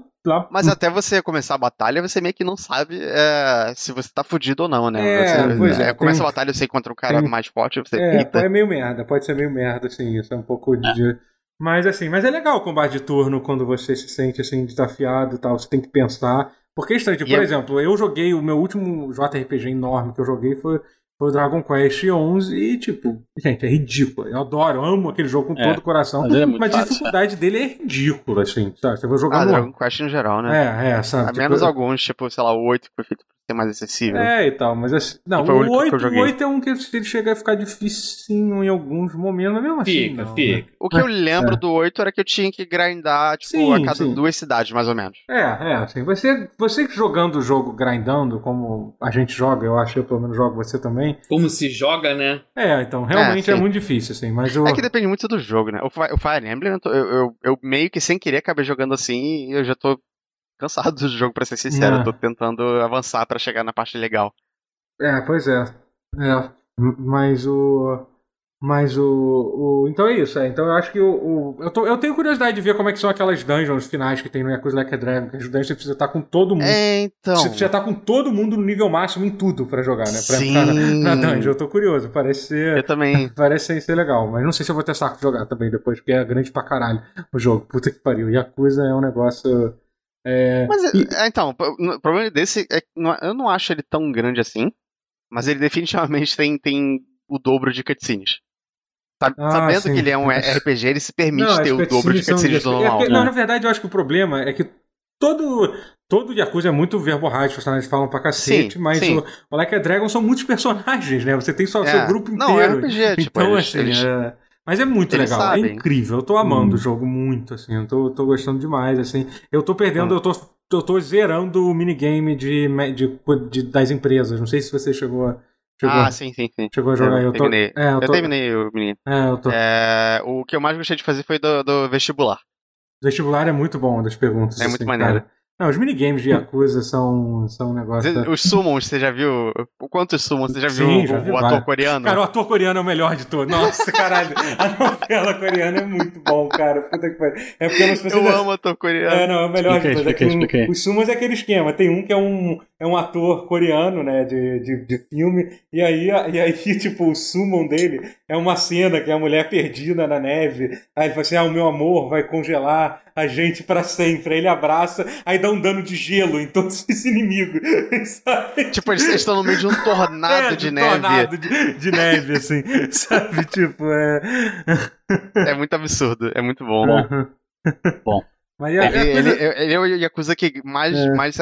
Speaker 3: Mas até você começar a batalha, você meio que não sabe é, se você tá fudido ou não, né?
Speaker 1: É,
Speaker 3: Você-
Speaker 1: pois é,
Speaker 3: é,
Speaker 1: tem
Speaker 3: começa
Speaker 1: um-
Speaker 3: a batalha, você encontra um cara
Speaker 1: tem um-
Speaker 3: mais forte, você
Speaker 1: É, pô,
Speaker 3: eita.
Speaker 1: é meio merda, pode ser meio merda, assim, isso é um pouco de. Mas assim, mas é legal o combate de turno quando você se sente assim, desafiado e tal, você tem que pensar. Porque é estranho, tipo,
Speaker 3: E
Speaker 1: por
Speaker 3: é-
Speaker 1: exemplo, eu joguei, o meu último JRPG enorme que eu joguei foi, foi o Dragon Quest XI e, tipo, gente, é ridículo. Eu adoro, amo aquele jogo com
Speaker 4: É,
Speaker 1: todo o coração.
Speaker 4: mas ele é muito
Speaker 1: a
Speaker 4: fácil,
Speaker 1: dificuldade dele é ridícula, assim, sabe? Você vai jogar
Speaker 3: Ah,
Speaker 1: no.
Speaker 3: Dragon Quest no geral, né?
Speaker 1: É, é, sabe?
Speaker 3: a
Speaker 1: tipo,
Speaker 3: menos alguns, tipo, sei lá, o 8 que foi feito pra ser mais acessível.
Speaker 1: é e tal, mas assim. Não,
Speaker 3: Foi o
Speaker 1: o
Speaker 3: único que eu
Speaker 1: 8, o
Speaker 3: joguei.
Speaker 1: 8 é um que ele chega a ficar dificinho em alguns momentos, mas mesmo assim.
Speaker 2: ah, Fica,
Speaker 1: não, né?
Speaker 2: fica.
Speaker 3: O que eu lembro do 8 era que eu tinha que grindar, tipo,
Speaker 1: Sim,
Speaker 3: a cada
Speaker 1: sim.
Speaker 3: duas cidades, mais ou menos.
Speaker 1: É, é, assim, você, você que jogando o jogo grindando, como a gente joga, eu acho, que eu pelo menos jogo você também.
Speaker 2: Como se joga, né?
Speaker 1: É, então, realmente
Speaker 3: É,
Speaker 1: é,
Speaker 3: sim.
Speaker 1: muito difícil, assim, mas o...
Speaker 3: É que depende muito do jogo, né? O Fi- o Fire Emblem, eu, tô- eu- eu- eu meio que sem querer acabei jogando assim e eu já tô cansado do jogo, pra ser sincero.
Speaker 1: É.
Speaker 3: Eu tô tentando avançar pra chegar na parte legal.
Speaker 1: É, pois é. É, m- mas o... Mas o, o- Então é isso, é, então eu acho que o... o- eu, tô- eu tenho curiosidade de ver como é que são aquelas dungeons finais que tem no Yakuza Like a Dragon, que as dungeons você precisa estar com todo mundo...
Speaker 3: É, então.
Speaker 1: Você precisa estar com todo mundo no nível máximo em tudo pra jogar, né? Pra
Speaker 3: Sim.
Speaker 1: entrar na, na dungeon, eu tô curioso, parece ser... <laughs>
Speaker 3: Eu também.
Speaker 1: Parece ser legal, mas não sei se eu vou ter saco de jogar também depois, porque é grande pra caralho o jogo. Puta que pariu. Yakuza é um negócio. É.
Speaker 3: Mas,
Speaker 1: E-
Speaker 3: é, então, o problema desse é que não é- eu não acho ele tão grande assim, mas ele definitivamente tem, tem o dobro de cutscenes. Sa-
Speaker 1: Ah,
Speaker 3: Sabendo
Speaker 1: sim.
Speaker 3: que ele é um RPG, ele se permite
Speaker 1: as
Speaker 3: ter o dobro de
Speaker 1: cutscenes são
Speaker 3: cutscenes
Speaker 1: desesper-
Speaker 3: do
Speaker 1: é
Speaker 3: normal.
Speaker 1: porque-
Speaker 4: né?
Speaker 1: Não, na verdade, eu acho que o problema é que todo. Todo Yakuza é muito verborrágico, os personagens falam pra cacete,
Speaker 3: Sim,
Speaker 1: mas
Speaker 3: sim.
Speaker 1: o, o Like a Dragon são muitos personagens, né? Você tem só o seu
Speaker 3: É.
Speaker 1: grupo inteiro.
Speaker 3: Não, é RPG, tipo,
Speaker 1: então,
Speaker 3: eles-
Speaker 1: assim,
Speaker 3: eles-
Speaker 1: é- Mas é muito
Speaker 3: eles
Speaker 1: legal, é
Speaker 3: sabem.
Speaker 1: incrível. Eu tô amando o jogo muito, assim. Eu tô, tô gostando demais, assim. Eu tô perdendo, eu, tô, eu tô zerando o minigame de, me- de, de- das empresas. Não sei se você chegou a, chegou,
Speaker 3: Ah,
Speaker 1: a-
Speaker 3: sim, sim, sim.
Speaker 1: chegou a jogar.
Speaker 3: eu
Speaker 1: Eu, tô,
Speaker 3: terminei.
Speaker 1: É, eu,
Speaker 3: Eu
Speaker 1: tô,
Speaker 3: terminei o menino.
Speaker 1: É, eu tô.
Speaker 3: É, o que eu mais gostei de fazer foi do, do vestibular.
Speaker 1: O vestibular é muito bom das perguntas.
Speaker 3: É muito
Speaker 1: assim,
Speaker 3: maneiro. Hum.
Speaker 1: cara. Não, os minigames de Yakuza são, são um negócio. da-
Speaker 3: Os summons, você já viu? Quantos summons você já viu
Speaker 1: Sim,
Speaker 3: o,
Speaker 1: já vi
Speaker 3: o ator
Speaker 1: vários.
Speaker 3: coreano?
Speaker 1: Cara, o ator coreano é o melhor de todos. Nossa, caralho. A novela coreana é muito bom, cara. Puta que pariu. É porque eu não sei se
Speaker 3: eu
Speaker 1: vocês-
Speaker 3: amo ator coreano.
Speaker 1: É, não, é o melhor
Speaker 4: Explica
Speaker 1: de
Speaker 4: aí,
Speaker 1: todos. É que
Speaker 4: explica aí, explica aí.
Speaker 1: o- Os Sumas é aquele esquema. Tem um que é um, é um ator coreano, né, de, de, de filme, e aí, e aí, <laughs> tipo, o Summon dele é uma cena que é a mulher perdida na neve. Aí ele fala assim: ah, o meu amor vai congelar a gente pra sempre. Aí ele abraça, aí dá um dano de gelo em todos <laughs> os inimigos, sabe?
Speaker 3: Tipo, eles eles estão no meio de um tornado
Speaker 1: <laughs> É,
Speaker 3: de
Speaker 1: um
Speaker 3: neve.
Speaker 1: Tornado de, de neve, assim, <laughs> sabe? Tipo, é.
Speaker 3: É muito absurdo, é muito bom.
Speaker 1: <laughs>
Speaker 4: Bom.
Speaker 1: Mas é, é
Speaker 3: Ele,
Speaker 1: coisa-
Speaker 3: ele, ele é o Yakuza que mais,
Speaker 1: É.
Speaker 3: mais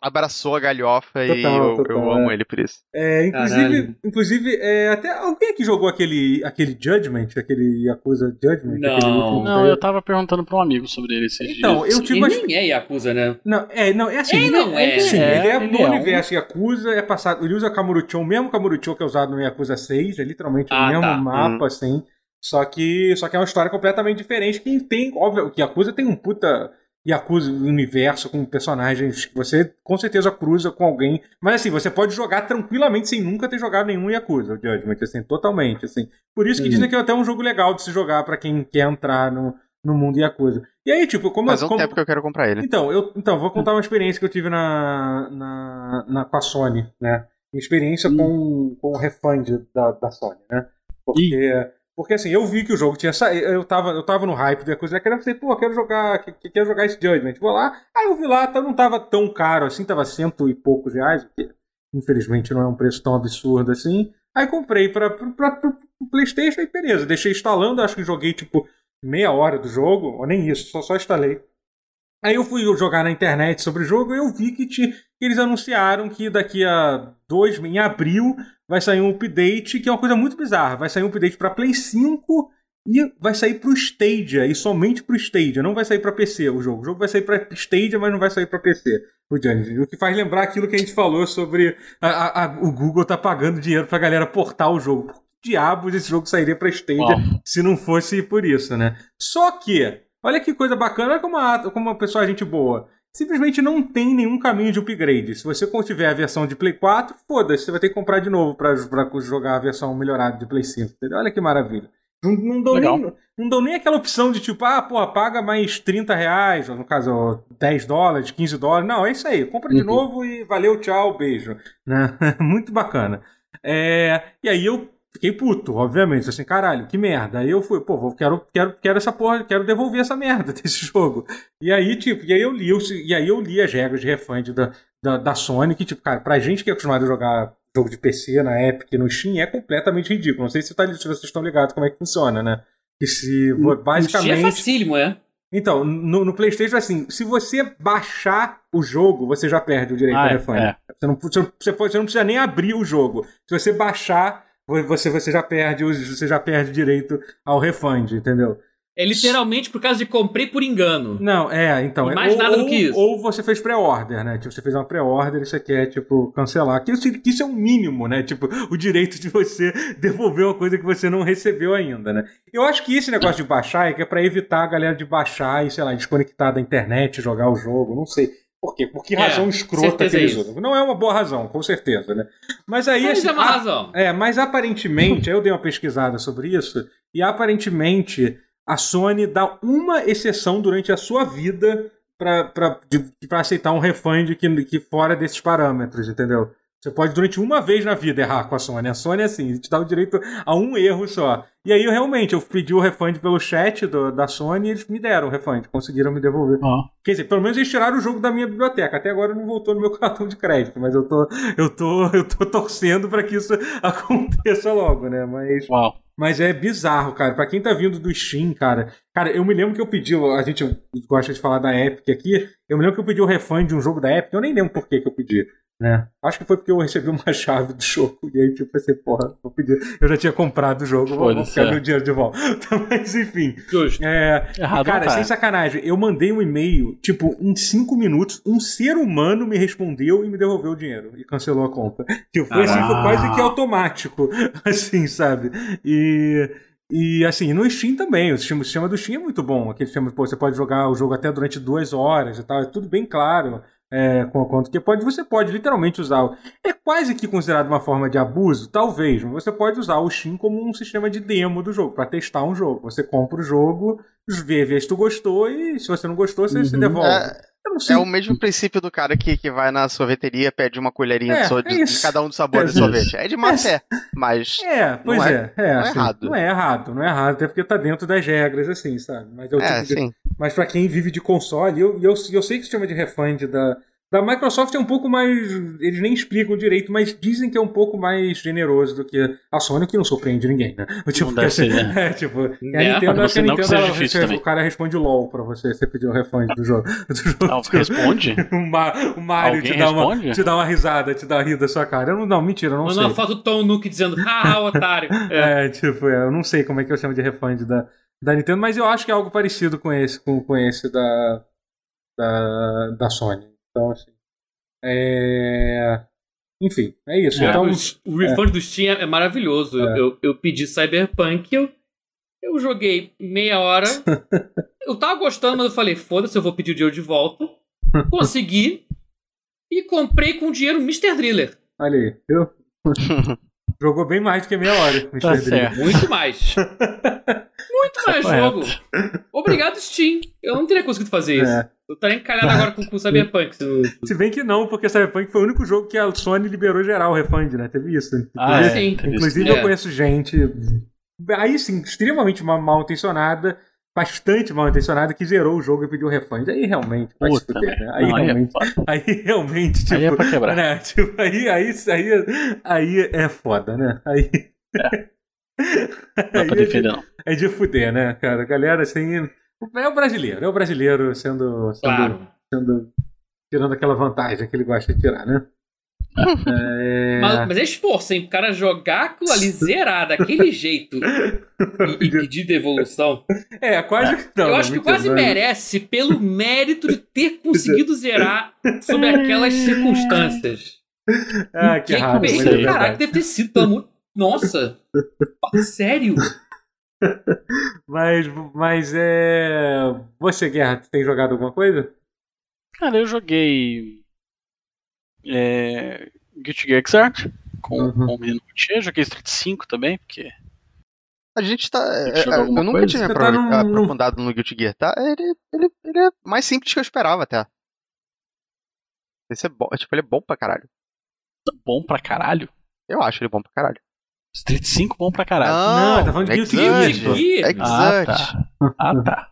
Speaker 3: abraçou a galhofa e
Speaker 1: Total,
Speaker 3: eu, eu
Speaker 1: total,
Speaker 3: amo ele por isso.
Speaker 1: É, inclusive,
Speaker 2: Caralho.
Speaker 1: inclusive é, até alguém aqui jogou aquele, aquele Judgment, aquele Yakuza Judgment?
Speaker 2: Não.
Speaker 1: aquele último
Speaker 4: Não,
Speaker 1: que-
Speaker 4: eu tava perguntando pra um amigo sobre ele esses
Speaker 1: Então,
Speaker 4: dias.
Speaker 1: eu tive
Speaker 2: E
Speaker 1: uma.
Speaker 2: nem é Yakuza, né?
Speaker 1: Não, é, não, é assim.
Speaker 2: Ele não é.
Speaker 1: assim,
Speaker 4: É,
Speaker 1: ele é
Speaker 4: ele
Speaker 1: no
Speaker 4: é um-
Speaker 1: universo Yakuza, é passado. Ele usa Kamurocho, o mesmo Kamurocho que é usado no Yakuza 6, é literalmente o
Speaker 2: Ah,
Speaker 1: mesmo
Speaker 2: tá.
Speaker 1: mapa, assim. Só que, só que é uma história completamente diferente. Que tem, óbvio, que Yakuza tem um puta Yakuza universo com personagens que você com certeza cruza com alguém. Mas assim, você pode jogar tranquilamente sem nunca ter jogado nenhum Yakuza, o Judgment, assim, totalmente, assim. Por isso que
Speaker 2: Uhum.
Speaker 1: dizem que é até um jogo legal de se jogar pra quem quer entrar no, no mundo Yakuza. E aí, tipo, como...
Speaker 3: Mas há um
Speaker 1: como...
Speaker 3: tempo que eu quero comprar ele.
Speaker 1: Então, eu então, vou contar uma experiência que eu tive na, na, na, com a Sony, né? Minha experiência com, com o refund da, da Sony, né? Porque, porque assim, eu vi que o jogo tinha saído, eu tava, eu tava no hype da coisa, né? eu queria dizer, assim, pô, quero jogar, que- que- quero jogar esse Judgment, vou lá. Aí eu vi lá, tá- não tava tão caro assim, tava cento e poucos reais, o que infelizmente não é um preço tão absurdo assim. Aí comprei pra, pra, pra, pro Playstation e beleza, deixei instalando, acho que joguei tipo meia hora do jogo, ou nem isso, só, só instalei. Aí eu fui jogar na internet sobre o jogo e eu vi que, ti- que eles anunciaram que daqui a dois, em abril, vai sair um update, que é uma coisa muito bizarra. Vai sair um update pra Play 5 e vai sair pro Stadia, e somente pro Stadia. Não vai sair pra PC o jogo. O jogo vai sair pra Stadia, mas não vai sair pra PC. O Johnny, o que faz lembrar aquilo que a gente falou sobre a- a- a- o Google tá pagando dinheiro pra galera portar o jogo. Por que diabos esse jogo sairia pra Stadia
Speaker 4: Uau.
Speaker 1: se não fosse por isso, né? Só que, olha que coisa bacana, olha como, a, como uma pessoa é gente boa. Simplesmente não tem nenhum caminho de upgrade. Se você tiver a versão de Play 4, foda-se, você vai ter que comprar de novo pra pra jogar a versão melhorada de Play 5. Entendeu? Olha que maravilha. Não, não dão
Speaker 4: Legal.
Speaker 1: nem, não dão nem aquela opção de tipo, ah, porra, paga mais 30 reais, ou no caso, ó, 10 dólares, 15 dólares. Não, é isso aí. Compra de
Speaker 4: Uhum.
Speaker 1: novo e valeu, tchau, beijo. <laughs> Né? Muito bacana. É, e aí eu fiquei puto, obviamente. Assim, caralho, que merda. Aí eu fui, pô, vou- quero, quero, quero essa porra, quero devolver essa merda <laughs> desse jogo. E aí, tipo, e aí eu li, o- e aí eu li as regras de refund da, da, da Sony, que, tipo, cara, pra gente que é acostumado a jogar jogo de PC na Epic e no Steam, é completamente ridículo. Não sei se, tá, se vocês estão ligados como é que funciona, né? Que se
Speaker 2: Basicamente... é
Speaker 1: basicamente.
Speaker 2: facílimo, é?
Speaker 1: Então, no, no Playstation, assim, se você baixar o jogo, você já perde o direito
Speaker 4: Ah,
Speaker 1: ao
Speaker 4: é,
Speaker 1: refund.
Speaker 4: é.
Speaker 1: Você não, você, você pode- você não precisa nem abrir o jogo. Se você baixar, vo- você, você já perde os- você já perde o direito ao refund, entendeu?
Speaker 2: É literalmente por causa de comprei por engano.
Speaker 1: Não, é, então.
Speaker 2: E mais
Speaker 1: ou,
Speaker 2: nada do
Speaker 1: ou-
Speaker 2: que isso.
Speaker 1: Ou você fez pré-order, né? Tipo, você fez uma pré-order e você quer, tipo, cancelar. Que isso, que isso é um mínimo, né? Tipo, o direito de você <laughs> devolver uma coisa que você não recebeu ainda, né? Eu acho que esse negócio de baixar é que é pra evitar a galera de baixar e, sei lá, desconectar da internet, jogar o jogo, não sei. Por quê? Por que
Speaker 2: É,
Speaker 1: razão escrota que
Speaker 2: certeza é
Speaker 1: eles
Speaker 2: isso.
Speaker 1: usam? Não é uma boa razão, com certeza, né? Mas aí,
Speaker 2: Mas
Speaker 1: assim,
Speaker 2: é uma
Speaker 1: a-
Speaker 2: razão.
Speaker 1: é, mas aparentemente, aí eu dei uma pesquisada sobre isso, e aparentemente a Sony dá uma exceção durante a sua vida para aceitar um refund que, que fora desses parâmetros, entendeu? Você pode, durante uma vez na vida, errar com a Sony. A Sony é assim, te dá o direito a um erro só. E aí, eu realmente, eu pedi o refund pelo chat do- da Sony e eles me deram o refund, conseguiram me devolver.
Speaker 4: Ó,
Speaker 1: Quer dizer, pelo menos eles tiraram o jogo da minha biblioteca. Até agora não voltou no meu <laughs> cartão de crédito, mas eu tô, eu tô, eu tô torcendo pra que isso <laughs> aconteça logo, né? Mas,
Speaker 4: uau.
Speaker 1: mas é bizarro, cara. Pra quem tá vindo do Steam, cara. Cara, eu me lembro que eu pedi, a gente gosta de falar da Epic aqui. Eu me lembro que eu pedi o refund de um jogo da Epic, eu nem lembro por que que eu pedi. Né? Acho que foi porque eu recebi uma <laughs> chave do jogo e aí tipo pensei, porra, vou pedir. Eu já tinha comprado o jogo, vou, vou
Speaker 4: Foda-se,
Speaker 1: ficar
Speaker 4: é.
Speaker 1: meu dinheiro de volta. <laughs> Mas enfim.
Speaker 2: Justo.
Speaker 1: É,
Speaker 4: Errado
Speaker 1: Cara,
Speaker 4: não tá.
Speaker 1: sem sacanagem, eu mandei um e-mail, tipo, em cinco minutos, um ser humano me respondeu e me devolveu o dinheiro e cancelou a <laughs> conta. Tipo, foi, assim, foi <laughs>
Speaker 4: Caraca.
Speaker 1: quase que automático, assim, sabe? E, E assim, no Steam também, o sistema, o sistema do Steam é muito bom. Aquele sistema, pô, você pode jogar o jogo até durante duas horas e tal, é tudo bem claro. É, com quanto que pode, você pode literalmente usar. o- É quase que considerado uma forma de abuso, talvez, mas você pode usar o Steam como um sistema de demo do jogo, para testar um jogo. Você compra o jogo, vê, vê se tu gostou e se você não gostou, você, você
Speaker 5: Uhum.
Speaker 1: devolve.
Speaker 3: É,
Speaker 1: Eu não sei.
Speaker 3: é o mesmo princípio do cara que, que vai na sorveteria, pede uma colherinha
Speaker 1: É,
Speaker 3: de, so-
Speaker 1: é
Speaker 3: de-
Speaker 1: isso.
Speaker 3: de cada um dos sabores
Speaker 1: É
Speaker 3: de sorvete. É de má
Speaker 1: É.
Speaker 3: fé, mas
Speaker 1: É, pois
Speaker 3: Não
Speaker 1: é. é,
Speaker 3: não é
Speaker 1: assim,
Speaker 3: errado.
Speaker 1: Não é errado, não é errado, até porque tá dentro das regras, assim, sabe? Mas é o
Speaker 3: é,
Speaker 1: tipo de-
Speaker 3: sim.
Speaker 1: Mas pra quem vive de console, eu, eu, eu sei que o sistema de refund da, da Microsoft é um pouco mais. Eles nem explicam direito, mas dizem que é um pouco mais generoso do que a Sony, o que não surpreende ninguém, né? Tipo,
Speaker 4: deve ser, <laughs> né?
Speaker 1: <laughs> é, tipo, a
Speaker 2: Né?
Speaker 1: Nintendo,
Speaker 4: Não,
Speaker 1: acho que a
Speaker 4: não
Speaker 1: Nintendo
Speaker 4: que seja
Speaker 1: ela-
Speaker 4: difícil
Speaker 1: você-
Speaker 4: também.
Speaker 1: o cara responde LOL pra você, você pediu o refund do jogo. <laughs> Do jogo.
Speaker 4: Ah, responde?
Speaker 1: O, Ma- o Mario
Speaker 4: Alguém
Speaker 1: te dá, uma,
Speaker 4: responde?
Speaker 1: te dá uma risada, te dá uma rida da sua cara. Eu não, não, mentira, eu não
Speaker 2: Manda
Speaker 1: sei.
Speaker 2: uma foto do Tom Nuke dizendo,
Speaker 1: <laughs>
Speaker 2: ah, otário. É.
Speaker 1: É, tipo, é, eu não sei como é que eu chamo de refund da, da Nintendo, mas eu acho que é algo parecido com esse, com, com esse da, da, da Sony. Então, assim. É... Enfim, é isso.
Speaker 4: É,
Speaker 1: então,
Speaker 2: o, o refund do Steam é, é maravilhoso. Eu-
Speaker 1: É.
Speaker 2: Eu, eu pedi Cyberpunk, eu, eu joguei meia
Speaker 1: <laughs>
Speaker 2: hora. eu tava gostando, mas eu falei, foda-se, eu vou pedir o dinheiro de
Speaker 1: <laughs>
Speaker 2: volta. Consegui. E comprei com o dinheiro Mr. Driller.
Speaker 1: olha aí,
Speaker 4: <laughs>
Speaker 1: viu? Jogou bem mais do que meia hora, Mr.
Speaker 4: Tá
Speaker 1: Driller.
Speaker 4: certo.
Speaker 1: <laughs>
Speaker 2: Muito mais. Muito mais
Speaker 4: correto.
Speaker 2: jogo. Obrigado, Steam. Eu não teria conseguido fazer isso.
Speaker 1: É.
Speaker 2: Eu estaria encalhado agora com com o Cyberpunk. se não-
Speaker 1: Se bem que não, porque Cyberpunk foi o único jogo que a Sony liberou geral o refund, né? Teve isso.
Speaker 4: Ah,
Speaker 2: Mas,
Speaker 4: é,
Speaker 2: assim,
Speaker 4: teve isso.
Speaker 1: Inclusive,
Speaker 2: É.
Speaker 1: eu conheço gente, aí sim, extremamente mal, mal intencionada, bastante mal intencionada, que zerou o jogo e pediu refund. Aí realmente, vai se
Speaker 4: Puta,
Speaker 1: fuder, né? Aí
Speaker 4: Não, aí é
Speaker 1: realmente,
Speaker 4: foda.
Speaker 1: aí, realmente, tipo.
Speaker 4: Aí é pra
Speaker 1: <laughs>
Speaker 4: quebrar.
Speaker 1: né? Tipo, aí, aí, aí, aí é foda, né? Aí.
Speaker 4: Não dá pra
Speaker 1: Aí é de-
Speaker 4: defender, não.
Speaker 1: é de fuder, né, cara? Galera, assim. É o brasileiro, é o brasileiro sendo. sendo
Speaker 2: Claro.
Speaker 1: sendo- tirando aquela vantagem que ele gosta de tirar,
Speaker 4: <laughs>
Speaker 1: né? É...
Speaker 2: Mas, mas é esforço, hein? O cara jogar aquilo ali zerado
Speaker 1: <laughs>
Speaker 2: daquele jeito e, e pedir devolução.
Speaker 1: É, quase. não,
Speaker 2: eu
Speaker 1: não,
Speaker 2: acho que
Speaker 1: mentira,
Speaker 2: quase
Speaker 1: não é-
Speaker 2: merece pelo mérito de
Speaker 1: <laughs>
Speaker 2: ter conseguido zerar sob aquelas circunstâncias.
Speaker 1: Ah, É. que
Speaker 2: Tinha
Speaker 1: raro.
Speaker 2: que
Speaker 1: mas
Speaker 2: perder.
Speaker 1: é verdade.
Speaker 2: Caraca, deve ter sido pelo amor. Nossa! Sério?
Speaker 1: Mas, mas é. Você, Guerra, tem jogado alguma coisa?
Speaker 4: Cara, eu joguei. É, Guilty Gear Xrd com,
Speaker 1: Uhum.
Speaker 4: com o menino Coutinho. Joguei Street 5 também, porque. é
Speaker 3: A gente tá.
Speaker 4: gente
Speaker 3: é,
Speaker 4: jogou
Speaker 3: é,
Speaker 4: alguma
Speaker 3: eu nunca
Speaker 4: coisa?
Speaker 3: tinha
Speaker 1: Você tá
Speaker 3: aprove-
Speaker 1: num-
Speaker 3: aprofundado no Guilty Gear, tá? Ele, ele, ele é mais simples que eu esperava até. Esse é bom. Tipo, ele é bom pra caralho.
Speaker 4: Bom pra caralho.
Speaker 3: Eu acho ele bom pra caralho.
Speaker 4: Street 5 bom pra caralho.
Speaker 1: Não, tá falando de Guilty Gear.
Speaker 3: Exante,
Speaker 2: Guilty Gear.
Speaker 4: Ah,
Speaker 3: Exante.
Speaker 4: tá. Ah, tá.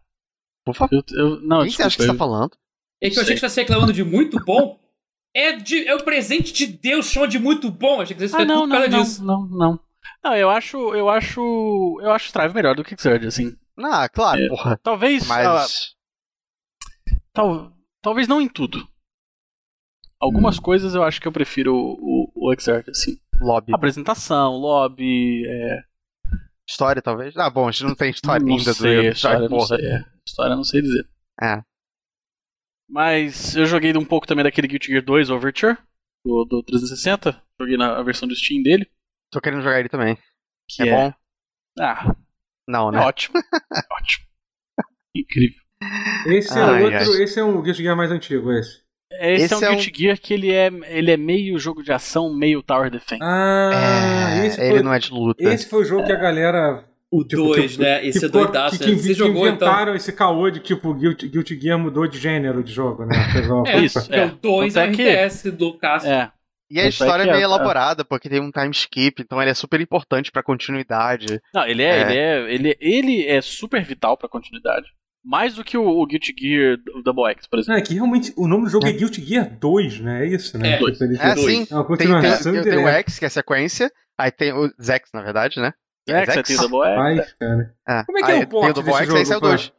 Speaker 3: Por favor.
Speaker 4: Eu, eu- não,
Speaker 3: Quem você acha que
Speaker 4: desculpa,
Speaker 3: você tá
Speaker 4: eu,
Speaker 3: falando?
Speaker 2: É que eu achei que você tá se reclamando de muito bom. É, de, é o presente de Deus, chama de muito bom. Achei que você
Speaker 4: Ah,
Speaker 2: ia
Speaker 4: não,
Speaker 2: por causa
Speaker 4: não, não,
Speaker 2: disso.
Speaker 4: não, não. Não, eu acho. Eu acho. Eu acho Strive melhor do que Xrd, assim.
Speaker 3: Ah, claro,
Speaker 4: É.
Speaker 3: porra.
Speaker 4: Talvez. ah,
Speaker 3: Mas.
Speaker 4: tal, talvez não em tudo. Algumas
Speaker 3: Hum.
Speaker 4: coisas eu acho que eu prefiro o, o, o Xrd, assim.
Speaker 3: Lobby.
Speaker 4: Apresentação, lobby, é,
Speaker 3: História, talvez? Ah, bom, a gente não tem história
Speaker 4: não
Speaker 3: ainda
Speaker 4: sei,
Speaker 3: do
Speaker 4: história, não
Speaker 3: porra.
Speaker 4: sei, é. história não sei dizer.
Speaker 3: É.
Speaker 4: Mas eu joguei um pouco também daquele Guilty Gear 2 Overture, do, do 360. Joguei na a versão do Steam dele.
Speaker 3: Tô querendo jogar ele também.
Speaker 4: Que
Speaker 3: é, bom?
Speaker 4: Ah,
Speaker 3: Não,
Speaker 4: é
Speaker 3: né?
Speaker 4: ótimo. é
Speaker 3: <laughs>
Speaker 4: ótimo. Incrível.
Speaker 1: Esse é
Speaker 3: Ai,
Speaker 1: outro. Esse é um Guilty Gear mais antigo, esse.
Speaker 4: Esse,
Speaker 3: Esse
Speaker 4: é um
Speaker 3: é um-
Speaker 4: Guilty Gear que ele é, ele é meio jogo de ação, meio Tower Defense.
Speaker 1: Ah,
Speaker 3: é,
Speaker 1: esse foi.
Speaker 3: ele não é de luta.
Speaker 1: Esse foi o jogo que a galera.
Speaker 2: O
Speaker 1: Tipo,
Speaker 2: 2,
Speaker 1: tipo,
Speaker 2: né? Esse
Speaker 1: que
Speaker 2: é
Speaker 1: ficou-
Speaker 2: doidaço.
Speaker 1: que,
Speaker 2: né?
Speaker 1: que,
Speaker 2: Você
Speaker 1: que
Speaker 2: jogou então.
Speaker 1: inventaram esse caô de tipo Guilty, Guilty Gear mudou de gênero de jogo,
Speaker 3: <laughs>
Speaker 1: né? Pessoal,
Speaker 2: É,
Speaker 4: isso,
Speaker 2: porque
Speaker 4: é.
Speaker 2: o 2 é o
Speaker 4: Tanto é que-
Speaker 2: RTS do Cássio.
Speaker 4: É.
Speaker 3: E a
Speaker 4: Tanto é
Speaker 3: história
Speaker 4: que
Speaker 3: é
Speaker 4: a-
Speaker 3: meio
Speaker 4: a-
Speaker 3: elaborada, porque tem um time skip, então ele é super importante pra continuidade.
Speaker 4: Não, ele é, Ele, é, ele, é- ele é super vital pra continuidade. Mais do que o, o Guilty Gear Double X, por exemplo.
Speaker 1: Não, é que realmente o nome do jogo é, Guilty Gear 2, né? É isso, né?
Speaker 2: É.
Speaker 1: Tipo, eles-
Speaker 3: É
Speaker 2: dois.
Speaker 3: assim,
Speaker 1: é uma
Speaker 3: tem,
Speaker 1: continuação
Speaker 3: tem, tem o
Speaker 1: direta.
Speaker 3: X, que é a sequência, aí tem o Zex, na verdade, né?
Speaker 4: É, que você tem o Double X.
Speaker 1: Mas, cara.
Speaker 3: É.
Speaker 1: Como é que é
Speaker 3: Aí
Speaker 1: o porte
Speaker 3: Tem é o Double
Speaker 1: desse
Speaker 3: X, aí
Speaker 1: jogo?
Speaker 3: saiu
Speaker 1: pra-
Speaker 3: dois.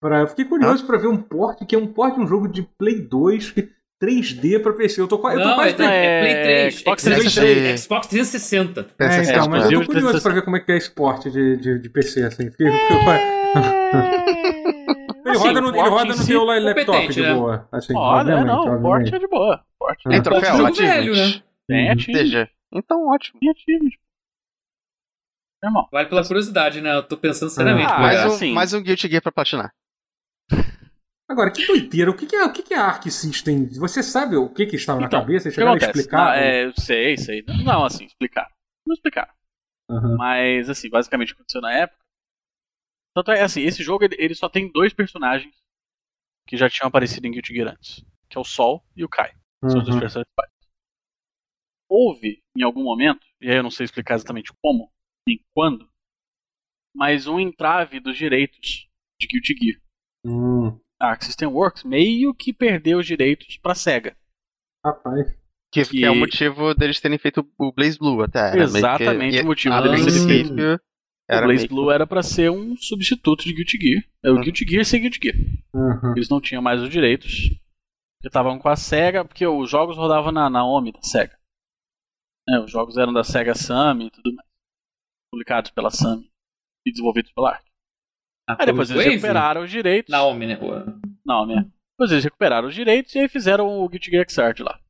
Speaker 1: Pra... Eu fiquei curioso pra ver um porte, que é um porte de um jogo de Play 2 que 3D pra PC. Eu tô, qua- eu tô
Speaker 2: Não, é,
Speaker 1: quase.
Speaker 2: é, Play
Speaker 4: é
Speaker 2: 3,
Speaker 4: Xbox
Speaker 2: Xbox
Speaker 3: 360.
Speaker 2: 360. Xbox 360.
Speaker 3: Tem
Speaker 1: É,
Speaker 3: essa
Speaker 1: então,
Speaker 3: questão.
Speaker 1: mas eu tô
Speaker 4: exclusivo de
Speaker 1: curioso pra ver como é que é esse porte de, de, de PC, assim. Porque,
Speaker 4: <laughs>
Speaker 1: porque- ele,
Speaker 4: É, Assim,
Speaker 1: roda no,
Speaker 4: o
Speaker 1: <laughs> ele
Speaker 4: porte
Speaker 1: roda
Speaker 4: em
Speaker 1: no
Speaker 4: si,
Speaker 1: teu laptop
Speaker 2: competente,
Speaker 1: de
Speaker 2: né?
Speaker 1: boa. Assim,
Speaker 4: Olha, é,
Speaker 1: obviamente,
Speaker 4: não, o
Speaker 1: obviamente.
Speaker 4: port é de boa. O Port
Speaker 1: Ah.
Speaker 4: é
Speaker 3: Tem
Speaker 4: de boa.
Speaker 3: troféu,
Speaker 1: né?
Speaker 2: jogo velho,
Speaker 3: achievement.
Speaker 4: Tem achievement.
Speaker 3: Então, ótimo.
Speaker 4: Tem achievement. Irmão.
Speaker 2: Vale pela curiosidade, né? Eu tô pensando seriamente.
Speaker 4: Ah,
Speaker 2: Ah,
Speaker 4: mas
Speaker 1: é.
Speaker 3: mais, um,
Speaker 4: assim-
Speaker 3: mais um Guilty Gear pra platinar.
Speaker 1: Agora, que doideira. O que, que é, o que, que é Arc System? Você sabe o que, que estava na
Speaker 4: Então,
Speaker 1: cabeça?
Speaker 4: O
Speaker 1: Eles
Speaker 4: que
Speaker 1: chegaram a
Speaker 4: acontece?
Speaker 1: explicar? né?
Speaker 4: Não, é, eu sei, sei. Não, assim, explicar. Não explicar.
Speaker 1: Aham.
Speaker 4: Mas, assim, basicamente o que aconteceu na época. Tanto é, assim, esse jogo ele, ele só tem dois personagens que já tinham aparecido em Guilty Gear antes. Que é o Sol e o Kai. São os dois
Speaker 1: Uhum.
Speaker 4: personagens principais. Houve, em algum momento, e aí eu não sei explicar exatamente como, nem quando, mas um entrave dos direitos de Guilty Gear.
Speaker 1: Hum,
Speaker 4: a Arc System Works meio que perdeu os direitos pra SEGA.
Speaker 1: rapaz.
Speaker 3: Que,
Speaker 4: Que-
Speaker 3: que é o motivo deles terem feito o Blaze Blue até. era meio que-
Speaker 4: Exatamente
Speaker 3: e-
Speaker 4: o motivo
Speaker 3: A
Speaker 2: deles terem feito.
Speaker 3: princípio
Speaker 4: o
Speaker 3: era
Speaker 4: Blaze
Speaker 3: meio...
Speaker 4: Blue era pra ser um substituto de Guilty Gear. É o
Speaker 3: Uhum.
Speaker 4: Guilty Gear sem Guilty Gear.
Speaker 1: Uhum.
Speaker 4: Eles não tinham mais os direitos. Porque estavam com a SEGA, porque os jogos rodavam na Naomi da SEGA. É, os jogos eram da SEGA Sammy e tudo mais. Publicados pela Sammy e desenvolvidos pela Arc. Aí Ah, depois eles recuperaram os direitos.
Speaker 2: Naomi, né?
Speaker 4: Não, né? Depois eles recuperaram os direitos e aí fizeram o Guilty Gear Xrd lá.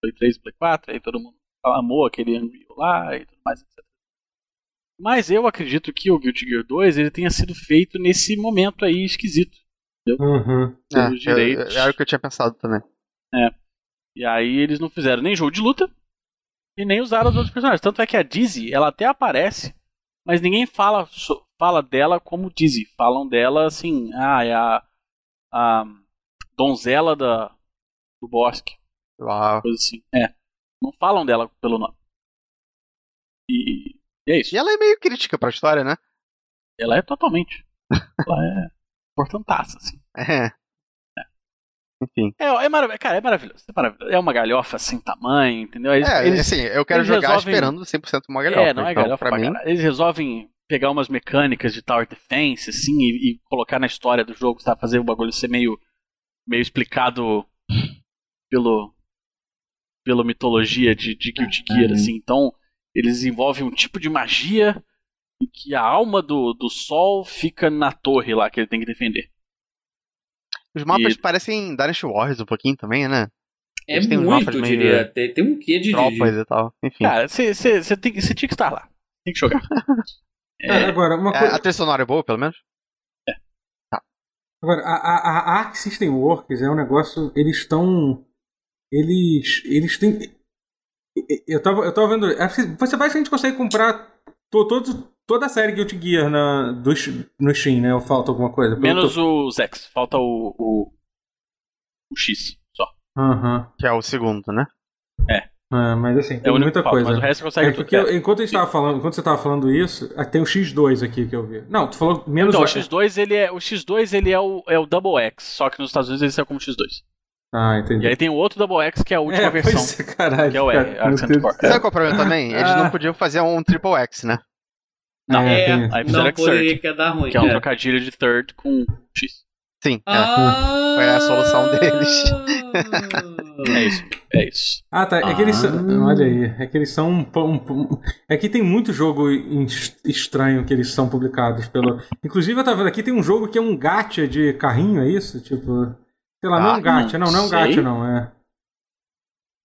Speaker 4: Play 3, Play 4, aí todo mundo amou aquele Unreal lá e tudo mais, etc. Mas eu acredito que o Guilty Gear 2 ele tenha sido feito nesse momento aí esquisito.
Speaker 1: Uhum.
Speaker 3: É,
Speaker 4: dos
Speaker 3: eu-
Speaker 4: direitos.
Speaker 3: era o que eu tinha pensado também.
Speaker 4: E aí eles não fizeram nem jogo de luta e nem usaram os outros personagens. Tanto é que a Dizzy, ela até aparece, mas ninguém fala, so- fala dela como Dizzy. Falam dela assim, ah, é a, a donzela da, do bosque.
Speaker 3: Uau.
Speaker 4: coisa assim. É. Não falam dela pelo nome. E, e é isso.
Speaker 3: E ela é meio crítica pra história, né?
Speaker 4: Ela é totalmente. ela é importantaça, assim.
Speaker 3: É. Enfim.
Speaker 4: É, é maravilhoso. Cara, é maravilhoso. É maravilhoso. É uma galhofa sem tamanho, entendeu? Eles,
Speaker 3: É,
Speaker 4: eles-
Speaker 3: assim, eu quero
Speaker 4: eles
Speaker 3: jogar
Speaker 4: resolvem-
Speaker 3: esperando 100% uma
Speaker 4: é,
Speaker 3: galhofa.
Speaker 4: não é
Speaker 3: então,
Speaker 4: galhofa pra,
Speaker 3: pra mim.
Speaker 4: caralho. Eles resolvem pegar umas mecânicas de Tower Defense, assim, e, e colocar na história do jogo, sabe? Fazer o bagulho ser meio, meio explicado pelo pela mitologia de, de Guilty
Speaker 3: Uhum.
Speaker 4: Gear, assim. Então, eles envolvem um tipo de magia em que a alma do, do sol fica na torre lá que ele tem que defender.
Speaker 3: Os mapas
Speaker 4: E-
Speaker 3: parecem Dynasty Warriors um pouquinho também, né?
Speaker 2: É
Speaker 4: um
Speaker 3: Eles têm uns
Speaker 2: muito,
Speaker 3: mapas
Speaker 2: eu
Speaker 3: meio-
Speaker 2: diria. Tem, tem um quê de. de-
Speaker 4: né?
Speaker 3: Tropas e tal. Enfim.
Speaker 4: Cara, você tinha que estar lá. Tem que
Speaker 3: <laughs>
Speaker 4: jogar.
Speaker 1: É, Agora, uma
Speaker 3: É,
Speaker 1: coisa.
Speaker 3: a trilha sonora é boa, pelo menos?
Speaker 1: Agora, a, a, a Arc System Works é um negócio. Eles estão. Eles. Eles têm. e- e- Eu tava, eu tava vendo. é, você- Você basicamente consegue comprar to, todo, toda a série Guilty Gear na, do, Steam- no Steam, né? Ou falta alguma coisa?
Speaker 4: Menos o Zex. Falta o, o, o X só.
Speaker 1: Aham.
Speaker 3: Que é o segundo, né?
Speaker 1: É, mas assim,
Speaker 4: É
Speaker 1: tem
Speaker 4: o único
Speaker 1: muita
Speaker 4: que falta,
Speaker 1: coisa.
Speaker 4: mas o resto você consegue
Speaker 1: É
Speaker 4: tudo.
Speaker 1: porque eu- enquanto, a gente tava falando, enquanto você tava falando isso, ah, tem o X2 aqui que eu vi. Não, tu falou menos
Speaker 4: Então, o
Speaker 1: o
Speaker 4: X2, ele é, o X2 ele é, o, é o Double X, só que nos Estados Unidos ele saiu como X2.
Speaker 1: Ah, entendi.
Speaker 4: E aí tem o outro Double X, que é a última
Speaker 1: é,
Speaker 4: versão.
Speaker 1: Pois, é, caralho,
Speaker 4: que é o R,
Speaker 1: cara,
Speaker 4: Accent
Speaker 1: meu Deus do
Speaker 4: Core.
Speaker 1: céu.
Speaker 3: Sabe qual é o problema
Speaker 4: <laughs>
Speaker 3: também? Eles
Speaker 1: Ah.
Speaker 3: não podiam fazer um Triple X, né?
Speaker 4: Não,
Speaker 2: É,
Speaker 1: tem-
Speaker 4: Aí fizeram
Speaker 2: não
Speaker 4: Exert.
Speaker 2: poderia que ia dar ruim.
Speaker 4: Que é um
Speaker 2: é.
Speaker 4: trocadilho de third com X.
Speaker 3: Sim. é.
Speaker 2: Ah,
Speaker 3: Foi a solução deles. Ah.
Speaker 4: É isso, é isso.
Speaker 1: Ah, tá. É que eles são.
Speaker 2: Ah.
Speaker 1: Olha aí. É que eles são um. pão- um, pão- é que tem muito jogo em- estranho que eles são publicados pelo. Inclusive, eu tava vendo aqui, tem um jogo que é um gacha de carrinho, é isso? Tipo. Sei lá, não é um
Speaker 3: Ah,
Speaker 1: gacha, não, não é um
Speaker 4: sei.
Speaker 1: gacha, não. É.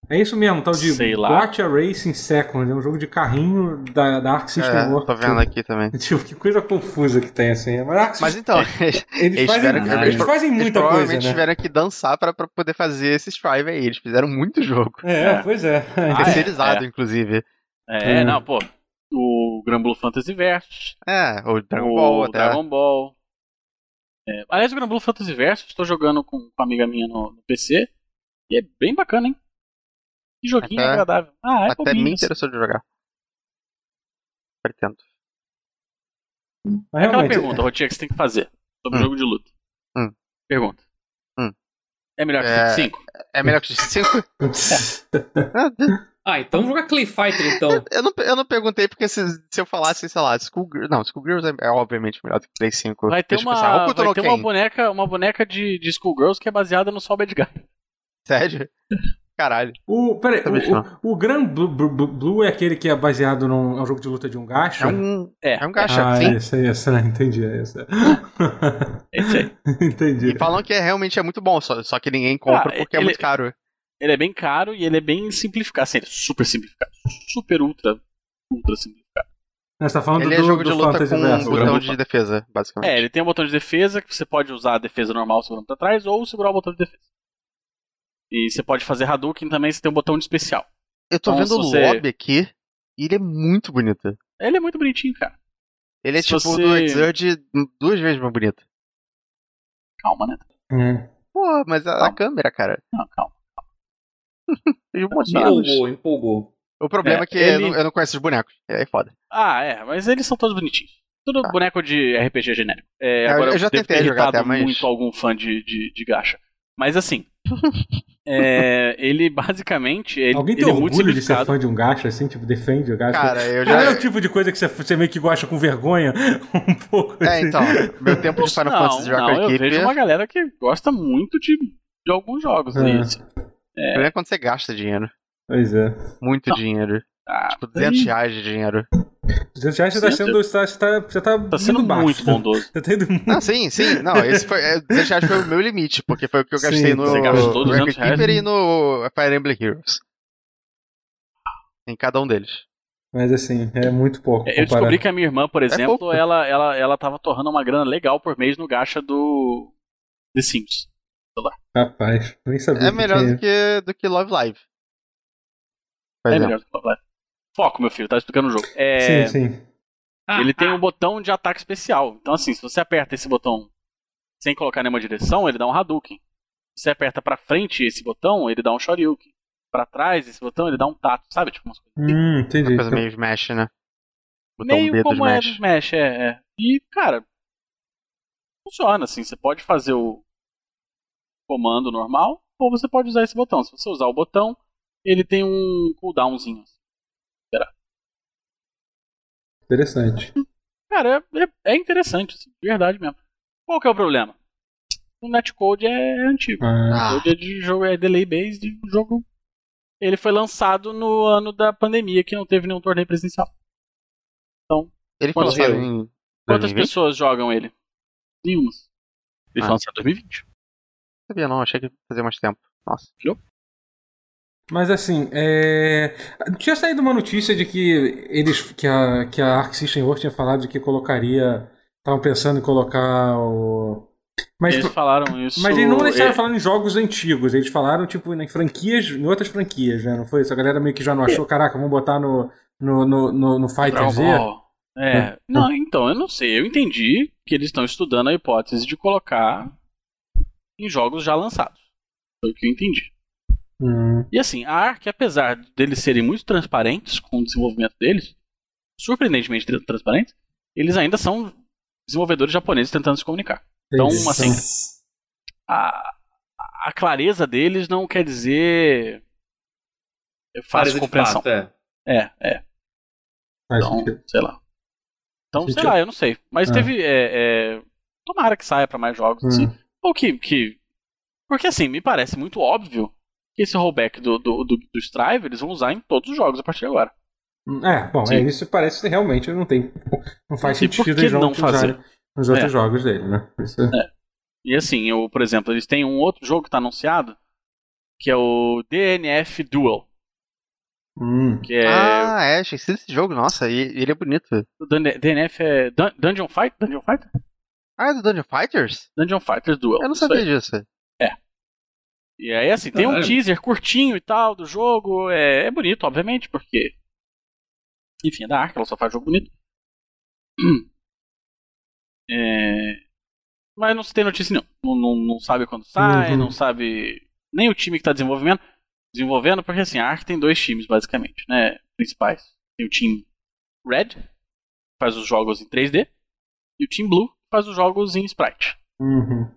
Speaker 1: É isso mesmo, tal de
Speaker 4: Sei lá.
Speaker 1: Gacha Racing Second. É um jogo de carrinho da, da Arc System
Speaker 3: É,
Speaker 1: Works.
Speaker 3: tô vendo aqui também.
Speaker 1: <laughs> Tipo, que coisa confusa que tem assim. Mas, Arc
Speaker 3: Mas
Speaker 1: System-
Speaker 3: então,
Speaker 1: eles,
Speaker 3: <laughs> eles
Speaker 1: fazem,
Speaker 3: tiveram
Speaker 2: que-
Speaker 1: eles
Speaker 2: eles-
Speaker 1: fazem
Speaker 3: eles
Speaker 1: muita
Speaker 3: provavelmente
Speaker 1: coisa, né?
Speaker 3: tiveram que dançar pra, pra poder fazer esse Strive aí. Eles fizeram muito jogo.
Speaker 1: É, pois é. <laughs>
Speaker 4: Ah, é?
Speaker 3: Terceirizado, inclusive.
Speaker 4: É,
Speaker 1: É.
Speaker 4: não, pô. O Gran Blue Fantasy Versus.
Speaker 3: É, o Dragon
Speaker 4: o
Speaker 3: Ball até.
Speaker 4: Dragon Ball. É, aliás, o Gran Blue Fantasy Versus, estou jogando com, com uma amiga minha no, no PC. E é bem bacana, hein? Que joguinho
Speaker 3: Até-
Speaker 4: agradável. Ah, é
Speaker 3: Até me
Speaker 4: bobinho. assim.
Speaker 3: interessou de jogar. Pretendo.
Speaker 1: Mas
Speaker 4: Aquela
Speaker 1: realmente-
Speaker 4: pergunta, Rotinha, que você tem que fazer sobre
Speaker 3: Hum.
Speaker 4: jogo de luta.
Speaker 3: Hum.
Speaker 4: Pergunta.
Speaker 3: Hum.
Speaker 4: É melhor que
Speaker 3: É.
Speaker 4: 5?
Speaker 3: <laughs> É melhor que 5?
Speaker 2: <laughs> Ah, então vamos jogar Clay Fighter
Speaker 4: <laughs>
Speaker 2: então.
Speaker 3: Eu não, eu não perguntei porque se, se eu falasse, sei lá, School Não, School Girls é, é obviamente melhor do que Play 5.
Speaker 4: Vai ter,
Speaker 3: Deixa eu pensar.
Speaker 4: uma,
Speaker 3: Hokuto
Speaker 4: vai
Speaker 3: no
Speaker 4: ter uma
Speaker 3: Ken.
Speaker 4: boneca, uma boneca de, de Schoolgirls que é baseada no Sol Bad Guy.
Speaker 3: Sério? Caralho.
Speaker 1: <laughs> O, peraí,
Speaker 3: Também
Speaker 1: o, o, o Gran Blue, Blue- Blue é aquele que é baseado num é um jogo de luta de um
Speaker 3: É
Speaker 1: gacha?
Speaker 3: um,
Speaker 4: É.
Speaker 3: é um gacha,
Speaker 1: ah,
Speaker 3: sim.
Speaker 1: esse aí, esse aí, entendi, é esse. <laughs>
Speaker 4: É isso aí.
Speaker 1: entendi.
Speaker 3: E falam que é, realmente é muito bom, só, só que ninguém compra
Speaker 4: Ah,
Speaker 3: porque é
Speaker 4: ele-
Speaker 3: muito caro.
Speaker 4: <laughs> Ele é bem caro e ele é bem simplificado. Assim, ele é super simplificado. Super ultra, ultra simplificado.
Speaker 1: Você tá falando
Speaker 3: Ele
Speaker 1: do,
Speaker 3: é jogo
Speaker 1: do
Speaker 3: de luta
Speaker 1: Fantasy
Speaker 3: com um
Speaker 1: Verso, né?
Speaker 3: botão de defesa, basicamente.
Speaker 4: É, ele tem um botão de defesa que você pode usar a defesa normal segurando pra trás ou segurar o botão de defesa. E você pode fazer Hadouken também, você tem um botão de especial.
Speaker 3: Eu tô
Speaker 4: Então,
Speaker 3: vendo o
Speaker 4: se você-
Speaker 3: lobby aqui e ele é muito bonito.
Speaker 4: Ele é muito bonitinho, cara.
Speaker 3: Ele é
Speaker 4: Se
Speaker 3: tipo
Speaker 4: você-
Speaker 3: do Exurge duas vezes mais bonito.
Speaker 4: Calma, né?
Speaker 1: Hum.
Speaker 3: Pô, mas a, a
Speaker 4: Calma.
Speaker 3: câmera, cara.
Speaker 4: Não, calma.
Speaker 3: tem um monte de anos.
Speaker 2: Empolgou, empolgou.
Speaker 3: O problema é,
Speaker 4: É,
Speaker 3: que eu
Speaker 4: ele-
Speaker 3: não- eu não conheço os bonecos. É foda.
Speaker 4: Ah, é, mas eles são todos bonitinhos. Tudo
Speaker 3: Tá.
Speaker 4: boneco de RPG genérico. É,
Speaker 3: Eu-
Speaker 4: agora
Speaker 3: eu já
Speaker 4: devo ter
Speaker 3: tentei jogar
Speaker 4: irritado
Speaker 3: até, mas-
Speaker 4: muito algum fã de, de, de gacha.
Speaker 3: <laughs>
Speaker 4: Mas assim, é, ele basicamente. Ele,
Speaker 1: Alguém tem
Speaker 4: ele é muito
Speaker 1: orgulho de ser
Speaker 4: simplificado.
Speaker 1: fã de um gacha, assim? Tipo, defende o gacha?
Speaker 3: Cara, eu
Speaker 1: Não
Speaker 4: <laughs>
Speaker 1: é
Speaker 3: já.
Speaker 1: o tipo de coisa que você, você meio que gosta com vergonha? <laughs> Um pouco.
Speaker 3: É,
Speaker 1: assim.
Speaker 3: então. Meu tempo de Final
Speaker 4: não,
Speaker 3: Fantasy jogar
Speaker 4: não,
Speaker 3: com a
Speaker 4: eu
Speaker 3: equipe.
Speaker 4: vejo uma galera que gosta muito de, de alguns jogos.
Speaker 1: É.
Speaker 4: né, assim.
Speaker 3: O problema é quando você gasta dinheiro.
Speaker 1: Pois é.
Speaker 3: Muito dinheiro.
Speaker 4: Ah,
Speaker 3: Tipo, 200 reais de dinheiro.
Speaker 1: 200 reais você tá
Speaker 4: Sim,
Speaker 1: sendo. Você tá, você tá, você tá,
Speaker 4: tá sendo
Speaker 1: indo baixo.
Speaker 4: muito bondoso.
Speaker 1: Você tá indo muito.
Speaker 3: Ah, sim, sim. Não, esse foi. é, 200 reais foi o meu limite, porque foi o que eu
Speaker 1: Sim,
Speaker 3: gastei no.
Speaker 1: você
Speaker 4: gastou 200
Speaker 3: Record
Speaker 4: reais.
Speaker 3: Keeper e no Fire Emblem Heroes. Em cada um deles.
Speaker 1: Mas assim, é muito pouco.
Speaker 4: É, Eu
Speaker 1: comparado.
Speaker 4: descobri que a minha irmã, por exemplo,
Speaker 3: pouco.
Speaker 4: ela, ela, ela tava torrando uma grana legal por mês no gacha do The Sims.
Speaker 1: Rapaz, nem sabia.
Speaker 3: É
Speaker 1: que
Speaker 3: melhor
Speaker 1: tinha.
Speaker 3: do que, do que Love Live. Por
Speaker 4: É
Speaker 3: exemplo.
Speaker 4: melhor do que o Black. Foco, meu filho, tá explicando o jogo. É,
Speaker 1: Sim, sim.
Speaker 2: Ah,
Speaker 4: Ele tem
Speaker 2: ah,
Speaker 4: um botão de ataque especial. Então, assim, se você aperta esse botão sem colocar nenhuma direção, ele dá um Hadouken. Se você aperta pra frente esse botão, ele dá um Shoryuken. Pra trás esse botão, ele dá um tato, sabe? Tipo, umas coisas.
Speaker 1: Hum, entendi.
Speaker 3: Uma coisa meio Smash, né? Botar um
Speaker 4: Meio
Speaker 3: dedo
Speaker 4: como é do
Speaker 3: Smash.
Speaker 4: Smash, é, é. E, cara, funciona assim. Você pode fazer o comando normal, ou você pode usar esse botão. Se você usar o botão, ele tem um cooldownzinho.
Speaker 1: Interessante.
Speaker 4: Cara, é, é- é interessante, assim, de verdade mesmo. Qual que é o problema? O netcode é antigo.
Speaker 1: Ah,
Speaker 3: Ah,
Speaker 4: Hoje é de jogo é delay based, um jogo. Ele foi lançado no ano da pandemia, que não teve nenhum torneio presencial.
Speaker 3: ele foi
Speaker 4: quantos
Speaker 3: lançado
Speaker 4: eu?
Speaker 3: em.
Speaker 4: Quantas
Speaker 3: 2020?
Speaker 4: pessoas jogam ele? Nenhuma. Ele
Speaker 3: Ah.
Speaker 4: foi lançado em 2020.
Speaker 3: Sabia não, achei que fazia mais tempo. Nossa.
Speaker 1: Mas assim, é... tinha saído uma notícia de que eles que a, que a Arc System Works tinha falado de que colocaria. Estavam pensando em colocar o. Mas,
Speaker 4: Eles falaram isso.
Speaker 1: mas eles não deixaram
Speaker 4: é,
Speaker 1: falando em jogos antigos, eles falaram, tipo, em franquias, em outras franquias, né? Não foi isso? A galera meio que já não achou, caraca, vamos botar no, no, no, no, no Fighter
Speaker 4: É. Dragon
Speaker 1: Z.
Speaker 4: Ball. um É. Não, então, eu não sei. Eu entendi que eles estão estudando a hipótese de colocar em jogos já lançados. Foi o que eu entendi.
Speaker 1: Hum,
Speaker 4: E assim, a ARC, apesar deles serem muito transparentes com o desenvolvimento deles, surpreendentemente tran- transparentes, eles ainda são desenvolvedores japoneses tentando se comunicar. Então,
Speaker 1: entendi.
Speaker 4: assim, A, a clareza deles não quer dizer
Speaker 2: clareza
Speaker 4: fácil
Speaker 2: de
Speaker 4: compreensão.
Speaker 2: fato, é.
Speaker 4: É, é.
Speaker 1: Faz
Speaker 4: Então,
Speaker 1: sentido.
Speaker 4: sei lá. Então,
Speaker 1: Faz
Speaker 4: sei
Speaker 1: sentido.
Speaker 4: lá, eu não sei. Mas
Speaker 1: Ah.
Speaker 4: teve. é, é, tomara que saia pra mais jogos. assim.
Speaker 1: Hum.
Speaker 4: Ou que, que. Porque assim, me parece muito óbvio que esse rollback do, do, do, do Strive eles vão usar em todos os jogos a partir de agora.
Speaker 1: É, bom,
Speaker 4: Sim.
Speaker 1: é, isso parece que realmente não tem. Não faz
Speaker 4: E por
Speaker 1: sentido
Speaker 4: que
Speaker 1: eles não
Speaker 4: não
Speaker 1: usarem nos outros
Speaker 4: É.
Speaker 1: jogos dele, né? Isso-
Speaker 4: E assim, eu, por exemplo, eles têm um outro jogo que tá anunciado, que é o DNF Duel,
Speaker 1: Hum.
Speaker 4: que é
Speaker 3: Ah, é, achei esse jogo, nossa, e e ele é bonito.
Speaker 4: o Dun- DNF é Dun- Dungeon Fight, Dungeon Fighter,
Speaker 3: Ah, é do Dungeon Fighters?
Speaker 4: Dungeon Fighters Duel.
Speaker 3: Eu não
Speaker 4: isso
Speaker 3: sabia
Speaker 4: aí. Uhum.
Speaker 3: disso.
Speaker 4: E aí assim, tem um
Speaker 2: Caralho.
Speaker 4: teaser curtinho e tal do jogo, é, é bonito, obviamente, porque enfim, é da Ark, ela só faz jogo bonito. <clears throat> É, Mas não se tem notícia nenhuma. Não, não, não sabe quando sai,
Speaker 1: Uhum.
Speaker 4: não sabe nem o time que está desenvolvendo. Desenvolvendo, porque assim, a Ark tem dois times, basicamente, né? Principais. Tem o time Red, que faz os jogos em 3D, e o time Blue, que faz os jogos em sprite.
Speaker 1: Uhum.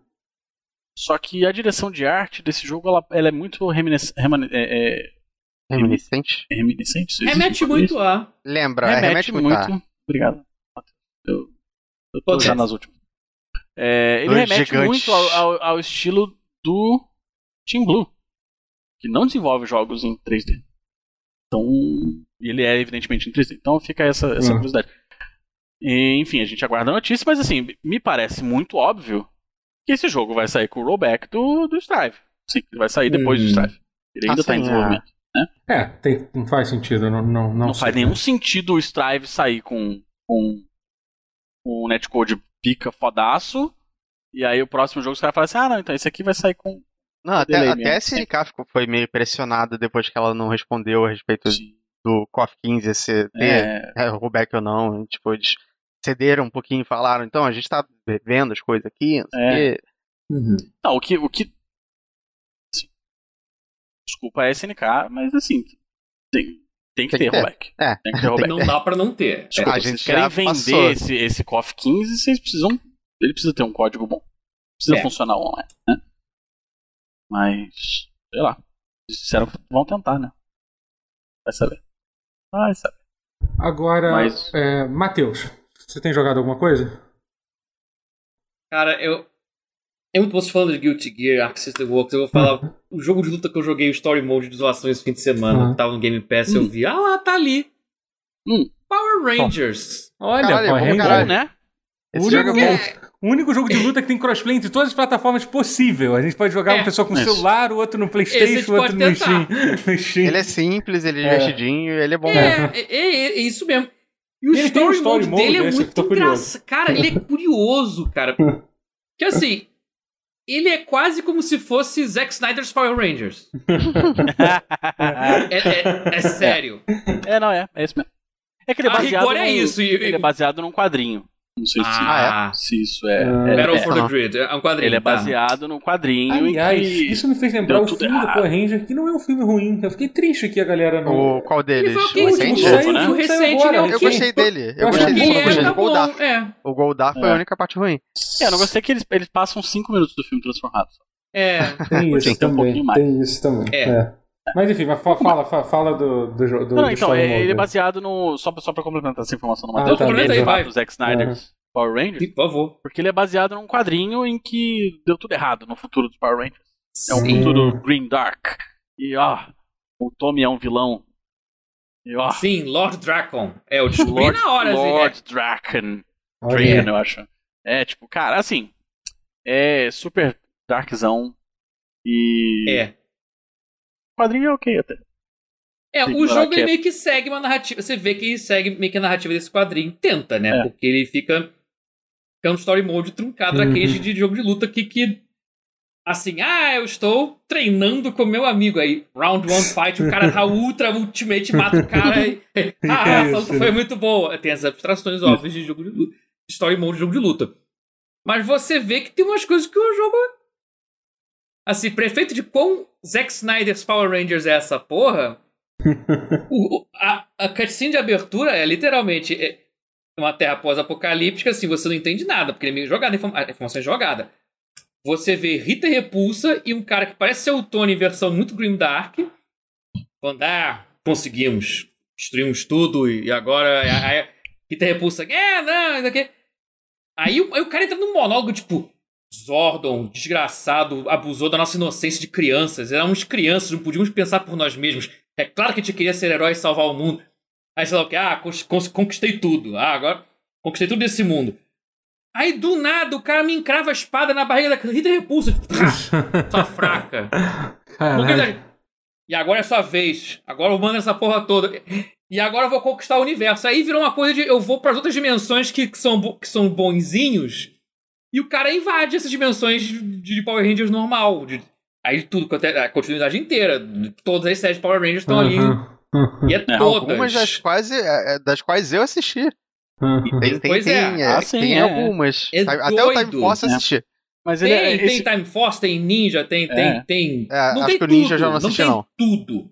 Speaker 4: Só que a direção de arte desse jogo ela, ela é muito reminiscente. É,
Speaker 3: Reminiscente?
Speaker 4: é, reminiscente? Isso existe
Speaker 2: Remete
Speaker 4: em português?
Speaker 2: muito a.
Speaker 3: Lembra, é, remete muito. a-
Speaker 4: Obrigado. Eu, eu tô
Speaker 2: Honesto.
Speaker 4: já nas últimas. É, ele
Speaker 3: Dois
Speaker 4: remete
Speaker 3: gigantes.
Speaker 4: muito ao, ao- ao estilo do Team Blue, que não desenvolve jogos em 3D. Então, ele é evidentemente em 3D. Então fica essa, essa
Speaker 1: Hum.
Speaker 4: curiosidade. E, enfim, a gente aguarda a notícia, mas assim, me parece muito óbvio que esse jogo vai sair com o rollback do, do Strive. Sim, ele vai sair depois
Speaker 1: Hum.
Speaker 4: do Strive. Ele ainda
Speaker 3: Ah,
Speaker 4: está em
Speaker 3: sim, é.
Speaker 4: desenvolvimento.
Speaker 1: É, tem- não faz sentido, não, não, não,
Speaker 4: Não né? faz
Speaker 1: sei.
Speaker 4: nenhum sentido o Strive sair com com um netcode pica fodaço. E aí o próximo jogo os caras falam assim: ah, não, então esse aqui vai sair com.
Speaker 3: Não, até,
Speaker 4: delay
Speaker 3: até
Speaker 4: mesmo,
Speaker 3: a SNK ficou, foi meio pressionada depois que ela não respondeu a respeito do CoF 15, se ter
Speaker 4: É,
Speaker 3: é, rollback ou não. Tipo, eles cederam um pouquinho e falaram, então, a gente tá vendo as coisas aqui, não sei o
Speaker 4: É.
Speaker 3: quê.
Speaker 4: Não, o que. O que... assim, Desculpa é a SNK, mas assim. Tem, tem que
Speaker 3: Tem que
Speaker 4: ter
Speaker 3: ter.
Speaker 4: rollback.
Speaker 3: É.
Speaker 4: Tem que ter rollback.
Speaker 2: Não dá pra não ter.
Speaker 3: É,
Speaker 4: Desculpa,
Speaker 3: a
Speaker 4: vocês
Speaker 3: gente
Speaker 4: querem
Speaker 3: já passou.
Speaker 4: vender esse, esse CoF 15, vocês precisam. Ele precisa ter um código bom. Precisa
Speaker 2: É.
Speaker 4: funcionar online, né? Mas. Sei lá. Eles disseram que vão tentar, né? Vai saber. Vai saber.
Speaker 1: Agora,
Speaker 4: Mas-
Speaker 1: é, Matheus, você tem jogado alguma coisa?
Speaker 2: Cara, eu. É muito bom você falando de Guilty Gear, Arc System Works. Eu vou falar. O jogo de luta que eu joguei, o Story Mode de zoação esse fim de semana,
Speaker 1: Uhum.
Speaker 2: que tava no Game Pass, eu
Speaker 4: Hum.
Speaker 2: vi. Ah lá, tá ali.
Speaker 4: Hum.
Speaker 2: Power Rangers.
Speaker 1: Olha,
Speaker 3: Caralho,
Speaker 1: Power
Speaker 3: é bom,
Speaker 1: Rangers.
Speaker 3: caralho.
Speaker 4: Bom, né? <laughs>
Speaker 3: Esse
Speaker 1: O
Speaker 3: jogo é bom.
Speaker 1: único, o único jogo de luta que tem crossplay entre todas as plataformas possível. A gente pode jogar
Speaker 2: É.
Speaker 1: uma pessoa com
Speaker 4: Isso.
Speaker 1: celular, o outro no
Speaker 2: Esse a gente
Speaker 1: Playstation, o outro
Speaker 2: pode
Speaker 1: no Steam. No Steam.
Speaker 3: Ele é simples, ele é
Speaker 1: É.
Speaker 3: divertidinho, ele é bom.
Speaker 2: É, é, é- é isso mesmo. E o
Speaker 1: Ele tem um
Speaker 2: story,
Speaker 1: story
Speaker 2: mode, dele
Speaker 1: mode,
Speaker 2: é
Speaker 1: esse eu tô
Speaker 2: muito
Speaker 1: curioso.
Speaker 2: engraçado. Cara, ele
Speaker 1: <laughs>
Speaker 2: é curioso, cara. Que assim, ele é quase como se fosse Zack Snyder's Power Rangers. É,
Speaker 1: <laughs>
Speaker 2: é- é sério.
Speaker 4: É, não, é. É isso mesmo. É que ele é
Speaker 2: A
Speaker 4: baseado.
Speaker 2: rigor é
Speaker 4: num-
Speaker 2: isso, e-
Speaker 4: Ele é baseado num quadrinho. Não sei
Speaker 2: Ah,
Speaker 4: se, se isso é.
Speaker 1: Ah.
Speaker 4: é-
Speaker 2: Battle
Speaker 4: é-
Speaker 2: for the Grid. É um quadrinho.
Speaker 4: ele é
Speaker 2: tá.
Speaker 4: baseado num quadrinho. em
Speaker 1: Aliás,
Speaker 4: é um que-
Speaker 1: isso me fez lembrar o
Speaker 4: tudo
Speaker 1: filme do
Speaker 4: errado.
Speaker 1: Power Ranger, que não é um filme ruim. Eu fiquei triste que a galera não.
Speaker 3: O qual
Speaker 2: Ele
Speaker 3: deles?
Speaker 2: foi
Speaker 3: O
Speaker 2: ok, esse
Speaker 3: recente?
Speaker 4: tipo,
Speaker 1: saiu,
Speaker 4: né?
Speaker 1: saiu
Speaker 2: O recente,
Speaker 1: agora,
Speaker 2: ele é
Speaker 1: né?
Speaker 2: ok.
Speaker 3: Eu gostei dele. Eu
Speaker 1: Eu
Speaker 3: gostei
Speaker 1: achei
Speaker 2: Ele
Speaker 1: que ele
Speaker 3: dele. Eu
Speaker 1: era
Speaker 2: é,
Speaker 3: gostei
Speaker 2: tá
Speaker 3: do né? Goldar.
Speaker 2: bom. É,
Speaker 3: O Goldar foi
Speaker 4: É.
Speaker 3: a única parte ruim.
Speaker 4: É, eu não gostei que eles, eles passam cinco minutos do filme transformados.
Speaker 2: é.
Speaker 1: Tem isso
Speaker 4: Tem que ter um
Speaker 1: também.
Speaker 4: pouquinho mais.
Speaker 1: tem isso também.
Speaker 2: É.
Speaker 1: é. Mas enfim, mas fa- fala, fa- fala do, do, jo- do,
Speaker 4: Não, não,
Speaker 1: do
Speaker 4: então,
Speaker 1: Story
Speaker 4: é- ele é
Speaker 1: Mode.
Speaker 4: baseado no. Só, pra- só pra complementar essa informação do
Speaker 1: Ah,
Speaker 4: Matheus,
Speaker 1: tá,
Speaker 4: ele
Speaker 1: beleza.
Speaker 4: é
Speaker 2: Vai.
Speaker 4: baseado do Zack Snyder Power Rangers,
Speaker 2: Por favor.
Speaker 4: porque ele é baseado num quadrinho em que deu tudo errado no futuro dos Power Rangers. É um
Speaker 1: Sim.
Speaker 4: futuro Green Dark. E ó, o Tommy é um vilão. E ó,
Speaker 2: Sim, Lord Dracon. É, eu descobri
Speaker 4: Lord,
Speaker 2: na hora. assim,
Speaker 4: Lord Draken.
Speaker 1: Olha aí.
Speaker 2: né?
Speaker 4: Draken, eu acho. É, tipo, cara, assim. É super darkzão. E.
Speaker 2: É. é.
Speaker 4: O quadrinho é ok até.
Speaker 2: É,
Speaker 4: Tem
Speaker 2: o
Speaker 4: que lembrar
Speaker 2: jogo
Speaker 4: que
Speaker 2: ele
Speaker 4: é-
Speaker 2: meio que segue uma narrativa. Você vê que ele segue meio que a narrativa desse quadrinho. Tenta, né?
Speaker 4: É.
Speaker 2: Porque ele fica. Fica um story mode truncado
Speaker 1: Uhum.
Speaker 2: daquele de jogo de luta que, que. Assim, ah, eu estou treinando com meu amigo aí. Round one fight, o cara tá ultra ultimate, mata o
Speaker 3: <laughs>
Speaker 2: cara. E, ah, essa luta
Speaker 1: Isso.
Speaker 2: foi muito boa. Tem as abstrações óbvias de jogo de luta. Story mode de jogo de luta. Mas você vê que tem umas coisas que o jogo. Assim, prefeito de quão Zack Snyder's Power Rangers é essa porra. o- o- a, a cutscene de abertura é literalmente é uma terra pós-apocalíptica, assim, você não entende nada, porque ele é meio jogado, a informa- a informação é jogada. Você vê Rita Repulsa e um cara que parece ser o Tony em versão muito Grimdark. Falando, ah, conseguimos. Destruímos tudo e agora. a- a- Rita Repulsa, é, não, isso aqui. Aí, o- aí o cara entra num monólogo, tipo, Zordon, desgraçado, abusou da nossa inocência de crianças. Éramos crianças, não podíamos pensar por nós mesmos. É claro que a gente queria ser herói e salvar o mundo. Aí sei lá o que, ah, cons- cons- conquistei tudo. Ah, agora conquistei tudo desse mundo. Aí do nada o cara me encrava a espada na barriga da Rita Repulsa. <laughs> Tipo, "Pá, Sua fraca. Não quer
Speaker 1: Caralho.
Speaker 2: dizer, E agora é sua vez. Agora eu mando essa porra toda. E agora eu vou conquistar o universo. Aí virou uma coisa de eu vou pras outras dimensões que, que são, bo- que são bonzinhos. E o cara invade essas dimensões de, de Power Rangers normal. de- aí tudo, conte- a continuidade inteira. Todas as séries de Power Rangers estão ali.
Speaker 1: Uhum.
Speaker 2: E é
Speaker 4: É,
Speaker 2: todas.
Speaker 3: Algumas das quais, é, é, das quais eu assisti.
Speaker 1: Uhum.
Speaker 3: Tem, tem,
Speaker 2: Pois
Speaker 3: tem,
Speaker 2: é.
Speaker 3: é,
Speaker 4: Ah, sim,
Speaker 3: tem
Speaker 4: é.
Speaker 3: algumas.
Speaker 2: É
Speaker 3: Até o Time
Speaker 2: doido.
Speaker 3: Force eu
Speaker 4: É.
Speaker 3: assisti.
Speaker 4: Mas
Speaker 2: Tem,
Speaker 4: ele é.
Speaker 2: tem
Speaker 4: esse-
Speaker 2: Time Force, tem Ninja, tem,
Speaker 4: É.
Speaker 2: tem, tem.
Speaker 3: É,
Speaker 2: não
Speaker 3: acho
Speaker 2: tem
Speaker 3: que o
Speaker 2: tudo,
Speaker 3: Ninja eu já não assisti,
Speaker 2: tem
Speaker 3: não.
Speaker 2: tudo.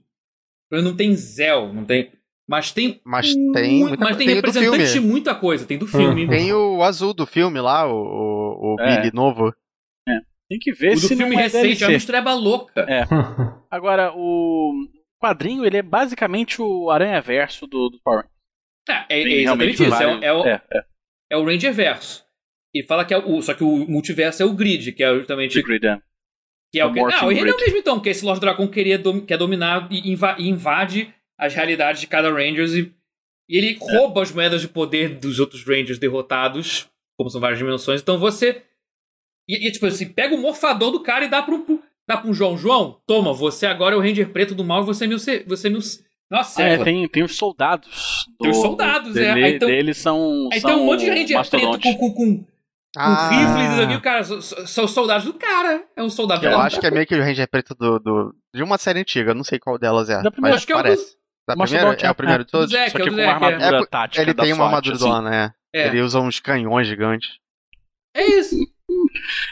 Speaker 2: Não tem Zell, não tem. Mas tem.
Speaker 3: Mas tem
Speaker 2: muito-
Speaker 3: muita
Speaker 2: mas tem,
Speaker 3: tem o do
Speaker 2: representante de
Speaker 3: filme. Hum.
Speaker 2: muita coisa. Tem do filme.
Speaker 3: Tem o azul do filme lá, o, o, o
Speaker 4: É.
Speaker 3: Billy novo.
Speaker 4: Tem que ver
Speaker 2: o do
Speaker 4: se
Speaker 2: filme
Speaker 4: não é
Speaker 2: recente é uma
Speaker 4: DLC.
Speaker 2: mistureba louca.
Speaker 4: É. Agora, o quadrinho, ele é basicamente o Aranha Verso do, do Power Rangers.
Speaker 2: Ah, É, é
Speaker 4: Tem realmente
Speaker 2: exatamente isso. É, o-
Speaker 4: vários-
Speaker 2: é o,
Speaker 4: é, é,
Speaker 2: é o Ranger Verso. E fala que é o. Só que o multiverso é o grid, que é
Speaker 4: de
Speaker 2: justamente.
Speaker 4: Grid, é.
Speaker 2: Que é o que,
Speaker 4: o Morphin
Speaker 2: não, ele é o
Speaker 4: Grid.
Speaker 2: mesmo então, porque esse Lord Dragon queria dom- quer dominar e, inva- e invade as realidades de cada Rangers e, e ele
Speaker 3: É.
Speaker 2: rouba as moedas de poder dos outros Rangers derrotados, como são várias dimensões. Então você. E, e, tipo assim, pega o morfador do um, cara e dá pro, pro- dá pro João. João, toma, você agora é o Ranger preto do mal e você é meu, se- você é meu, Nossa,
Speaker 4: Ah, é,
Speaker 2: século.
Speaker 4: tem, tem os soldados. do-
Speaker 2: Tem os soldados, é.
Speaker 4: dele-
Speaker 2: Aí então-
Speaker 4: deles são.
Speaker 2: Aí
Speaker 4: são
Speaker 2: tem um monte de gente é preto
Speaker 4: mastodontes.
Speaker 2: com, com, com,
Speaker 3: Ah.
Speaker 2: com rifles e o cara, so- so- são soldados do cara. É um soldado
Speaker 3: Que eu
Speaker 2: branco.
Speaker 3: acho que é meio que o Ranger Preto do, do- de uma série antiga, não sei qual delas é.
Speaker 4: Da primeira.
Speaker 3: mas
Speaker 2: Acho que é o
Speaker 3: parece. Da
Speaker 4: Mastodonte,
Speaker 3: primeira? É
Speaker 4: é.
Speaker 3: o primeiro de
Speaker 2: Do
Speaker 3: todos?
Speaker 2: Zé,
Speaker 4: Só
Speaker 2: que é
Speaker 4: que
Speaker 2: o
Speaker 4: com
Speaker 2: Zé,
Speaker 4: uma
Speaker 2: que é-
Speaker 4: armadura
Speaker 3: É,
Speaker 4: tática.
Speaker 3: Ele
Speaker 4: da
Speaker 3: tem uma
Speaker 4: SWAT,
Speaker 3: armadura
Speaker 4: assim.
Speaker 3: do né?
Speaker 2: É,
Speaker 3: Ele usa uns canhões gigantes.
Speaker 2: é isso.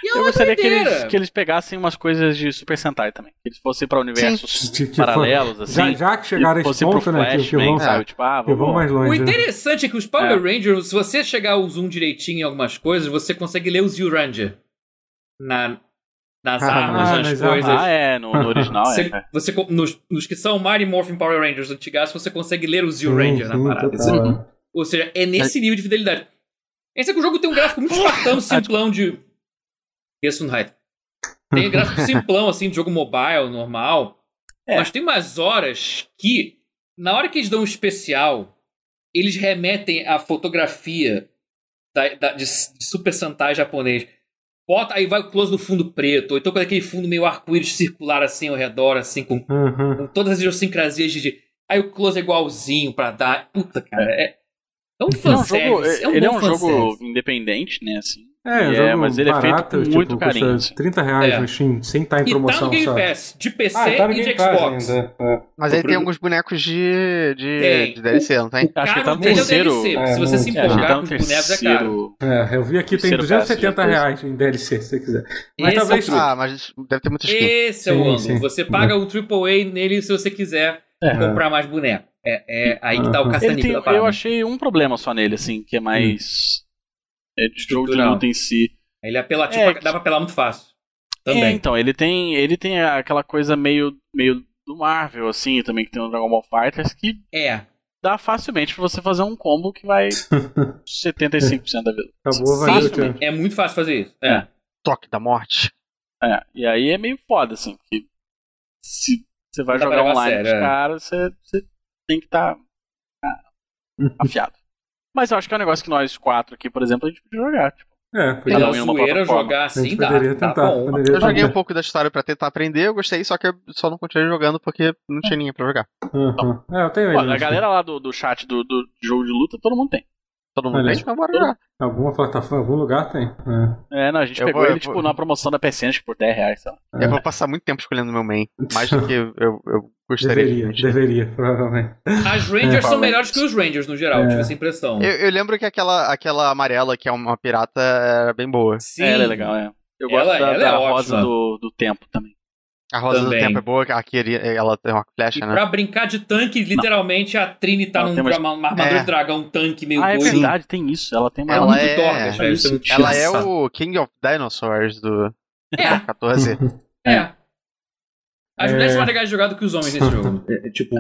Speaker 2: E é
Speaker 4: Eu
Speaker 2: uma
Speaker 4: gostaria que eles,
Speaker 2: doideira.
Speaker 4: que eles pegassem umas coisas de Super Sentai também. Que eles fossem pra universos
Speaker 1: Que- que
Speaker 4: paralelos, assim.
Speaker 1: Já, já que chegaram a
Speaker 4: e
Speaker 1: esse
Speaker 4: fossem pro
Speaker 1: ponto, né? Que, que,
Speaker 4: Flashman,
Speaker 1: vão,
Speaker 4: sabe? Tipo, ah,
Speaker 1: que vão
Speaker 4: vamos-
Speaker 1: mais
Speaker 2: O
Speaker 1: longe. né?
Speaker 2: interessante é que os Power
Speaker 4: É.
Speaker 2: Rangers, se você chegar ao zoom direitinho em algumas coisas, você consegue ler os Z-Ranger na, nas
Speaker 1: <laughs> Ah,
Speaker 2: armas, nas
Speaker 1: nas
Speaker 2: coisas.
Speaker 1: armas.
Speaker 4: Ah, é, no, no original,
Speaker 2: Você,
Speaker 4: é.
Speaker 2: você co- nos, nos que são Mighty Morphin Power Rangers antigas, você consegue ler os
Speaker 1: Sim,
Speaker 2: Z-Ranger na
Speaker 1: sim,
Speaker 2: parada.
Speaker 1: total, é.
Speaker 2: Ou seja, é nesse nível de fidelidade. Esse é que o jogo tem um gráfico muito espartano, simplão de. Isso não é. Tem um gráfico simplão, assim, de jogo mobile, normal.
Speaker 4: É.
Speaker 2: Mas tem umas horas que, na hora que eles dão um especial, eles remetem à fotografia da- da- de, s- de Super Sentai japonês. Bota, aí vai o close no fundo preto, ou então com aquele fundo meio arco-íris circular assim ao redor, assim, com
Speaker 1: Uhum.
Speaker 2: com todas as idiosincrasias de. Aí o close é igualzinho pra dar. Puta, cara. É, é um
Speaker 4: Ele é um
Speaker 2: fanservice.
Speaker 4: jogo,
Speaker 2: É um,
Speaker 4: ele é
Speaker 2: bom
Speaker 4: um jogo
Speaker 2: fanservice.
Speaker 4: independente, né? Assim.
Speaker 1: É,
Speaker 4: E
Speaker 1: um
Speaker 4: é,
Speaker 1: jogo
Speaker 4: mas ele é feito
Speaker 1: barato,
Speaker 4: com
Speaker 1: tipo,
Speaker 4: muito carinho,
Speaker 1: custa
Speaker 4: assim.
Speaker 1: 30 reais
Speaker 2: É.
Speaker 1: no Steam, sem estar em
Speaker 2: E tá
Speaker 1: promoção.
Speaker 2: no Game
Speaker 1: sabe?
Speaker 2: Pass, de PC
Speaker 1: Ah, tá no
Speaker 2: e
Speaker 1: Game
Speaker 2: de
Speaker 1: Pass
Speaker 2: Xbox.
Speaker 1: ainda. é.
Speaker 3: Mas ele
Speaker 4: O
Speaker 3: tem
Speaker 4: primeiro-
Speaker 3: alguns bonecos de, de,
Speaker 2: Tem.
Speaker 3: de DLC, não tem?
Speaker 4: Acho que
Speaker 2: Caro
Speaker 4: tá no
Speaker 2: dele é o
Speaker 4: terceiro.
Speaker 2: DLC.
Speaker 1: É,
Speaker 2: se você se
Speaker 4: É, acho que
Speaker 2: empolgar
Speaker 4: tá
Speaker 2: com
Speaker 4: no
Speaker 2: os bonecos, é caro.
Speaker 4: terceiro.
Speaker 1: É, eu vi aqui tem
Speaker 4: Terceiro
Speaker 1: 270
Speaker 4: passe, já
Speaker 1: reais em DLC, se você quiser. Mas
Speaker 2: Esse,
Speaker 1: talvez-
Speaker 2: é, o truque.
Speaker 3: Ah, mas deve ter muita skin.
Speaker 2: Esse é o
Speaker 1: Sim,
Speaker 2: ângulo.
Speaker 1: sim. É.
Speaker 2: Você paga o AAA nele se você quiser comprar mais boneco. É, é aí que tá o
Speaker 1: Ele
Speaker 4: Ele tem,
Speaker 2: caçanico da
Speaker 4: eu
Speaker 2: parada.
Speaker 4: achei um problema só nele, assim, que é mais. É de jogo de
Speaker 2: Estrutural.
Speaker 4: luta em si.
Speaker 2: Ele é apelativo,
Speaker 4: É,
Speaker 2: pra- dá pra apelar muito fácil.
Speaker 4: É,
Speaker 2: Também.
Speaker 4: então, ele tem, ele tem aquela coisa meio, meio do Marvel, assim, também que tem no Dragon Ball Fighters, que
Speaker 2: É.
Speaker 4: dá facilmente pra você fazer um combo
Speaker 2: <laughs>
Speaker 4: que vai 75% da vida.
Speaker 1: Acabou, valeu, tchau.
Speaker 4: Facilmente.
Speaker 2: É muito fácil fazer isso. É.
Speaker 3: Toque da morte.
Speaker 4: É, e aí é meio foda, assim, que se você vai
Speaker 2: Dá pra levar
Speaker 4: jogar
Speaker 2: a
Speaker 4: online
Speaker 2: sério,
Speaker 4: com os
Speaker 2: é.
Speaker 4: caras, você, você tem que estar
Speaker 2: <laughs>
Speaker 4: afiado. Mas eu acho que é um negócio que nós quatro aqui, por exemplo, a gente podia jogar. Tipo,
Speaker 1: É,
Speaker 2: Pela
Speaker 1: podia-
Speaker 4: Cada um
Speaker 1: a
Speaker 4: em uma
Speaker 2: zoeira
Speaker 4: plataforma.
Speaker 2: jogar assim
Speaker 1: gente
Speaker 2: dá.
Speaker 1: poderia
Speaker 2: Dá
Speaker 1: tentar.
Speaker 2: bom.
Speaker 1: poderia
Speaker 3: Eu joguei um
Speaker 1: tentar.
Speaker 3: pouco da história pra tentar aprender, eu gostei, só que eu só não continuei jogando porque não tinha ninguém pra jogar.
Speaker 1: Uhum. É, eu tenho
Speaker 4: pô,
Speaker 1: ele.
Speaker 4: a
Speaker 1: mas-
Speaker 4: galera lá do, do chat do, do jogo de luta, todo mundo tem.
Speaker 3: Todo mundo
Speaker 1: Olha.
Speaker 3: tem, então bora jogar.
Speaker 1: Alguma plataforma, algum lugar tem. É.
Speaker 4: É, não, a gente
Speaker 3: Eu
Speaker 4: pegou
Speaker 3: vou-
Speaker 4: ele,
Speaker 3: eu
Speaker 4: tipo,
Speaker 3: vou-
Speaker 4: na promoção da PSN, acho que por 10 reais, sei lá.
Speaker 1: É.
Speaker 3: Eu vou passar muito tempo escolhendo meu main, mais do que eu, eu, eu gostaria
Speaker 1: Deveria,
Speaker 3: de
Speaker 1: deveria, provavelmente.
Speaker 2: As Rangers são
Speaker 4: fala.
Speaker 2: melhores que os Rangers, no geral,
Speaker 1: É.
Speaker 2: tive essa impressão.
Speaker 3: Eu, eu lembro que aquela, aquela amarela, que é uma pirata, era bem boa.
Speaker 2: Sim.
Speaker 4: É, ela é legal, é. Eu
Speaker 2: Ela-
Speaker 4: gosto da,
Speaker 2: ela é
Speaker 4: da
Speaker 2: ótima.
Speaker 4: rosa do, do tempo também.
Speaker 3: A rosa
Speaker 2: Também.
Speaker 3: do tempo é boa, a Kiri, ela tem uma
Speaker 2: E
Speaker 3: flecha, né?
Speaker 2: pra brincar de tanque, literalmente a Trini tá
Speaker 4: Ela
Speaker 2: num
Speaker 4: tem umas-
Speaker 2: uma armadura
Speaker 3: É.
Speaker 2: de dragão, um tanque meio
Speaker 4: Ah, é
Speaker 2: doido.
Speaker 4: verdade, tem isso. Ela tem uma
Speaker 3: Ela
Speaker 2: muito
Speaker 3: é-
Speaker 2: torta, cara, isso é um
Speaker 3: Ela é
Speaker 2: tiraça.
Speaker 3: o King of Dinosaurs do
Speaker 2: É,
Speaker 3: 14.
Speaker 2: é. As
Speaker 1: É.
Speaker 2: mulheres são mais legais de jogar do que os homens nesse jogo. É, é, tipo,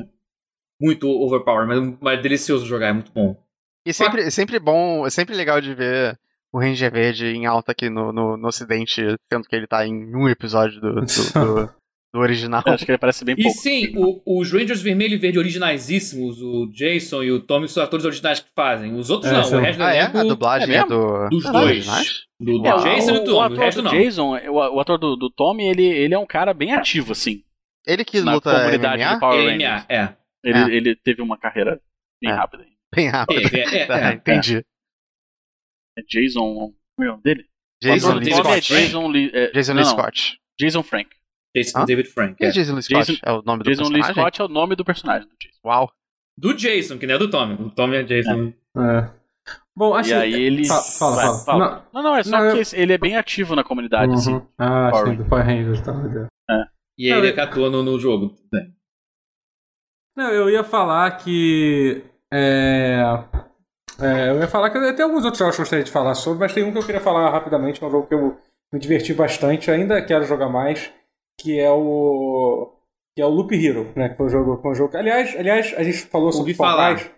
Speaker 2: muito overpower, mas, mas é delicioso jogar, é muito bom.
Speaker 3: E sempre, sempre bom, é sempre legal de ver o Ranger Verde em alta aqui no, no, no ocidente, sendo que ele tá em um episódio
Speaker 2: <laughs>
Speaker 3: do, do, do, do original.
Speaker 4: Eu Acho que ele parece bem
Speaker 2: E
Speaker 4: pouco.
Speaker 2: sim, o- os Rangers vermelho e verde originaisíssimos, o Jason e o Tommy, são atores originais que fazem. Os outros
Speaker 1: É,
Speaker 2: não,
Speaker 1: são-
Speaker 2: o resto do
Speaker 3: Ah, é? A
Speaker 2: elenco
Speaker 3: dublagem
Speaker 4: é
Speaker 3: é, do.
Speaker 2: dos
Speaker 3: é
Speaker 2: dois.
Speaker 3: originais?
Speaker 2: do, do
Speaker 4: É,
Speaker 2: Jason e do
Speaker 4: o
Speaker 2: Tommy, o
Speaker 4: ator
Speaker 2: resto
Speaker 4: do
Speaker 2: não.
Speaker 4: Jason, o, o ator do, do Tommy, ele, ele é um cara bem ativo, assim,
Speaker 3: Ele que
Speaker 4: na
Speaker 3: luta é
Speaker 4: comunidade
Speaker 3: MMA?
Speaker 4: de Power
Speaker 2: Ele,
Speaker 4: Rangers.
Speaker 2: é.
Speaker 4: Ele,
Speaker 3: É.
Speaker 4: ele teve uma carreira bem
Speaker 3: É.
Speaker 4: rápida.
Speaker 3: Bem rápido.
Speaker 2: Teve, é, é,
Speaker 3: <laughs> <laughs> Tá,
Speaker 2: é.
Speaker 3: entendi.
Speaker 4: É Jason... Como é o nome dele?
Speaker 3: Jason
Speaker 2: Qual
Speaker 3: Lee
Speaker 2: o nome é
Speaker 4: Jason,
Speaker 2: dele?
Speaker 3: Scott.
Speaker 4: Jason Lee, é,
Speaker 3: Jason
Speaker 4: não,
Speaker 3: Lee
Speaker 4: não,
Speaker 3: Scott.
Speaker 4: Jason Frank.
Speaker 2: Jason
Speaker 3: Hã?
Speaker 2: David Frank.
Speaker 3: Quem
Speaker 2: é.
Speaker 3: é Jason Lee Scott?
Speaker 4: Jason-
Speaker 3: é o nome do
Speaker 4: Jason Lee
Speaker 3: personagem?
Speaker 4: Scott é o nome do personagem do Jason.
Speaker 3: Uau.
Speaker 2: Do Jason, que não é do Tommy. O Tommy é Jason.
Speaker 1: <laughs> É. Bom, acho
Speaker 4: E aí ele...
Speaker 1: Fa- é, fala,
Speaker 4: vai-
Speaker 1: fala. Não.
Speaker 4: Não, não, é só
Speaker 1: Não,
Speaker 4: que
Speaker 1: eu-
Speaker 4: esse- ele é bem ativo na comunidade, assim.
Speaker 1: Uhum. Ah,
Speaker 4: Power
Speaker 1: sim, do Power Rangers. Tá, legal.
Speaker 2: E aí ele é que atua no, no jogo.
Speaker 1: É. Não, eu ia falar que. É, é, eu ia falar que tem alguns outros jogos que eu gostaria de falar sobre, mas tem um que eu queria falar rapidamente, que é um jogo que eu me diverti bastante, ainda quero jogar mais, que é o. que é o Loop Hero, né? Que foi o jogo. Foi um jogo que- aliás, aliás, a gente falou sobre
Speaker 2: Ouvi falar.
Speaker 1: Guys,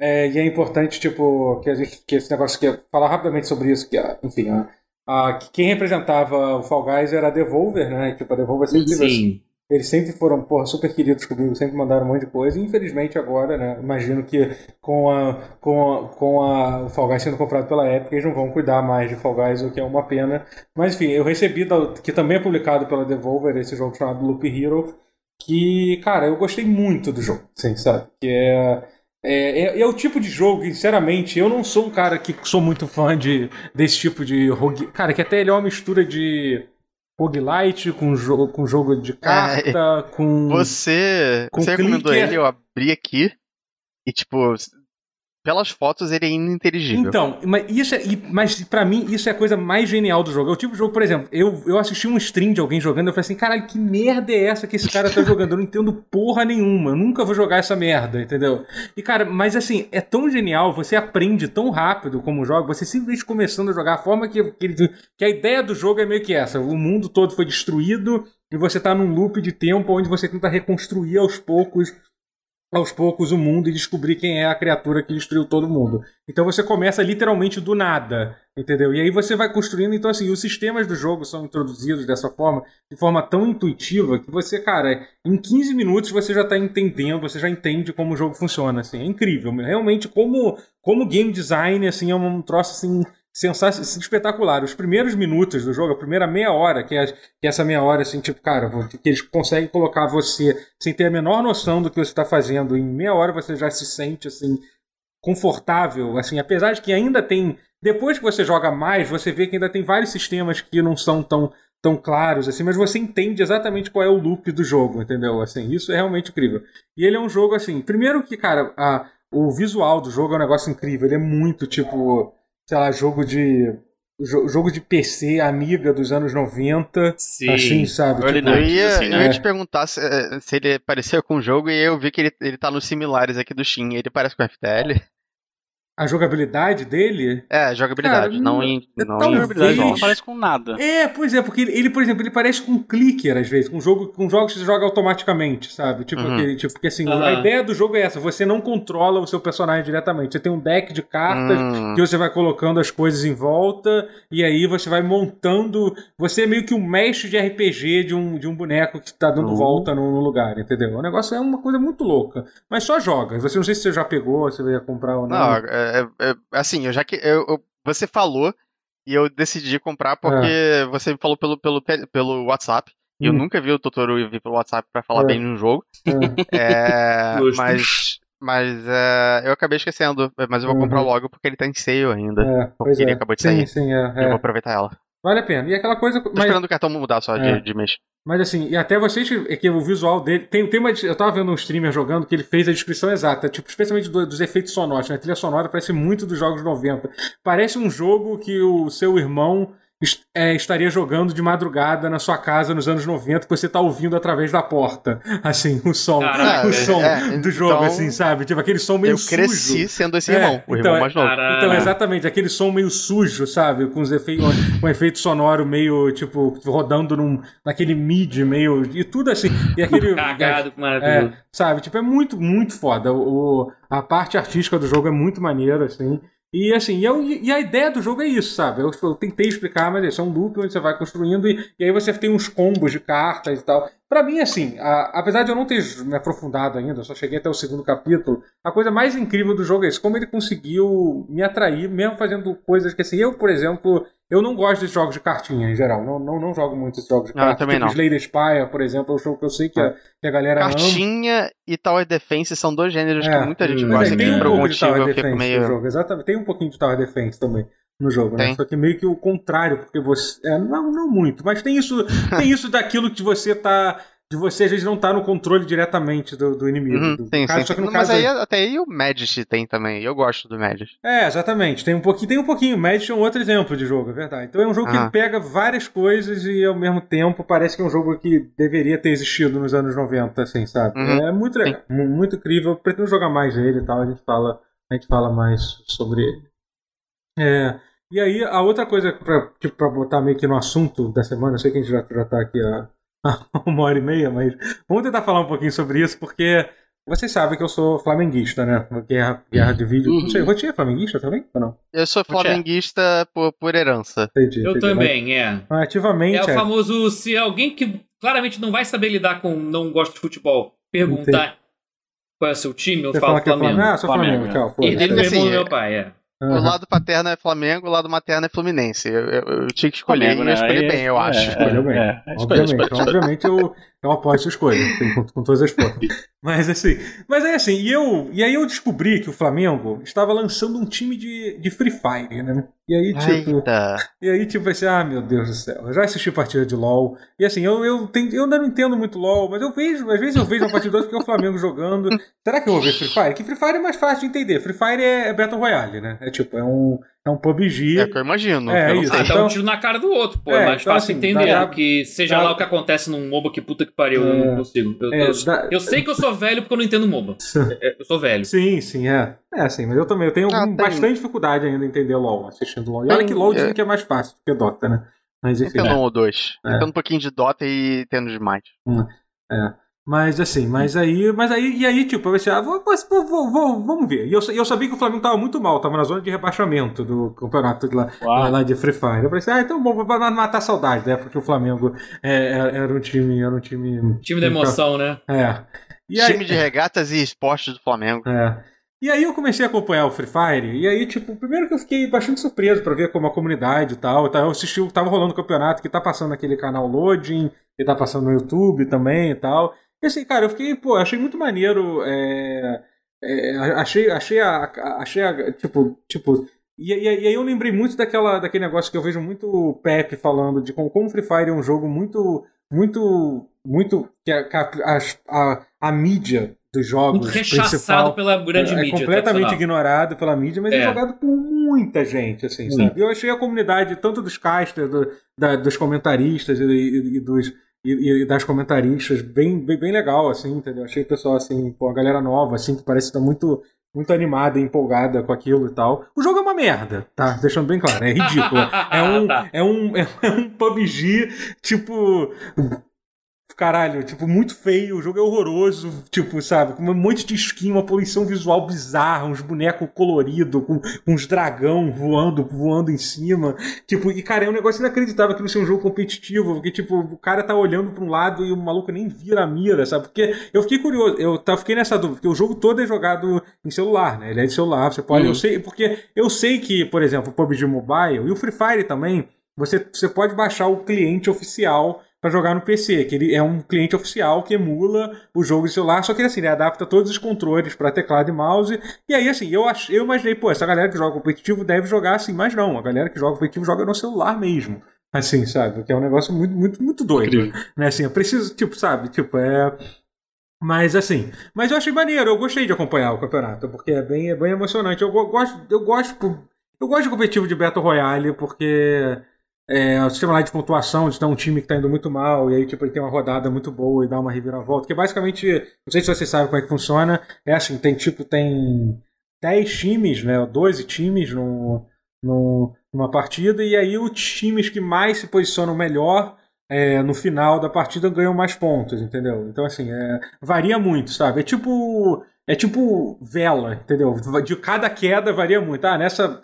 Speaker 1: é, e é importante, tipo, que a gente. Que esse negócio que falar rapidamente sobre isso, que ah, enfim, ah, ah, que quem representava o Fall Guys era a Devolver, né? Tipo, a Devolver sempre teve essa-
Speaker 2: Sim.
Speaker 1: eles sempre foram, porra, super queridos comigo, sempre mandaram um monte de coisa. E infelizmente agora, né? Imagino que com a com a, com a o Fall Guys sendo comprado pela Epic, eles não vão cuidar mais de Fall Guys, o que é uma pena. Mas enfim, eu recebi da- que também é publicado pela Devolver esse jogo chamado Loop Hero. que, cara, eu gostei muito do jogo, assim, sabe? Que é, é, é, é o tipo de jogo, que, sinceramente, eu não sou um cara que sou muito fã de, desse tipo de rogue. Cara, que até ele é uma mistura de roguelite com jogo, com jogo de carta,
Speaker 2: Hum.
Speaker 1: com.
Speaker 3: Você,
Speaker 1: com
Speaker 3: você recomendou
Speaker 1: clicker.
Speaker 3: ele, eu abri aqui e, tipo, pelas fotos ele é ininteligível.
Speaker 1: Então, mas, isso é, e- mas pra mim isso é a coisa mais genial do jogo. É o tipo de jogo, por exemplo, eu, eu assisti um stream de alguém jogando e eu falei assim, caralho, que merda é essa que esse cara tá jogando? Eu não entendo porra nenhuma, eu nunca vou jogar essa merda, entendeu? E cara, mas assim, é tão genial, você aprende tão rápido como joga, você simplesmente começando a jogar, a forma que, que, ele- que a ideia do jogo é meio que essa, o mundo todo foi destruído e você tá num loop de tempo onde você tenta reconstruir aos poucos aos poucos o mundo e descobrir quem é a criatura que destruiu todo mundo. Então você começa literalmente do nada, entendeu? E aí você vai construindo, então assim, os sistemas do jogo são introduzidos dessa forma, de forma tão intuitiva, que você, cara, em 15 minutos você já tá entendendo, você já entende como o jogo funciona, assim, é incrível. Realmente, como, como game design, assim, é um troço, assim, sensacional, espetacular. Os primeiros minutos do jogo, a primeira meia hora, que é, que é essa meia hora, assim, tipo, cara, vo- que eles conseguem colocar você sem ter a menor noção do que você está fazendo, em meia hora você já se sente, assim, confortável, assim, apesar de que ainda tem, depois que você joga mais, você vê que ainda tem vários sistemas que não são tão tão claros assim, mas você entende exatamente qual é o loop do jogo, entendeu? Assim, isso é realmente incrível. E ele é um jogo assim, primeiro que, cara, a- o visual do jogo é um negócio incrível, ele é muito tipo, sei lá, jogo de jo- jogo de PC amiga dos anos 90,
Speaker 2: Sim.
Speaker 1: assim, sabe?
Speaker 4: Early
Speaker 1: Tipo,
Speaker 3: Eu
Speaker 4: Night.
Speaker 3: ia,
Speaker 4: assim,
Speaker 3: eu
Speaker 4: né?
Speaker 3: ia te perguntar se, eh, se ele parecia com o jogo e eu vi que ele, ele tá nos similares aqui do Steam. Ele parece com o FTL.
Speaker 1: a jogabilidade dele
Speaker 3: É, jogabilidade,
Speaker 1: Cara,
Speaker 3: não em.
Speaker 1: é
Speaker 3: Não
Speaker 1: tão
Speaker 3: em
Speaker 1: Talvez.
Speaker 4: Jogabilidade
Speaker 3: visual.
Speaker 4: não aparece com nada.
Speaker 1: É, pois é, porque ele, ele, por exemplo, ele parece com um clicker às vezes, com, jogo, com jogos que você joga automaticamente, sabe? Tipo,
Speaker 3: Uhum.
Speaker 1: que, tipo que assim, a
Speaker 2: Aham.
Speaker 1: ideia do jogo é essa, você não controla o seu personagem diretamente, você tem um deck de cartas
Speaker 3: Hum,
Speaker 1: que você vai colocando as coisas em volta e aí você vai montando, você é meio que um mestre de RPG de um, de um boneco que tá dando
Speaker 4: Uhum.
Speaker 1: volta num num lugar, entendeu? O negócio é uma coisa muito louca, mas só joga, você não sei se você já pegou, se você ia comprar ou não.
Speaker 3: Não, é- é- é- assim, eu já que. eu- eu- você falou e eu decidi comprar porque você me falou pelo, pelo, te- pelo WhatsApp. E eu
Speaker 1: É. Hum.
Speaker 3: nunca vi o Totoro e vi pelo WhatsApp pra falar
Speaker 1: É.
Speaker 3: bem de um jogo.
Speaker 1: É.
Speaker 3: É,
Speaker 2: Justo.
Speaker 3: mas. Mas é, eu acabei esquecendo. Mas eu vou comprar
Speaker 1: Uhum.
Speaker 3: logo porque ele tá em sale ainda. <laughs>
Speaker 1: É, pois
Speaker 3: Porque ele
Speaker 1: é.
Speaker 3: acabou de
Speaker 1: Sim,
Speaker 3: sair.
Speaker 1: sim, é,
Speaker 3: Eu
Speaker 1: é.
Speaker 3: vou aproveitar ela.
Speaker 1: Vale a pena. E aquela coisa.
Speaker 3: Tô
Speaker 1: mas-
Speaker 3: esperando o cartão mudar só de,
Speaker 1: É.
Speaker 3: de mês.
Speaker 1: Mas assim, e até vocês, é que o visual dele. Tem, tem uma, eu tava vendo um streamer jogando que ele fez a descrição exata, tipo, especialmente do- dos efeitos sonoros, né? A trilha sonora parece muito dos jogos 90. Parece um jogo que o seu irmão est- é, estaria jogando de madrugada na sua casa nos anos 90, que você tá ouvindo através da porta. <laughs> Assim, o som.
Speaker 2: Caraca,
Speaker 1: o som
Speaker 3: é,
Speaker 1: do jogo,
Speaker 3: então,
Speaker 1: assim, sabe? Tipo, aquele som meio
Speaker 3: Eu
Speaker 1: sujo.
Speaker 3: cresci sendo esse
Speaker 1: É,
Speaker 3: irmão, o
Speaker 1: então,
Speaker 3: irmão mais novo.
Speaker 2: Caralho.
Speaker 1: Então, exatamente, aquele som meio sujo, sabe? Com os efeitos, um efeito sonoro meio, tipo, rodando num, naquele mid meio. E tudo assim. E aquele.
Speaker 2: Cagado,
Speaker 1: É,
Speaker 2: maravilhoso.
Speaker 1: sabe? Tipo, é muito, muito foda. O, o- a parte artística do jogo é muito maneira, assim. E assim, e, eu- e a ideia do jogo é isso, sabe? Eu, eu tentei explicar, mas isso é um loop onde você vai construindo e, e aí você tem uns combos de cartas e tal. Pra mim, assim, a- apesar de eu não ter me aprofundado ainda, eu só cheguei até o segundo capítulo, a coisa mais incrível do jogo é isso, como ele conseguiu me atrair, mesmo fazendo coisas que, assim, eu, por exemplo, eu não gosto de jogos de cartinha em geral. Não, não, não jogo muito esses jogos de
Speaker 3: Não, Ah, eu
Speaker 1: cartas.
Speaker 3: também
Speaker 1: tipo
Speaker 3: não.
Speaker 1: Slay the Spire, por exemplo, é um jogo que eu sei que a, que a galera ama.
Speaker 3: Cartinha e Tower Defense são dois gêneros
Speaker 1: É,
Speaker 3: que muita gente
Speaker 2: hum.
Speaker 1: Mas é,
Speaker 3: gosta e
Speaker 1: tem
Speaker 3: que
Speaker 1: um
Speaker 3: por algum
Speaker 1: pouco de
Speaker 3: motivo
Speaker 1: Tower
Speaker 3: eu fico
Speaker 1: Defense no
Speaker 3: meio.
Speaker 1: jogo, exatamente. Tem um pouquinho de Tower Defense também no jogo, né?
Speaker 3: Tem.
Speaker 1: Só que meio que o contrário, porque você. É, não, não muito, mas tem
Speaker 3: <laughs>
Speaker 1: isso, tem isso daquilo que você tá. De você às vezes não tá no controle diretamente do, do inimigo.
Speaker 3: Uhum,
Speaker 1: do- do
Speaker 3: sim,
Speaker 1: cara,
Speaker 3: sim,
Speaker 1: só que
Speaker 3: sim.
Speaker 1: no
Speaker 3: Mas
Speaker 1: caso
Speaker 3: aí até aí o Magic tem também. Eu gosto do Magic.
Speaker 1: É, exatamente. Tem um pouquinho, tem um pouquinho. Magic é um outro exemplo de jogo, é verdade. Então é um jogo que
Speaker 3: Ah.
Speaker 1: ele pega várias coisas e ao mesmo tempo parece que é um jogo que deveria ter existido nos anos 90, assim, sabe?
Speaker 3: Uhum.
Speaker 1: É muito legal, mu- muito incrível. Eu Pretendo jogar mais ele e tal, a gente fala, a gente fala mais sobre ele. É, e aí a outra coisa pra, tipo, pra botar meio que no assunto da semana, eu sei que a <laughs> gente já, já tá aqui há, há uma hora e meia, mas vamos tentar falar um pouquinho sobre isso, porque vocês sabem que eu sou flamenguista, né? Guerra, guerra de vídeo. Não sei,
Speaker 4: Uhum.
Speaker 1: Rotinha é flamenguista também? Ou não?
Speaker 3: Eu sou
Speaker 4: Você é?
Speaker 3: flamenguista por, por herança.
Speaker 1: Entendi.
Speaker 2: Eu
Speaker 1: entendi.
Speaker 2: também, é.
Speaker 1: Mas
Speaker 2: É o
Speaker 1: ativamente. É
Speaker 2: famoso, se alguém que claramente não vai saber lidar com não gosta de futebol, perguntar qual é o seu time, eu
Speaker 1: Você
Speaker 2: falo
Speaker 1: fala que é Flamengo.
Speaker 2: Flamengo.
Speaker 1: Ah, sou Flamengo,
Speaker 4: Flamengo,
Speaker 1: tchau.
Speaker 2: Herdei do
Speaker 1: foda-se.
Speaker 2: meu irmão
Speaker 3: Assim,
Speaker 2: e do
Speaker 3: é-
Speaker 2: meu pai, é.
Speaker 3: O
Speaker 1: Aham.
Speaker 3: lado paterno é Flamengo, o lado materno é Fluminense. Eu, eu- eu tinha que escolher
Speaker 4: Flamengo,
Speaker 3: e eu
Speaker 4: né?
Speaker 3: escolhi
Speaker 4: Aí-
Speaker 3: bem, eu
Speaker 4: é,
Speaker 3: acho.
Speaker 4: é,
Speaker 1: Escolheu bem.
Speaker 4: é, escolheu,
Speaker 1: Obviamente,
Speaker 4: escolheu.
Speaker 1: obviamente eu, Então apoie sua escolha, tem- com, com todas as forças. <laughs> Mas assim, mas é assim, e, eu, e aí eu descobri que o Flamengo estava lançando um time de, de Free Fire, né? E aí, tipo,
Speaker 3: Eita.
Speaker 1: e aí, tipo assim, ah, meu Deus do céu, eu já assisti partida de LOL. E assim, eu, eu, tenho, eu ainda não entendo muito LOL, mas eu vejo, às vezes eu vejo uma partida ou outra porque é o Flamengo jogando. Será que eu vou ver Free Fire? Que Free Fire é mais fácil de entender. Free Fire é, é Battle Royale, né? É tipo, é um, é um PUBG.
Speaker 3: É o que eu imagino.
Speaker 1: É
Speaker 3: eu não
Speaker 1: isso. <laughs>
Speaker 3: sei.
Speaker 2: Ah, dá
Speaker 1: então-
Speaker 2: um tiro na cara do outro, pô.
Speaker 1: É,
Speaker 2: É mais
Speaker 1: então,
Speaker 2: fácil
Speaker 1: assim,
Speaker 2: entender
Speaker 1: dá-
Speaker 2: do que seja
Speaker 1: dá-
Speaker 2: lá o que acontece num MOBA que puta que pariu, eu
Speaker 1: É,
Speaker 2: não consigo. Eu,
Speaker 1: é,
Speaker 2: eu-
Speaker 1: dá-
Speaker 2: eu sei que eu sou velho porque eu não
Speaker 1: <laughs>
Speaker 2: entendo MOBA. É, Eu sou velho.
Speaker 1: Sim, sim, é. É, assim, mas eu também eu tenho
Speaker 3: Ah,
Speaker 1: algum-
Speaker 3: tem.
Speaker 1: bastante dificuldade ainda em entender LOL, assistindo LOL. E olha
Speaker 3: Tem,
Speaker 1: que LOL dizem
Speaker 3: é.
Speaker 1: que é mais fácil que Dota, né? Mas enfim.
Speaker 3: Entendo um ou dois.
Speaker 1: É.
Speaker 3: Entendo um pouquinho de Dota e entendo demais.
Speaker 1: É. Mas assim, mas aí, mas aí, e aí, tipo, eu pensei, ah, vou, vou- vou- vou- vamos ver. E eu, sa- eu sabia que o Flamengo tava muito mal, tava na zona de rebaixamento do campeonato de lá, lá,
Speaker 4: Uau.
Speaker 1: lá de Free Fire. Eu pensei, ah, então bom, vai matar a saudade da época que o Flamengo é, era, era um time, era um time.
Speaker 2: Time da emoção, né?
Speaker 1: É. E aí,
Speaker 3: Time de regatas e esportes do Flamengo.
Speaker 1: é. E aí eu comecei a acompanhar o Free Fire, e aí, tipo, primeiro que eu fiquei bastante surpreso pra ver como a comunidade e tal, e tal. eu assisti, o- tava rolando o campeonato que tá passando naquele canal Loading, que tá passando no YouTube também e tal. E assim, cara, eu fiquei, pô, achei muito maneiro, é, é, a- achei, achei a, a- achei a- tipo, tipo, e, e- e aí eu lembrei muito daquela, daquele negócio que eu vejo muito o Pepe falando de como, como o Free Fire é um jogo muito, muito, muito, que a, que a- as- a- a mídia dos jogos
Speaker 2: Muito rechaçado
Speaker 1: principal-
Speaker 2: pela grande
Speaker 1: é,
Speaker 2: mídia. tá
Speaker 1: completamente
Speaker 2: tradicional.
Speaker 1: ignorado pela mídia, mas é,
Speaker 2: É.
Speaker 1: jogado por muita gente, assim,
Speaker 2: Muito.
Speaker 1: sabe? Eu achei a comunidade, tanto dos casters, do- da- dos comentaristas e, e- e dos, e, e das comentaristas, bem, bem, bem legal, assim, entendeu? Achei o pessoal, assim, pô, a galera nova, assim, que parece estar muito, muito animada e empolgada com aquilo e tal. O jogo é uma merda, tá? Deixando bem claro, é
Speaker 2: <laughs>
Speaker 1: ridículo. É um,
Speaker 2: Tá.
Speaker 1: é um, <laughs> é um PUBG, tipo. Caralho, tipo, muito feio, o jogo é horroroso, tipo, sabe, com um monte de skin, uma poluição visual bizarra, uns bonecos coloridos, com uns dragão voando, voando em cima. Tipo, e cara, é um negócio inacreditável que não seja um jogo competitivo, porque, tipo, o cara tá olhando pra um lado e o maluco nem vira a mira, sabe? Porque eu fiquei curioso, eu tá, fiquei nessa dúvida, porque o jogo todo é jogado em celular, né? Ele é de celular, você pode.
Speaker 2: Uhum.
Speaker 1: Eu sei, porque eu sei que, por exemplo, o PUBG Mobile e o Free Fire também, você, você pode baixar o cliente oficial pra jogar no PC, que ele é um cliente oficial que emula o jogo de celular, só que ele, assim, ele adapta todos os controles pra teclado e mouse. E aí, assim, eu, ach, eu imaginei, pô, essa galera que joga competitivo deve jogar assim, mas não, a galera que joga competitivo joga no celular mesmo. Assim, sabe? Que é um negócio muito, muito, muito doido
Speaker 4: Incrível.
Speaker 1: né? Assim, eu preciso, tipo, sabe? Tipo, é. Mas assim, mas eu achei maneiro, eu gostei de acompanhar o campeonato, porque é bem, é bem emocionante. Eu go- gosto, eu gosto, por- eu gosto de competitivo de Battle Royale, porque é, o sistema lá de pontuação, de dar um time que tá indo muito mal, e aí, tipo, ele tem uma rodada muito boa e dá uma reviravolta, que é basicamente, não sei se vocês sabem como é que funciona, é assim, tem tipo, tem 10 times, né, ou 12 times no, no, numa partida, e aí os times que mais se posicionam melhor é, no final da partida ganham mais pontos, entendeu? Então, assim, é, varia muito, sabe? É tipo. É tipo vela, entendeu? De cada queda varia muito. Ah, nessa,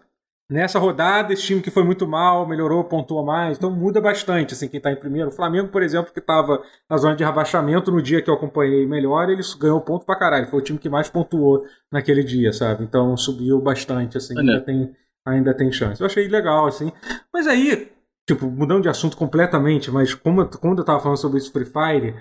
Speaker 1: nessa rodada, esse time que foi muito mal, melhorou, pontuou mais. Então muda bastante, assim, quem tá em primeiro. O Flamengo, por exemplo, que tava na zona de rebaixamento no dia que eu acompanhei melhor, ele ganhou ponto pra caralho. Foi o time que mais pontuou naquele dia, sabe? Então subiu bastante, assim,
Speaker 4: Olha.
Speaker 1: ainda tem, ainda tem chance. Eu achei legal, assim. Mas aí, tipo, mudando de assunto completamente, mas como, eu- quando eu tava falando sobre esse Free Fire,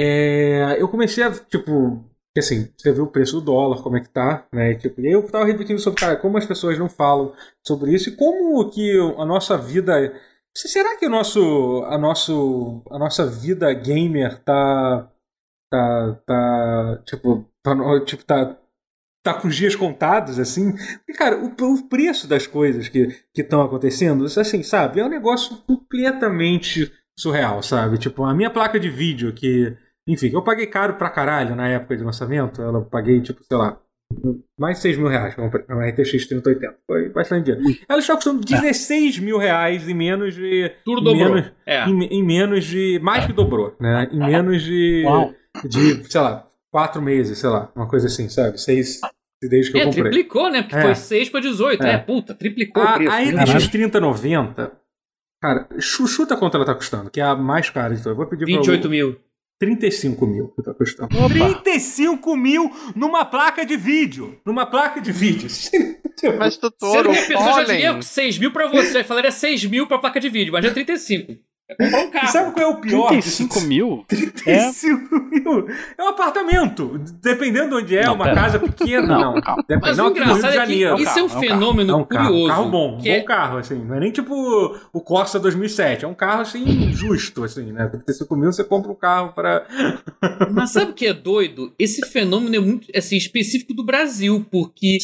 Speaker 1: é, eu comecei a, tipo, que assim, você vê o preço do dólar, como é que tá, né? E, Tipo, e aí eu tava refletindo sobre, cara, como as pessoas não falam sobre isso e como que a nossa vida. se- Será que o nosso, a, nosso, a nossa vida gamer tá. tá. tá. tipo. tá, no- tipo, tá tá com os dias contados, assim. Porque, cara, o, o preço das coisas que estão acontecendo, assim, sabe? É um negócio completamente surreal, sabe? Tipo, a minha placa de vídeo, que, enfim, eu paguei caro pra caralho na época de lançamento, ela eu paguei, tipo, sei lá, mais de 6 mil reais pra comprar uma RTX 3080. Foi bastante dinheiro. Ela está custando 16 mil reais em menos de.
Speaker 2: É. Tudo
Speaker 1: em
Speaker 2: dobrou.
Speaker 1: menos-
Speaker 2: É.
Speaker 1: em, em menos de. Mais que dobrou, né? Em menos de.
Speaker 4: Uau.
Speaker 1: De, sei lá, quatro meses, sei lá. Uma coisa assim, sabe? Seis. Desde que eu
Speaker 2: É,
Speaker 1: comprei.
Speaker 2: triplicou, né? Porque
Speaker 1: É.
Speaker 2: foi 6 pra 18.
Speaker 1: É.
Speaker 2: É, puta, triplicou o
Speaker 1: A,
Speaker 2: preço. né?
Speaker 1: a
Speaker 2: Caralho.
Speaker 1: RTX 3090, cara, chu- chuta quanto ela tá custando, que é a mais cara de todas. Eu vou pedir
Speaker 2: 28
Speaker 1: pra
Speaker 2: mil.
Speaker 1: 35 mil que tá custando.
Speaker 3: Opa.
Speaker 1: 35 mil numa placa de vídeo! Numa placa de vídeo. <laughs> tipo,
Speaker 3: Mas
Speaker 2: Sendo
Speaker 3: doutor,
Speaker 2: que a
Speaker 3: o
Speaker 2: pessoa já diria
Speaker 3: pólen.
Speaker 2: 6 mil pra você, já falaria 6 mil pra placa de vídeo, mas já é 35. É comprar um carro.
Speaker 1: Sabe qual é o pior?
Speaker 4: 35 mil?
Speaker 1: 35 <laughs> mil. É um apartamento. Dependendo de onde é,
Speaker 4: Não,
Speaker 1: uma
Speaker 4: pera.
Speaker 1: casa pequena. Não,
Speaker 4: Não, calma.
Speaker 1: Depende-
Speaker 2: Mas
Speaker 1: não
Speaker 2: o
Speaker 1: aqui no Rio de
Speaker 2: engraçado é que
Speaker 1: Janeiro.
Speaker 2: isso é um
Speaker 4: carro, é um
Speaker 2: fenômeno
Speaker 1: É um carro,
Speaker 2: curioso.
Speaker 1: carro bom, um
Speaker 2: que é-
Speaker 1: bom carro, assim. Não é nem tipo o Corsa 2007, é um carro, assim, justo, assim, né? 35 mil você compra um carro para
Speaker 2: Mas sabe o que é doido? Esse fenômeno é muito assim, específico do Brasil, porque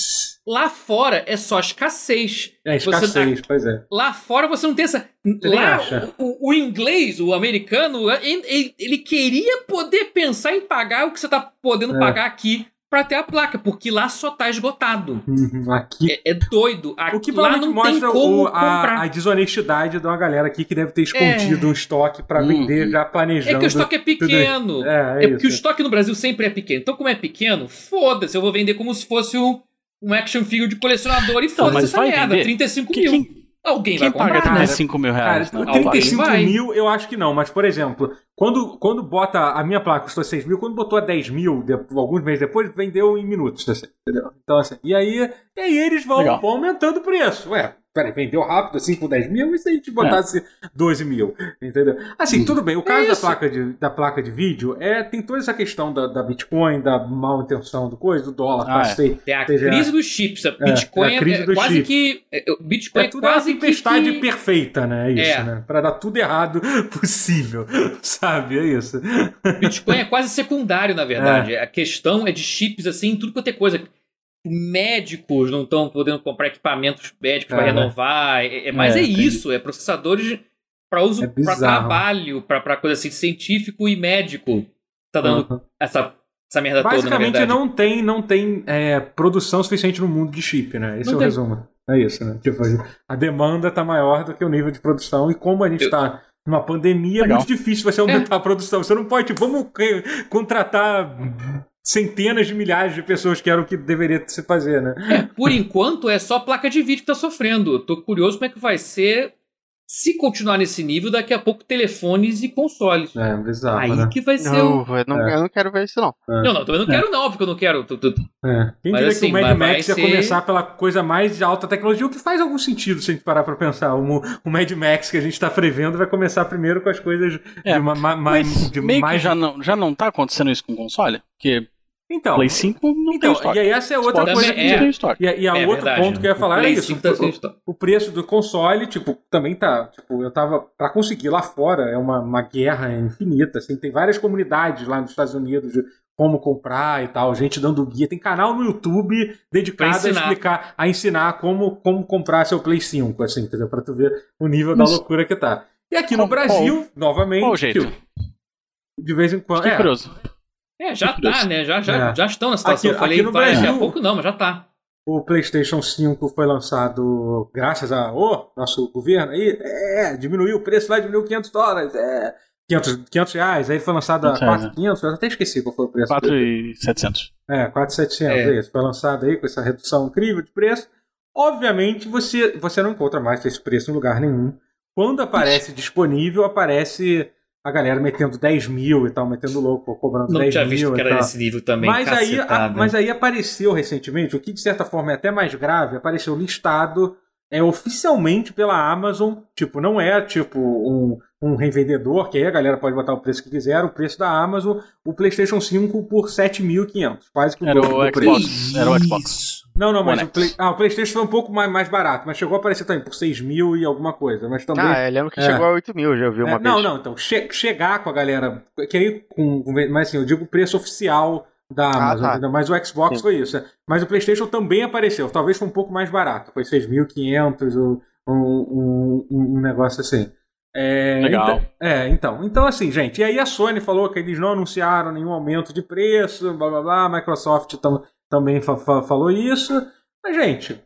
Speaker 2: lá fora é só escassez.
Speaker 1: É,
Speaker 2: Você tá
Speaker 1: escassez, pois é.
Speaker 2: Lá fora você não tem essa.
Speaker 1: nem
Speaker 2: lá,
Speaker 1: acha.
Speaker 2: o, o inglês, o americano, é, ele, ele queria poder pensar em pagar o que você tá podendo
Speaker 1: É.
Speaker 2: pagar aqui pra ter a placa, porque lá só tá esgotado.
Speaker 1: Uhum, Aqui...
Speaker 2: É, é doido. Aqui,
Speaker 1: O que
Speaker 2: lá
Speaker 1: provavelmente
Speaker 2: não tem
Speaker 1: mostra
Speaker 2: como
Speaker 1: o-
Speaker 2: comprar.
Speaker 1: a, a desonestidade de uma galera aqui que deve ter escondido um estoque para vender
Speaker 4: Uhum.
Speaker 1: já planejando.
Speaker 2: É que o estoque é pequeno. É,
Speaker 1: É, é
Speaker 2: porque o
Speaker 1: isso.
Speaker 2: estoque no Brasil sempre é pequeno. Então, como é pequeno, foda-se, eu vou vender como se fosse um, um action figure de colecionador e
Speaker 1: Então,
Speaker 2: foda-se
Speaker 4: mas
Speaker 2: essa
Speaker 4: vai
Speaker 2: merda.
Speaker 4: vender?
Speaker 2: 35
Speaker 4: Que-
Speaker 2: mil.
Speaker 4: quem
Speaker 2: Alguém vai
Speaker 4: quem
Speaker 2: comprar.
Speaker 4: paga
Speaker 1: comprar,
Speaker 4: 35 mil
Speaker 1: Cara,
Speaker 4: reais? né?
Speaker 1: tipo,
Speaker 4: na
Speaker 1: 35
Speaker 2: vai.
Speaker 1: mil eu acho que não, mas por exemplo, quando, quando bota a minha placa custou 6 mil, quando botou a 10 mil, de- alguns meses depois, vendeu em minutos, assim, entendeu? Então assim, e aí, e aí eles vão,
Speaker 4: Legal.
Speaker 1: vão aumentando o preço. Ué, peraí, vendeu rápido assim por 10 mil, e se a gente botasse 12 mil, entendeu?
Speaker 4: Hum.
Speaker 1: Assim, tudo bem, o
Speaker 4: É
Speaker 1: caso da,
Speaker 2: isso.
Speaker 1: placa de, da placa de vídeo é tem toda essa questão da, da Bitcoin, da mal intenção do coisa, do dólar,
Speaker 4: Ah,
Speaker 1: tá,
Speaker 4: é.
Speaker 1: sei.
Speaker 2: É a
Speaker 1: Seja-
Speaker 2: crise dos chips. A Bitcoin
Speaker 1: é
Speaker 2: é,
Speaker 1: a crise
Speaker 2: é
Speaker 1: do
Speaker 2: quase
Speaker 1: chip.
Speaker 2: que. é, o Bitcoin
Speaker 1: É
Speaker 2: é,
Speaker 1: tudo uma
Speaker 2: quase que.
Speaker 1: tempestade <laughs>
Speaker 2: que-
Speaker 1: perfeita, né? É isso,
Speaker 2: É.
Speaker 1: né? Pra dar tudo errado <laughs> possível, <laughs> sabe? É isso.
Speaker 2: Bitcoin é quase secundário, na verdade. A questão é de chips, assim, tudo quanto é coisa. Médicos não estão podendo comprar equipamentos médicos para
Speaker 1: Cara.
Speaker 2: renovar. É, é- mas
Speaker 1: né? É,
Speaker 2: é,
Speaker 1: entendi.
Speaker 2: isso, é processadores para uso
Speaker 1: É
Speaker 2: para
Speaker 1: bizarro.
Speaker 2: trabalho, para coisa assim, científico e médico. Tá dando
Speaker 1: Uhum.
Speaker 2: essa, essa merda toda, na
Speaker 1: Basicamente,
Speaker 2: verdade.
Speaker 1: não tem, não tem é, produção suficiente no mundo de chip, né? Esse
Speaker 2: Não
Speaker 1: é o
Speaker 2: tem.
Speaker 1: resumo. É isso, né? Tipo, a demanda tá maior do que o nível de produção e como a gente
Speaker 2: Eu- É.
Speaker 1: tá numa pandemia, é
Speaker 4: Legal.
Speaker 1: muito difícil você aumentar a produção. Você não pode, tipo, vamos que- contratar centenas de milhares de pessoas que era o que deveria se fazer, né?
Speaker 2: Por enquanto, é só a placa de vídeo que tá sofrendo. Tô curioso como é que vai ser se continuar nesse nível, daqui a pouco telefones e consoles.
Speaker 1: É, bizarro,
Speaker 2: Aí
Speaker 1: né?
Speaker 2: que vai ser o.
Speaker 3: Não, eu não, eu não quero ver isso, não.
Speaker 2: Não, não, também não quero, não, porque eu não quero. Tu- tu-
Speaker 1: É. Quem
Speaker 2: Mas
Speaker 1: diria
Speaker 2: assim,
Speaker 1: que o Mad
Speaker 2: mas vai
Speaker 1: Max ia
Speaker 2: ser-
Speaker 1: começar pela coisa mais de alta tecnologia, o que faz algum sentido se a gente parar pra pensar. O, mu- o Mad Max que a gente tá prevendo vai começar primeiro com as coisas
Speaker 4: É,
Speaker 1: de uma ma, ma-
Speaker 4: Mas
Speaker 1: de
Speaker 4: meio
Speaker 1: mais.
Speaker 4: que já não, já não tá acontecendo isso com console? Porque
Speaker 1: Então,
Speaker 4: Play 5 não tem
Speaker 1: então
Speaker 4: estoque.
Speaker 1: e aí essa é outra
Speaker 4: Xbox
Speaker 1: coisa.
Speaker 2: também é.
Speaker 4: não tem estoque.
Speaker 1: E, a- e a
Speaker 2: É
Speaker 1: outro
Speaker 2: verdade,
Speaker 1: ponto que eu ia
Speaker 2: né?
Speaker 1: falar
Speaker 2: O
Speaker 1: era
Speaker 2: Play
Speaker 1: isso.
Speaker 2: 5 tá sem
Speaker 1: o,
Speaker 2: estoque.
Speaker 1: o preço do console, tipo, também tá. Tipo, eu tava. Pra conseguir lá fora, é uma, uma guerra infinita. Assim, tem várias comunidades lá nos Estados Unidos de como comprar e tal, gente dando guia. Tem canal no YouTube
Speaker 2: Pra
Speaker 1: dedicado a
Speaker 2: ensinar.
Speaker 1: explicar, a ensinar como, como comprar seu Play 5, assim, entendeu? Pra tu ver o nível da
Speaker 4: Mas-
Speaker 1: loucura que tá. E aqui no
Speaker 4: Qual-
Speaker 1: Brasil, novamente,
Speaker 4: Qual o jeito?
Speaker 1: tipo, de vez em quando.
Speaker 4: Fiquei
Speaker 1: É,
Speaker 4: curioso.
Speaker 2: É, já tá, né? Já, já,
Speaker 1: É.
Speaker 2: já estão na situação.
Speaker 1: Aqui-
Speaker 2: eu falei,
Speaker 1: aqui no
Speaker 2: vai, daqui
Speaker 1: Brasil-
Speaker 2: a pouco não, mas já tá.
Speaker 1: O PlayStation 5 foi lançado graças a ô, nosso governo aí, é, diminuiu o preço lá, diminuiu 500 dólares, é, 500, 500 reais, aí foi lançado a
Speaker 4: Não sei,
Speaker 2: né?
Speaker 1: 4,500, eu até esqueci qual foi o preço.
Speaker 4: 4,700.
Speaker 1: É, 4,700,
Speaker 2: É.
Speaker 1: é. isso, foi lançado aí com essa redução incrível de preço. Obviamente você, você não encontra mais esse preço em lugar nenhum. Quando aparece disponível, aparece a galera metendo 10 mil e tal, metendo louco, cobrando
Speaker 2: Não
Speaker 1: 10
Speaker 2: tinha
Speaker 1: mil
Speaker 2: visto
Speaker 1: e
Speaker 2: que era
Speaker 1: tal.
Speaker 2: desse nível também. né?
Speaker 1: Mas aí, a-
Speaker 2: cacetada.
Speaker 1: mas aí apareceu recentemente, o que de certa forma é até mais grave, apareceu listado é, oficialmente pela Amazon. Tipo, não é tipo um, um revendedor, que aí a galera pode botar o preço que quiser, o preço da Amazon, o PlayStation 5 por 7.500, quase que o
Speaker 4: Era
Speaker 1: dobro
Speaker 4: o
Speaker 1: do preço.
Speaker 4: Xbox. Era o Xbox.
Speaker 1: Não, não, mas
Speaker 4: One
Speaker 1: o, Play- ah, o PlayStation foi um pouco mais, mais barato, mas chegou a aparecer também por 6 mil e alguma coisa. Mas também
Speaker 3: Ah, eu lembro que
Speaker 1: É.
Speaker 3: chegou a 8 mil, já ouvi
Speaker 1: é,
Speaker 3: uma vez.
Speaker 1: não, não, então, che- chegar com a galera, que aí, com, com- mas assim, eu digo o preço oficial da
Speaker 3: Ah,
Speaker 1: Amazon,
Speaker 3: tá.
Speaker 1: entendeu? mas o Xbox
Speaker 3: Sim.
Speaker 1: foi isso. né? Mas o Playstation também apareceu, talvez foi um pouco mais barato, foi 6.500 ou um, um, um negócio assim. É,
Speaker 4: Legal.
Speaker 1: Então, é, então, então assim, gente, e aí a Sony falou que eles não anunciaram nenhum aumento de preço, blá blá blá, a Microsoft tam- também fa- fa- falou isso, mas gente,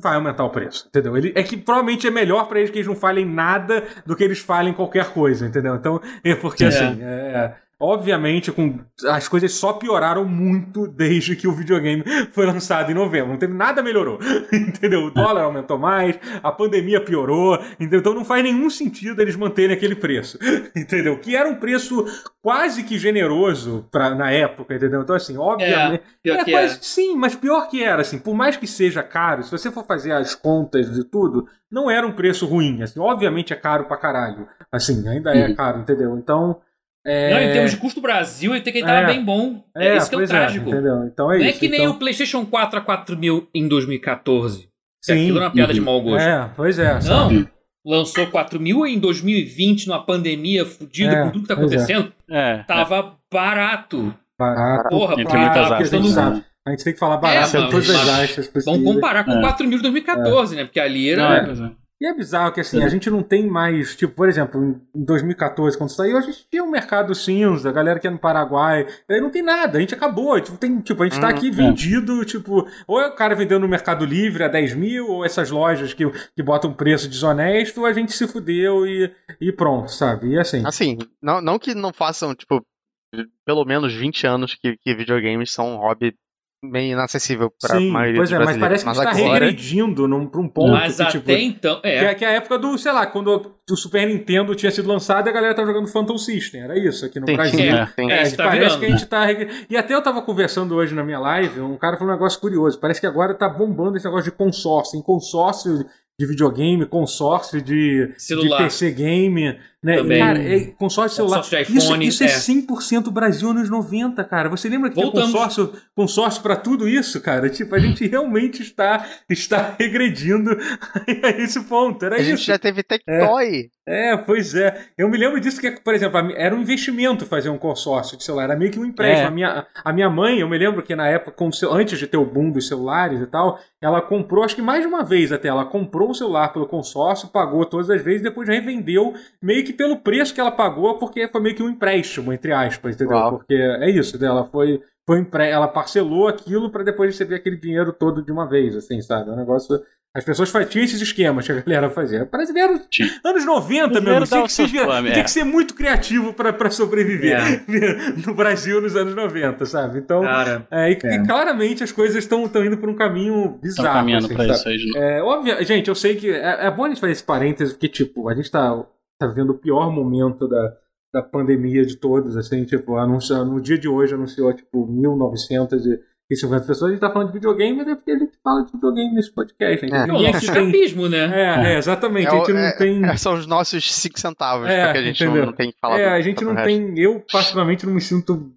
Speaker 1: Vai aumentar o preço, entendeu? Ele, é que provavelmente é melhor pra eles que eles não falem nada do que eles falem qualquer coisa, entendeu? Então, é porque
Speaker 2: É.
Speaker 1: assim, é, Obviamente, com as coisas só pioraram muito desde que o videogame foi lançado em novembro. Não teve nada melhorou, <laughs> entendeu? O dólar aumentou mais, a pandemia piorou, entendeu? Então não faz nenhum sentido eles manterem aquele preço, <laughs> entendeu? Que era um preço quase que generoso pra, na época, entendeu? Então assim, obviamente,
Speaker 2: pior
Speaker 1: é,
Speaker 2: que
Speaker 1: mas,
Speaker 2: era.
Speaker 1: Sim, mas pior que era, assim, por mais que seja caro, se você for fazer as contas de tudo, não era um preço ruim, assim, obviamente é caro pra caralho, assim, ainda é
Speaker 4: Uhum.
Speaker 1: caro, entendeu? Então, é...
Speaker 2: Não, em termos de custo Brasil, ele tem que estar
Speaker 1: É.
Speaker 2: bem bom. É, esse que é o
Speaker 1: pois
Speaker 2: trágico.
Speaker 1: entendeu? Então é
Speaker 2: não
Speaker 1: isso.
Speaker 2: é que nem
Speaker 1: então...
Speaker 2: o PlayStation 4 a 4 mil em 2014. que é
Speaker 1: Sim.
Speaker 2: Aquilo era uma piada de
Speaker 4: Uhum.
Speaker 2: mau gosto.
Speaker 1: É, pois é.
Speaker 2: Não,
Speaker 1: sabe?
Speaker 2: lançou 4 mil em 2020, numa pandemia fodida
Speaker 1: É,
Speaker 2: com tudo que tá
Speaker 1: pois é.
Speaker 2: acontecendo.
Speaker 4: É.
Speaker 2: Tava barato.
Speaker 1: Barato.
Speaker 2: Porra,
Speaker 4: Entre
Speaker 2: pra-
Speaker 4: muitas
Speaker 2: tá
Speaker 1: aspas,
Speaker 2: custando-
Speaker 1: né? A gente tem que falar barato
Speaker 2: É,
Speaker 1: em todas
Speaker 2: mas-
Speaker 1: as achas
Speaker 2: Vamos
Speaker 1: possíveis.
Speaker 2: comparar com
Speaker 4: É.
Speaker 2: 4 mil de 2014, né? Porque ali
Speaker 4: Não, é,
Speaker 2: era.
Speaker 4: pois é.
Speaker 1: E é bizarro que
Speaker 3: Uhum.
Speaker 1: assim, a gente não tem mais, tipo, por exemplo, em 2014, quando saiu, a gente tinha um mercado cinza, a galera que é no Paraguai, aí não tem nada, a gente acabou, tipo, tem, tipo, a gente tá
Speaker 3: Uhum,
Speaker 1: aqui vendido, tipo, ou é o cara vendendo no Mercado Livre a 10 mil, ou essas lojas que, que botam preço desonesto, a gente se fudeu e, e pronto, sabe? E assim,
Speaker 3: Assim, não, não que não façam, tipo, pelo menos 20 anos que, que videogames são um hobby meio inacessível pra
Speaker 1: sim,
Speaker 3: maioria
Speaker 1: pois
Speaker 3: dos
Speaker 1: é, mas parece
Speaker 3: brasileiros.
Speaker 1: que a gente tá
Speaker 3: agora-
Speaker 1: regredindo num, pra um ponto
Speaker 2: Mas
Speaker 1: que,
Speaker 2: até
Speaker 1: tipo,
Speaker 2: então.
Speaker 1: Que
Speaker 2: É.
Speaker 1: é, que é a época do, sei lá, quando o Super Nintendo tinha sido lançado e a galera tava jogando Phantom System. Era isso aqui no
Speaker 2: <laughs>
Speaker 3: Tem,
Speaker 1: Brasil.
Speaker 3: tem,
Speaker 2: É.
Speaker 3: tem.
Speaker 1: É,
Speaker 2: É, isso tá
Speaker 1: parece
Speaker 2: virando.
Speaker 1: que a gente tá. regre- E até eu tava conversando hoje na minha live, um cara falou um negócio curioso. Parece que agora tá bombando esse negócio de consórcio. Em consórcio de videogame, consórcio de, de
Speaker 2: Celular.
Speaker 1: PC game, né?
Speaker 2: Também.
Speaker 1: Cara, é, consórcio celular.
Speaker 2: Consórcio de
Speaker 1: isso,
Speaker 2: iPhone,
Speaker 1: isso é.
Speaker 2: é.
Speaker 1: 100% Brasil nos 90, cara. Você lembra que tinha
Speaker 2: Voltamos.
Speaker 1: consórcio, consórcio para tudo isso, cara? Tipo, a gente realmente está, está regredindo <laughs> a esse ponto. Era
Speaker 3: A gente
Speaker 1: é isso.
Speaker 3: já teve Tectoy.
Speaker 1: É, pois é. Eu me lembro disso que, por exemplo, a mi- era um investimento fazer um consórcio de celular, era meio que um empréstimo.
Speaker 4: É.
Speaker 1: A, minha, a minha mãe, eu me lembro que na época, quando ce- antes de ter o boom dos celulares e tal, ela comprou, acho que mais de uma vez até, ela comprou o celular pelo consórcio, pagou todas as vezes, depois revendeu meio que pelo preço que ela pagou, porque foi meio que um empréstimo, entre aspas, entendeu?
Speaker 3: Uau.
Speaker 1: Porque é isso, né? ela foi, foi um empre... ela parcelou aquilo para depois receber aquele dinheiro todo de uma vez, assim, sabe? É um negócio... As pessoas fa- tinham esses esquemas que a galera fazia. Brasileiro,
Speaker 4: Tinha.
Speaker 1: anos 90, meu
Speaker 4: Brasileiro
Speaker 1: amigo, tinha
Speaker 4: dá
Speaker 1: que,
Speaker 4: o
Speaker 1: se
Speaker 4: seu
Speaker 1: vira-
Speaker 4: fome,
Speaker 1: tinha
Speaker 4: é.
Speaker 1: que ser muito criativo pra pra sobreviver <laughs> no Brasil nos anos 90, sabe? Então,
Speaker 2: Cara.
Speaker 1: é, e,
Speaker 2: É.
Speaker 1: e claramente as coisas estão indo por um caminho
Speaker 4: Estão
Speaker 1: bizarro.
Speaker 4: caminhando
Speaker 1: assim,
Speaker 4: pra
Speaker 1: sabe?
Speaker 4: isso aí de novo.
Speaker 1: É, óbvio, gente, eu sei que é, é bom a gente fazer esse parênteses, porque, tipo, a gente tá, tá vendo o pior momento da, da pandemia de todos, assim, tipo, anuncia, no dia de hoje anunciou, tipo, 1.950 pessoas, a gente tá falando de videogame, mas é porque a gente fala de videogame nesse podcast, gente.
Speaker 3: É.
Speaker 2: É o
Speaker 1: Ninguém
Speaker 2: nosso
Speaker 1: aqui tem...
Speaker 2: escapismo, né?
Speaker 1: É, é, exatamente, a gente
Speaker 3: É o-
Speaker 1: não tem...
Speaker 3: <laughs> São os nossos 5 centavos,
Speaker 1: É,
Speaker 3: porque a gente não,
Speaker 1: entendeu?
Speaker 3: não tem que falar
Speaker 1: É,
Speaker 3: do-
Speaker 1: a gente
Speaker 3: do
Speaker 1: não
Speaker 3: resto.
Speaker 1: tem. Eu, particularmente, não me sinto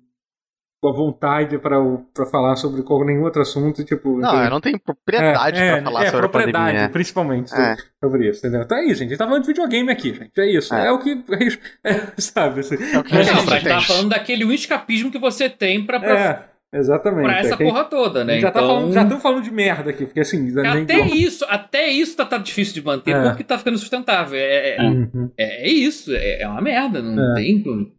Speaker 1: com a vontade pra, pra falar sobre qual- nenhum outro assunto. Tipo,
Speaker 3: Não, eu não tenho propriedade
Speaker 1: é,
Speaker 3: pra falar
Speaker 1: é,
Speaker 3: sobre a
Speaker 1: propriedade,
Speaker 3: pandemia.
Speaker 1: principalmente so-
Speaker 3: É.
Speaker 1: sobre isso, entendeu? Então é isso, gente. A gente tá falando de videogame aqui, gente. É isso. É,
Speaker 3: É.
Speaker 1: o que. <laughs> é, sabe? Assim,
Speaker 3: É o que a
Speaker 2: Não,
Speaker 3: gente
Speaker 2: mas
Speaker 3: tem.
Speaker 2: tá falando daquele escapismo que você tem pra, pra,
Speaker 1: é, exatamente.
Speaker 2: pra
Speaker 1: é
Speaker 2: essa
Speaker 1: que a gente-
Speaker 2: porra toda,
Speaker 1: a
Speaker 2: né?
Speaker 1: gente Já
Speaker 2: então,
Speaker 1: estamos falando, já tão falando de merda aqui, porque assim. nem-
Speaker 2: até isso, até isso tá, tá difícil de manter,
Speaker 1: É.
Speaker 2: porque tá ficando sustentável. É, é,
Speaker 1: Uhum.
Speaker 2: é- é isso, é, é uma merda, não
Speaker 1: É.
Speaker 2: tem.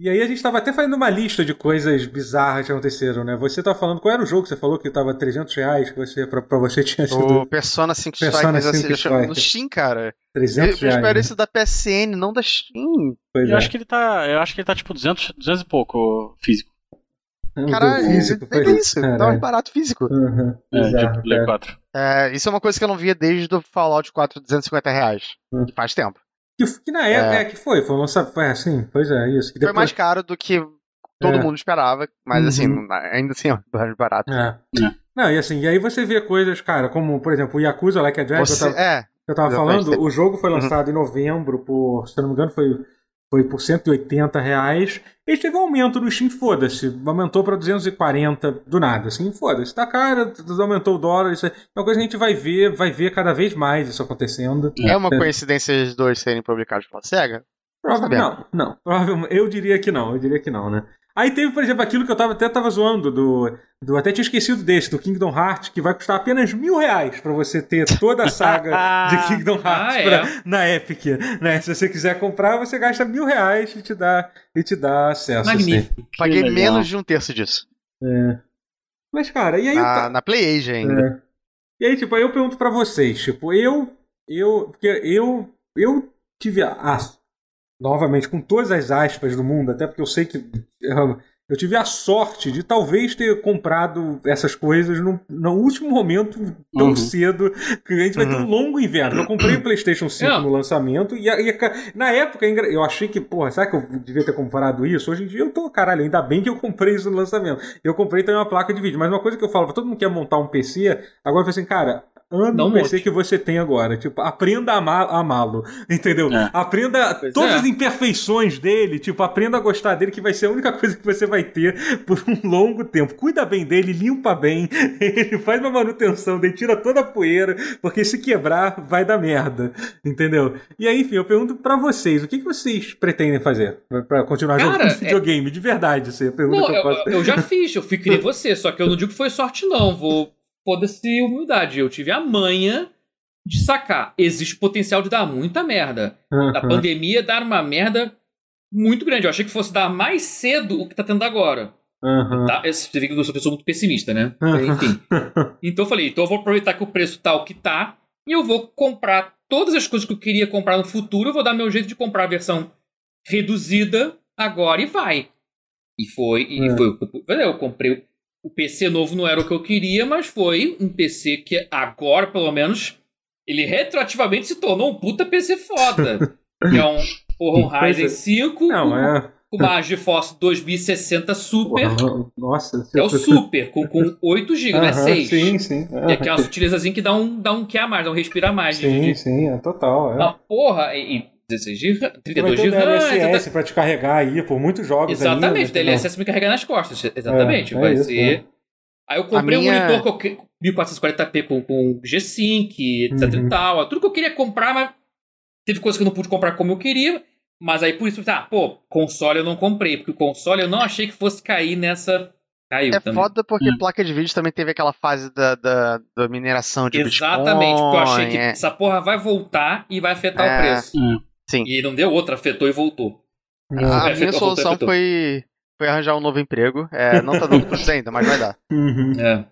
Speaker 1: E aí a gente tava até fazendo uma lista de coisas bizarras que aconteceram, né? Você tá falando qual era o jogo que você falou que tava 300 reais, que você, pra, pra você <laughs> tinha sido
Speaker 3: O Persona 5
Speaker 1: Persona
Speaker 3: Strikers assim,
Speaker 1: 5
Speaker 3: achou- no
Speaker 1: Strikers.
Speaker 3: Steam, cara. Eu,
Speaker 1: 300
Speaker 3: eu
Speaker 1: reais.
Speaker 3: espero
Speaker 1: né?
Speaker 3: isso da PSN, não da Steam.
Speaker 1: Pois
Speaker 4: Eu
Speaker 1: é.
Speaker 4: acho que ele tá. Eu acho que ele tá tipo 200, 200 e pouco físico.
Speaker 1: É um do
Speaker 3: Caralho,
Speaker 1: físico,
Speaker 3: é
Speaker 1: pois é.
Speaker 3: isso. Tá mais
Speaker 1: Caralho.
Speaker 3: barato físico.
Speaker 1: Uhum,
Speaker 4: É,
Speaker 1: exato,
Speaker 4: de Play
Speaker 1: cara.
Speaker 4: 4.
Speaker 3: É, isso é uma coisa que eu não via desde o Fallout 4 250 reais.
Speaker 1: Hum.
Speaker 3: que Faz tempo.
Speaker 1: que, que na época é. que foi, foi lançado, foi assim, pois é, isso. Que
Speaker 3: Foi mais caro do que todo
Speaker 1: É.
Speaker 3: mundo esperava, mas assim,
Speaker 1: Uhum.
Speaker 3: ainda assim é mais barato.
Speaker 1: É. Não, e assim, e aí você vê coisas, cara, como, por exemplo, o Yakuza Like a Dragon,
Speaker 3: Você-
Speaker 1: eu tava,
Speaker 3: É,
Speaker 1: eu tava
Speaker 3: exatamente.
Speaker 1: falando, o jogo foi lançado em novembro por, se eu não me engano, foi, foi por 180 reais. E teve um aumento no Steam, foda-se, aumentou pra 240 do nada, assim, foda-se, tá caro, aumentou o dólar, isso é é uma coisa que a gente vai ver, vai ver cada vez mais isso acontecendo.
Speaker 3: é uma coincidência os dois serem publicados pela SEGA?
Speaker 1: Prova-
Speaker 3: Bem.
Speaker 1: Não, não. Provavelmente, eu diria que não, eu diria que não, né? Aí teve, por exemplo, aquilo que eu tava, até tava zoando, do, do. Até tinha esquecido desse, do Kingdom Hearts, que vai custar apenas mil reais pra você ter toda a saga de
Speaker 2: <laughs>
Speaker 1: Kingdom Hearts
Speaker 2: Ah, é.
Speaker 1: pra- na Epic. Né? Se você quiser comprar, você gasta mil reais e te dá, e te dá acesso. assim. É.
Speaker 2: Magnífico.
Speaker 3: Paguei
Speaker 4: legal.
Speaker 3: menos de um terço disso.
Speaker 1: Mas, cara, e aí. o
Speaker 2: Ah,
Speaker 1: ca-
Speaker 3: Na, na PlayAsia ainda.
Speaker 1: É. E aí, tipo, aí eu pergunto pra vocês, tipo, eu, eu, porque eu, eu tive a, a novamente com todas as aspas do mundo, até porque eu sei que eu, eu tive a sorte de talvez ter comprado essas coisas no, no último momento tão
Speaker 4: Uhum.
Speaker 1: cedo que a gente vai ter um
Speaker 3: Uhum.
Speaker 1: longo inverno. Eu comprei o PlayStation 5
Speaker 2: Não.
Speaker 1: no lançamento e, a- e a- na época é engra- eu achei que, porra, será que eu devia ter comprado isso? Hoje em dia eu tô, caralho, ainda bem que eu comprei isso no lançamento. Eu comprei também uma placa de vídeo, mas uma coisa que eu falo pra todo mundo que quer montar um PC, agora eu falo assim, cara, ame
Speaker 2: Não
Speaker 1: o PC
Speaker 2: um monte.
Speaker 1: que você tem agora. Tipo, aprenda a ama- a amá-lo. <laughs> Entendeu?
Speaker 4: É.
Speaker 1: Aprenda
Speaker 2: Pois
Speaker 1: todas
Speaker 2: é.
Speaker 1: as imperfeições dele, tipo, aprenda a gostar dele, que vai ser a única <laughs> coisa que você vai ter por um longo tempo. Cuida bem dele, limpa bem, <laughs> ele faz uma manutenção dele, tira toda a poeira, porque se quebrar, vai dar merda. Entendeu? E aí, enfim, eu pergunto pra vocês, o que, que vocês pretendem fazer pra- pra continuar
Speaker 2: Cara,
Speaker 1: jogando
Speaker 2: é-
Speaker 1: <laughs> videogame? De verdade, isso é a pergunta
Speaker 2: Não,
Speaker 1: que eu
Speaker 2: eu,
Speaker 1: faço.
Speaker 2: eu já fiz, eu fico que nem você, só que eu não digo que foi sorte, não. Vou foda-se humildade. Eu tive a manha de sacar. Existe potencial de dar muita merda. Da
Speaker 1: Aham.
Speaker 2: pandemia dar uma merda muito grande. Eu achei que fosse dar mais cedo o que tá tendo agora.
Speaker 1: Aham.
Speaker 2: Tá? Eu- Você vê que eu sou uma pessoa muito pessimista, né?
Speaker 1: Uhum. <laughs>
Speaker 2: Enfim. Então eu falei, então eu vou aproveitar que o preço tá o que tá e eu vou comprar todas as coisas que eu queria comprar no futuro, eu vou dar meu jeito de comprar a versão reduzida agora e vai. E foi, e
Speaker 1: É.
Speaker 2: foi, o que eu- olha, eu comprei o PC novo não era o que eu queria, mas foi um PC que agora, pelo menos, ele retroativamente se tornou um puta PC foda.
Speaker 1: <laughs>
Speaker 2: que é um, porra, um
Speaker 1: Pois é.
Speaker 2: Ryzen 5
Speaker 1: Não,
Speaker 2: com,
Speaker 1: é.
Speaker 2: com uma GeForce 2060 Super.
Speaker 1: Porra, Nossa,
Speaker 2: É o Super, com, com 8 GB, não é
Speaker 1: Aham,
Speaker 2: 6.
Speaker 1: Sim, sim.
Speaker 2: E aqui é uma sutilizazinha que dá um, dá um que a mais, dá um respirar a mais.
Speaker 1: Sim,
Speaker 2: de,
Speaker 1: sim, é total. É.
Speaker 2: Uma porra, e, e 16 de RAM,
Speaker 1: Você vai
Speaker 2: 32 de
Speaker 1: ter
Speaker 2: RAM.
Speaker 1: DLSS
Speaker 2: exata-
Speaker 1: pra te carregar é aí né, por muitos jogos ainda,
Speaker 2: então tá Exatamente,
Speaker 1: entendeu?
Speaker 2: DLSS me carregar nas costas. Exatamente,
Speaker 1: É, é
Speaker 2: vai
Speaker 1: isso,
Speaker 2: ser.
Speaker 1: é.
Speaker 2: Aí eu comprei
Speaker 3: A minha-
Speaker 2: um monitor que eu que- 1440p com, com G-Sync, etc
Speaker 1: Uhum.
Speaker 2: e tal. Tudo que eu queria comprar, mas teve coisa que eu não pude comprar como eu queria. Mas aí por isso, tá, pô, console eu não comprei, porque o console eu não achei que fosse cair nessa. Caiu
Speaker 3: É
Speaker 2: também.
Speaker 3: foda porque
Speaker 4: Hum.
Speaker 3: placa de vídeo também teve aquela fase da, da, da mineração de Bitcoin.
Speaker 2: Exatamente, porque eu achei que <laughs>
Speaker 3: é.
Speaker 2: essa porra vai voltar e vai afetar
Speaker 3: É.
Speaker 2: o preço.
Speaker 3: Sim.
Speaker 2: E não deu outra, afetou e voltou.
Speaker 1: Não.
Speaker 3: é. A
Speaker 2: Vai
Speaker 3: minha
Speaker 2: afetar,
Speaker 3: solução
Speaker 2: afetar.
Speaker 3: foi, foi arranjar um novo emprego. É, não tá dando pra você ainda, mas vai dar.
Speaker 1: Uhum.
Speaker 4: <laughs>
Speaker 2: É.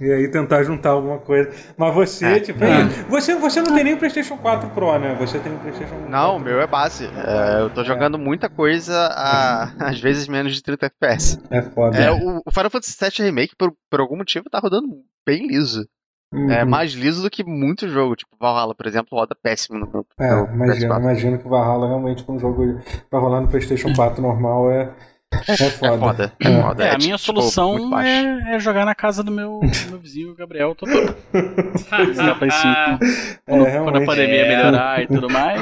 Speaker 1: E aí tentar juntar alguma coisa. Mas você,
Speaker 3: É.
Speaker 1: tipo, é. isso. Você, você não tem nem o PlayStation 4 Pro, né? Você tem o PlayStation
Speaker 3: Não, o meu é base. É, eu tô jogando muita coisa, a, às vezes menos de 30 FPS.
Speaker 1: É foda.
Speaker 3: É, o, o Final Fantasy VII Remake, por, por algum motivo, tá rodando bem liso. É
Speaker 1: Uhum.
Speaker 3: mais liso do que muito jogo. Tipo, Valhalla, por exemplo, roda péssimo no meu.
Speaker 1: É,
Speaker 3: no
Speaker 1: imagino,
Speaker 3: PS4.
Speaker 1: imagino que o Valhalla realmente pra um jogo pra rolar no PlayStation 4 normal é, é
Speaker 3: É
Speaker 1: foda.
Speaker 3: foda. É, foda.
Speaker 4: É, a
Speaker 3: tipo,
Speaker 4: minha
Speaker 3: tipo,
Speaker 4: solução
Speaker 3: muito baixo.
Speaker 4: é, é jogar na casa do
Speaker 1: <laughs>
Speaker 4: meu, do meu vizinho, o Gabriel, todo <laughs> mundo. Jogar Play 5.
Speaker 1: É,
Speaker 4: Quando a
Speaker 1: realmente.
Speaker 4: pandemia
Speaker 2: É.
Speaker 4: melhorar e tudo mais.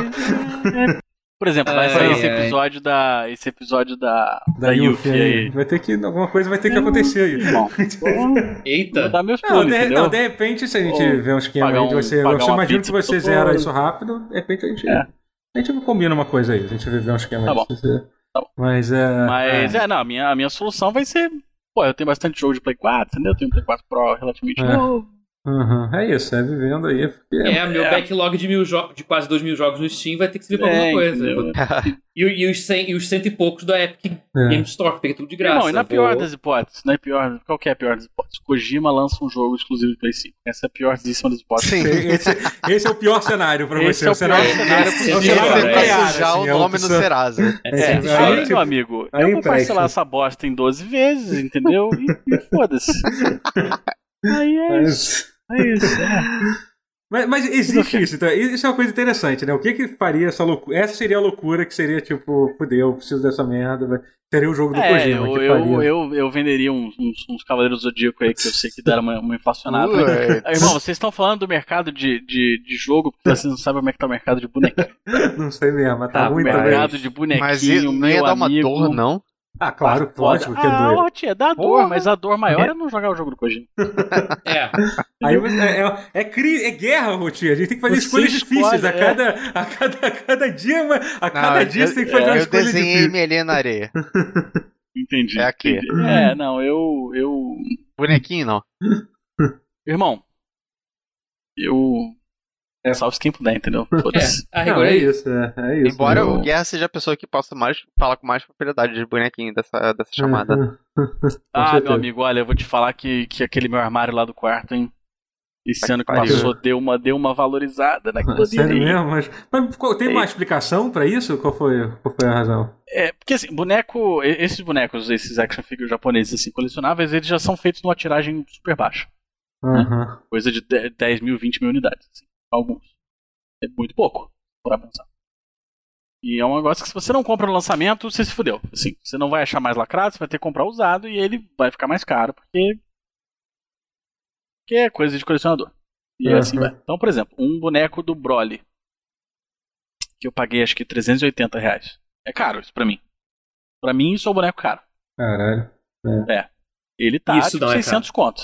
Speaker 4: é- é. Por exemplo, vai
Speaker 2: Ai,
Speaker 4: sair esse
Speaker 2: ai.
Speaker 4: episódio da. Esse episódio da.
Speaker 1: Da Yuffie
Speaker 4: Yuffie
Speaker 1: aí. Vai ter que. Alguma coisa vai ter que
Speaker 4: Eu não-
Speaker 1: acontecer aí. <laughs>
Speaker 4: Bom, vou vou
Speaker 2: ah, Eita.
Speaker 4: dar meus
Speaker 1: Não,
Speaker 4: pulos,
Speaker 1: de,
Speaker 4: entendeu?
Speaker 1: não, de repente, se a gente
Speaker 4: Ou
Speaker 1: vê um esquema
Speaker 4: pagar
Speaker 1: aí de
Speaker 4: um-
Speaker 1: você. Eu
Speaker 4: pagar
Speaker 1: só
Speaker 4: uma
Speaker 1: imagino que
Speaker 4: pizza
Speaker 1: você
Speaker 4: pro-
Speaker 1: zera isso rápido, de repente a gente.
Speaker 4: É.
Speaker 1: A gente combina uma coisa aí, a gente vê um esquema
Speaker 4: Tá
Speaker 1: aí.
Speaker 4: bom.
Speaker 1: se você-
Speaker 4: Tá bom.
Speaker 1: Mas é.
Speaker 4: Mas
Speaker 1: é.
Speaker 4: é, não, a minha, a minha solução vai ser. Pô, eu tenho bastante jogo de Play 4, entendeu? Eu tenho um Play 4 Pro relativamente
Speaker 1: É.
Speaker 4: novo.
Speaker 1: Uhum, é isso, é vivendo aí. Porque é,
Speaker 2: É, meu
Speaker 4: é.
Speaker 2: backlog de, mil jo- de quase dois mil jogos no Steam vai ter que servir pra
Speaker 4: É,
Speaker 2: alguma coisa.
Speaker 4: entendeu?
Speaker 2: E, e os cem, e os cento e poucos da Epic
Speaker 1: É.
Speaker 2: Game Store, que peguei tudo de graça.
Speaker 4: Não, e na
Speaker 2: Vou-
Speaker 4: pior das hipóteses, na pior, qual que é a pior das hipóteses? Kojima lança um jogo exclusivo de Play 5. Essa é a piorzíssima das hipóteses.
Speaker 3: Sim.
Speaker 1: Esse, esse é o pior cenário pra você.
Speaker 4: Esse é
Speaker 1: o
Speaker 4: o pior
Speaker 1: cenário.
Speaker 4: cenário
Speaker 1: é o
Speaker 2: possível,
Speaker 1: cenário
Speaker 2: né?
Speaker 1: nuclear,
Speaker 3: já
Speaker 1: assim,
Speaker 3: o
Speaker 1: é
Speaker 3: nome no
Speaker 1: opção- <laughs>
Speaker 3: Serasa.
Speaker 2: É,
Speaker 4: É,
Speaker 1: Esse
Speaker 4: isso aí,
Speaker 1: aí,
Speaker 4: meu amigo.
Speaker 1: aí
Speaker 4: eu vou
Speaker 1: empresta.
Speaker 4: parcelar essa bosta em 12 vezes, entendeu? E, e foda-se. Aí é isso.
Speaker 1: Mas,
Speaker 4: É isso. é.
Speaker 1: mas- mas existe isso, então. Isso é uma coisa interessante, né? O que que faria essa loucura? Essa seria a loucura que seria tipo, fudeu, eu preciso dessa merda. vai- Seria o jogo do
Speaker 4: É,
Speaker 1: Kojima.
Speaker 4: eu,
Speaker 1: que
Speaker 4: eu,
Speaker 1: faria.
Speaker 4: eu, eu venderia uns, uns, uns Cavaleiros do Zodíaco aí que eu sei que deram uma, uma inflacionada. né?
Speaker 1: <laughs>
Speaker 3: Ué.
Speaker 4: Ah, Irmão, vocês estão falando do mercado de, de, de jogo, porque vocês não sabem como é que tá o mercado de bonequinho.
Speaker 1: Não sei mesmo, mas tá
Speaker 4: Tá, o
Speaker 1: ruim também.
Speaker 4: mercado de bonequinho,
Speaker 3: Mas e- não ia
Speaker 4: meu
Speaker 3: dar uma
Speaker 4: amigo.
Speaker 3: dor, não.
Speaker 1: Ah, claro,
Speaker 4: Tá foda.
Speaker 1: lógico que é
Speaker 4: Ah,
Speaker 1: doido.
Speaker 4: ó, tia, dá
Speaker 3: Porra.
Speaker 4: dor, mas a dor maior é não jogar o jogo do Kojima.
Speaker 2: É,
Speaker 1: Aí você- é, é, é, cri- é guerra, Rotinha. A gente tem que fazer
Speaker 4: Você
Speaker 1: escolhas difíceis. A
Speaker 4: escolhe, é.
Speaker 1: cada, a cada, a cada dia, uma- a cada
Speaker 3: eu-
Speaker 1: dia você tem que fazer uma
Speaker 3: Eu
Speaker 1: escolha
Speaker 3: desenhei
Speaker 1: difícil.
Speaker 3: Melê na areia.
Speaker 4: Entendi.
Speaker 3: É aqui.
Speaker 4: entendi. É, não, eu, eu.
Speaker 3: Bonequinho, não.
Speaker 4: Irmão. Eu.
Speaker 1: <laughs> É.
Speaker 4: Salve quem puder, entendeu? Foda-se.
Speaker 2: é, a
Speaker 1: Não,
Speaker 2: rigor
Speaker 1: é
Speaker 2: é isso.
Speaker 1: isso, é, é isso.
Speaker 3: Embora
Speaker 4: não.
Speaker 3: o Guerra seja a pessoa que possa mais falar com mais propriedade de bonequinho dessa, dessa chamada.
Speaker 1: Uhum. Com
Speaker 4: Ah,
Speaker 1: certeza.
Speaker 4: meu amigo, olha, eu vou te falar que, que aquele meu armário lá do quarto, hein? Esse
Speaker 3: Tá
Speaker 4: ano que
Speaker 3: que pariu.
Speaker 4: passou deu uma, deu uma valorizada
Speaker 1: <laughs>
Speaker 4: naquilo
Speaker 1: né? É, Sério
Speaker 4: ali.
Speaker 1: mesmo? Mas, mas qual- tem uma explicação pra isso? Qual foi, qual foi a razão?
Speaker 4: É, porque assim, boneco, e- esses bonecos, esses action figures japoneses assim, colecionáveis, eles já são feitos numa tiragem super baixa. Hum.
Speaker 1: Aham.
Speaker 4: Coisa de de- 10 mil, 20 mil unidades. assim, alguns. É muito pouco, pra pensar. E é um negócio que se você não compra no lançamento, você se fudeu. Assim, você não vai achar mais lacrado, você vai ter que comprar usado e ele vai ficar mais caro, porque. Porque é coisa de colecionador. E é assim
Speaker 1: Uhum.
Speaker 4: vai. Então, por exemplo, um boneco do Broly. Que eu paguei acho que 380 reais. É caro isso pra mim. Pra mim, isso é um boneco caro.
Speaker 1: Caralho.
Speaker 4: Ele tá
Speaker 2: Isso
Speaker 4: tipo,
Speaker 2: não é
Speaker 4: 600 conto.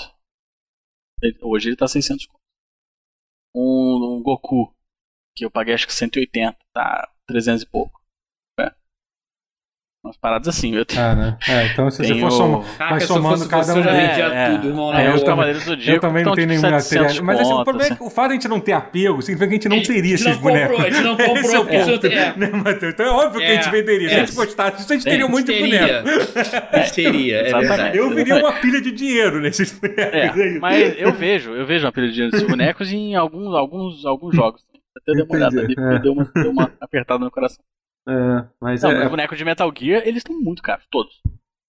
Speaker 4: Ele- hoje ele tá 600 conto. Um, um Goku, que eu paguei acho que 180, tá 300 e pouco. É. Umas paradas assim. Eu tenho,
Speaker 1: Caralho. É, então se você
Speaker 4: tenho-
Speaker 1: for somar.
Speaker 2: <laughs>
Speaker 1: Mas
Speaker 2: se eu
Speaker 1: somando
Speaker 2: fosse
Speaker 1: cada
Speaker 2: você,
Speaker 1: um
Speaker 2: eu já
Speaker 1: deles.
Speaker 2: vendia
Speaker 4: É,
Speaker 2: tudo, irmão.
Speaker 4: É,
Speaker 2: na
Speaker 4: os
Speaker 2: boa.
Speaker 4: Cavaleiros do Zodíaco
Speaker 1: Eu também não
Speaker 4: tão,
Speaker 1: tenho
Speaker 4: tipo,
Speaker 1: nenhum
Speaker 4: 700
Speaker 1: material. Mas assim, o
Speaker 4: conto,
Speaker 1: problema é que o fato de a gente não ter apego significa que a gente não teria
Speaker 2: A gente
Speaker 1: esses
Speaker 2: não
Speaker 1: bonecos.
Speaker 2: comprou, a gente não comprou.
Speaker 1: <laughs> Esse é o
Speaker 2: porque a gente não
Speaker 1: ponto.
Speaker 2: tem- é.
Speaker 1: Né, Matheus? Então é óbvio que a gente
Speaker 2: É,
Speaker 1: venderia. Se a gente
Speaker 2: é.
Speaker 1: gostasse, disso, a gente
Speaker 4: Tem.
Speaker 1: teria muito boneco.
Speaker 2: Teria. <laughs> Teria, é
Speaker 4: Exatamente.
Speaker 2: verdade.
Speaker 1: Eu viria
Speaker 4: Exatamente.
Speaker 1: uma pilha de dinheiro nesses bonecos.
Speaker 4: É,
Speaker 1: isso.
Speaker 4: mas eu vejo, eu vejo uma pilha de dinheiro desses bonecos em alguns, alguns, alguns jogos. Até dei uma olhada ali,
Speaker 1: Entendi,
Speaker 4: porque
Speaker 1: é. <laughs>
Speaker 4: deu uma, deu uma apertada no coração.
Speaker 1: É, mas,
Speaker 4: Não,
Speaker 1: é-
Speaker 4: mas os bonecos de Metal Gear, eles estão muito caros, todos.